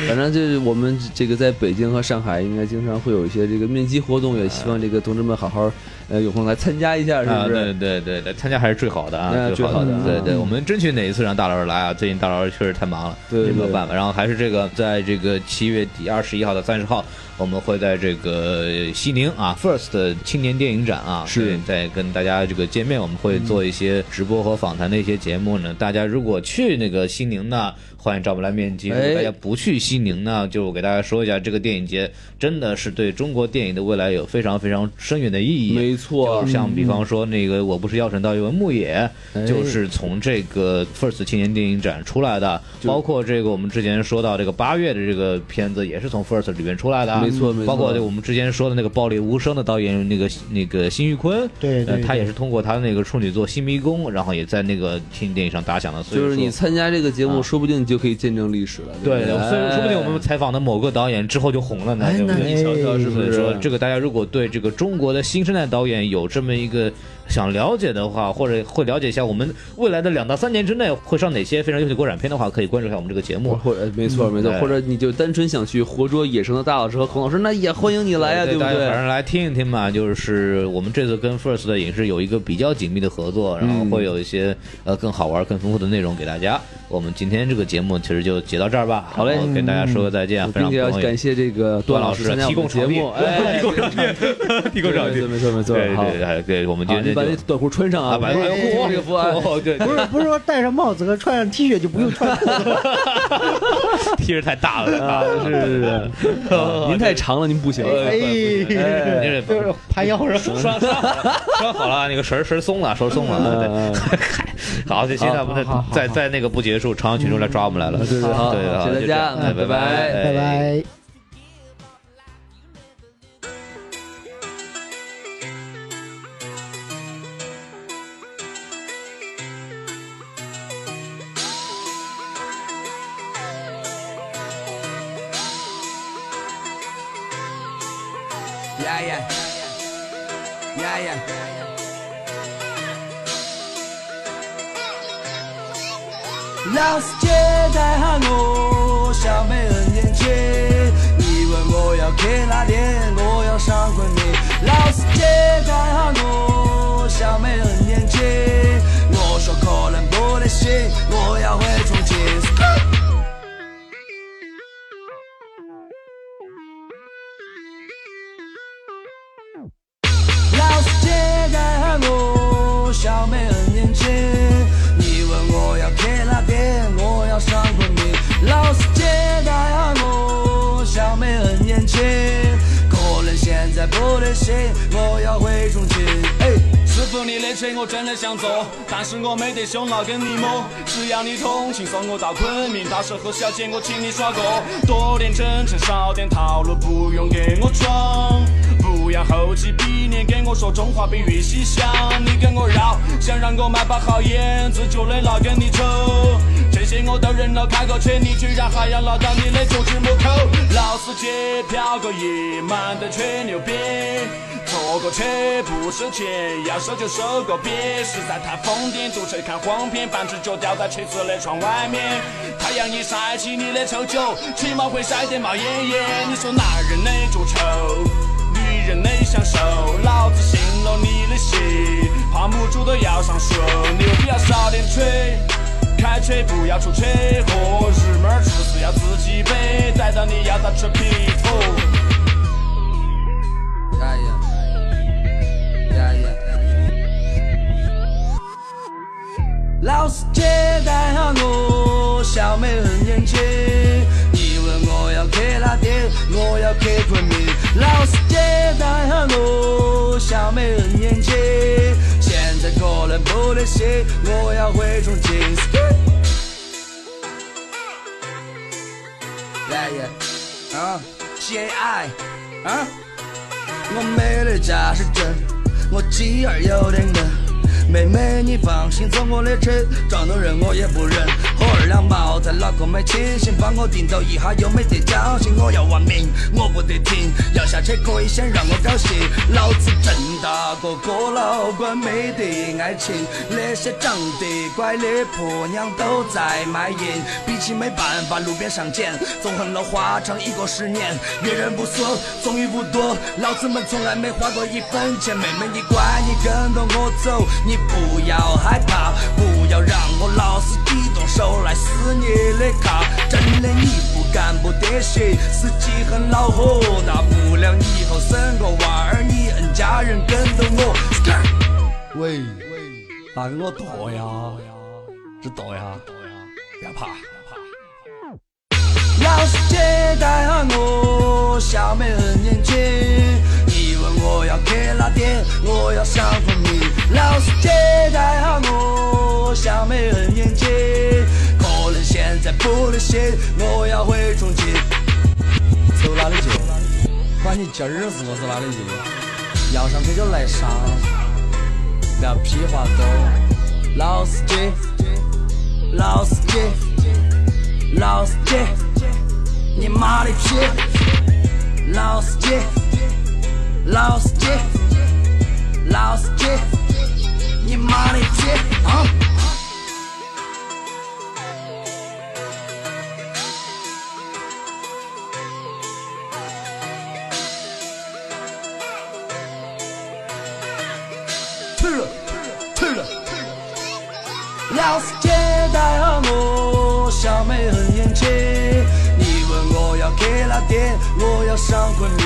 Speaker 2: 反正就是我们这个在北京和上海，应该经常会有一些这个面基活动，也希望这个同志们好好，呃，有空来参加一下，是
Speaker 1: 啊，
Speaker 2: 不
Speaker 1: 对
Speaker 2: 是？
Speaker 1: 对对，来参加还是最好的啊
Speaker 2: 那，
Speaker 1: 好
Speaker 2: 最好的
Speaker 1: 对
Speaker 2: 嗯
Speaker 1: 对，我们争取哪一次让大老师来啊？最近大老师确实太忙了，
Speaker 2: 对对
Speaker 1: 也没有办法。然后还是这个，在这个七月底二十一号到三十号，我们会在这个西宁啊 First 青年电影展啊，
Speaker 2: 是
Speaker 1: 对再跟大家这个见面，我们会做一些直播和访谈的一些节目呢。大家如果去那个西宁呢，欢迎找我们来面基；如果
Speaker 2: 哎
Speaker 1: 大家不去西宁呢，就给大家说一下，这个电影节真的是对中国电影的未来有非常非常深远的意义。啊
Speaker 2: 没错嗯
Speaker 1: 就，像比方说那个《我不是药神》到一文牧野
Speaker 2: 哎，
Speaker 1: 就是从这个 First 青年电影展出来的，包括这个我们之前说到这个八月的这个片子也是从 First 里面出来的，
Speaker 2: 没错没错
Speaker 1: 包括我们之前说的那个《暴力无声》的导演那个那个辛玉坤，
Speaker 3: 对对
Speaker 1: 呃
Speaker 3: 对
Speaker 1: 他也是通过他的那个处女作《新迷宫》，然后也在那个青年电影上打响了，所以
Speaker 2: 就是
Speaker 1: 说
Speaker 2: 你参加这个节
Speaker 1: 啊
Speaker 2: 目，说不定你就可以见证历史了。
Speaker 1: 对，
Speaker 2: 不对
Speaker 1: 所以说不定我们采访的某个导演之后就红了呢，
Speaker 2: 哎，
Speaker 1: 对不
Speaker 2: 那
Speaker 1: 对？
Speaker 2: 你瞧瞧是不
Speaker 1: 所以
Speaker 2: 是？
Speaker 1: 说，这个大家如果对这个中国的新生代导演有这么一个想了解的话，或者会了解一下我们未来的两到三年之内会上哪些非常优秀的国产片的话，可以关注一下我们这个节目。
Speaker 2: 或者没错没错，
Speaker 1: 对
Speaker 2: 或者你就单纯想去活捉野生的大老师和孔老师，那也欢迎你来呀，
Speaker 1: 对
Speaker 2: 不
Speaker 1: 大家反
Speaker 2: 对？
Speaker 1: 正来听一听嘛，就是我们这次跟 First 的影视有一个比较紧密的合作，然后会有一些呃更好玩、更丰富的内容给大家。我们今天这个节目其实就截到这儿吧，
Speaker 2: 好嘞嗯
Speaker 1: 然后跟大家说个再见，非
Speaker 2: 并
Speaker 1: 常
Speaker 2: 且
Speaker 1: 不
Speaker 2: 要
Speaker 1: 容易
Speaker 2: 感。谢这个
Speaker 1: 段
Speaker 2: 段
Speaker 1: 老
Speaker 2: 老
Speaker 1: 师
Speaker 2: 师参加
Speaker 1: 提
Speaker 2: 我
Speaker 1: 供
Speaker 2: 们节
Speaker 1: 场地
Speaker 2: 目，哎，
Speaker 1: 提供场地，提供场地，
Speaker 2: 对对对没错没错
Speaker 1: 对
Speaker 2: 好
Speaker 1: 对对，对，我们今
Speaker 2: 好，你
Speaker 1: 天
Speaker 2: 把
Speaker 1: 就
Speaker 2: 那短裤穿上
Speaker 1: 啊，
Speaker 2: 啊，
Speaker 1: 把
Speaker 2: 把
Speaker 1: 那
Speaker 2: 这个服啊，
Speaker 1: 哦，对，
Speaker 3: 不是不是说戴上帽子和穿上 T 恤就不用穿裤子，
Speaker 1: 踢着太大了啊，是是是，
Speaker 2: 啊您太长了，您不行。
Speaker 1: 哎
Speaker 3: 哎，
Speaker 1: 这
Speaker 3: 就是盘腰上。
Speaker 1: 拴拴拴好了，那个绳儿绳儿松了，绳儿松了，对，
Speaker 2: 呃
Speaker 1: 好，这现在不是在在那个不结束，朝阳群众来抓我们来了，
Speaker 2: 对对，好，
Speaker 1: 对好
Speaker 2: 谢谢大家，
Speaker 1: 就这样
Speaker 2: 嗯拜拜。
Speaker 1: 哎
Speaker 3: 拜拜。
Speaker 4: Yeah, yeah. Yeah, yeah. Last 街带喊我，小妹很年轻。你问我要去哪里，我要上昆明。Last 街带喊我，小妹很年轻。我说可能不太行，我要回重庆。老师姐在喊我，小妹很年轻。你问我要去哪边，我要上昆明。老师姐在喊我，小妹很年轻。可能现在不太行，我要回重庆。哎，师傅你的车我真的想坐，但是我没得胸膛跟你摸。只要你通情送我到昆明，到时候小姐我请你耍个，多点真诚，少点套路，不用给我装。不要厚起鼻梁跟我说中华比粤西香，你跟我绕，想让我卖把好烟，自觉的拿跟你抽。这些我都忍了开口气，你居然还要拿到你的脚趾抹口。老司机飘个夜，满的吹牛逼，坐个车不收钱，要收就收个别，实在太疯癫，堵车看黄片，半只脚吊在妻子的床外面，太阳一晒起你的臭脚，起码会晒得冒烟烟。你说男人的脚臭？女人的享受，老子信了你的邪，怕母猪都要上树，牛逼要少点吹。开吹，不要出吹火，日门儿吃死要自己背，逮到你要打成皮头。呀呀呀呀！老司机带好我，小美很年轻。你问我要去哪点，我要去昆明。老司机带好我，小美很年轻。现在可能不得行，我要回重庆。来呀，啊，节爱，啊。我没得驾驶证，我鸡儿有点嫩。妹妹你放心，坐我的车，撞到人我也不认。喝二两茅台，脑壳没清醒，帮我订到一下又没得交情，我要玩命，我不得停。要下车可以先让我高兴，老子郑大哥哥老倌没得爱情，那些长得乖的婆娘都在卖淫，比起没办法路边上捡，纵横了花场一个十年，阅人无数，终于无多，老子们从来没花过一分钱。妹妹你乖，你跟着我走，你不要害怕，不要让我老司机动手来撕你的卡。真的你不干不得行，司机很恼火，大不了你以后生个娃儿，你摁家人跟着我。喂，大哥，我剁呀，是剁呀，不要怕，不要怕。老师接待下我，小妹很年轻。你问我要去哪点，我要上昆明。老师接待下我，小妹很年轻。可能现在不能行，我要回重庆。走哪里去？管你今儿是我是哪里去，要上车就来上，不要屁话多。老司机，老司机。老司机，你妈的批！老司机，老司机，老司机，你妈的批！啊！退了，退了，老司机带好我，小妹很年轻。你问我要去哪点，我要上昆明。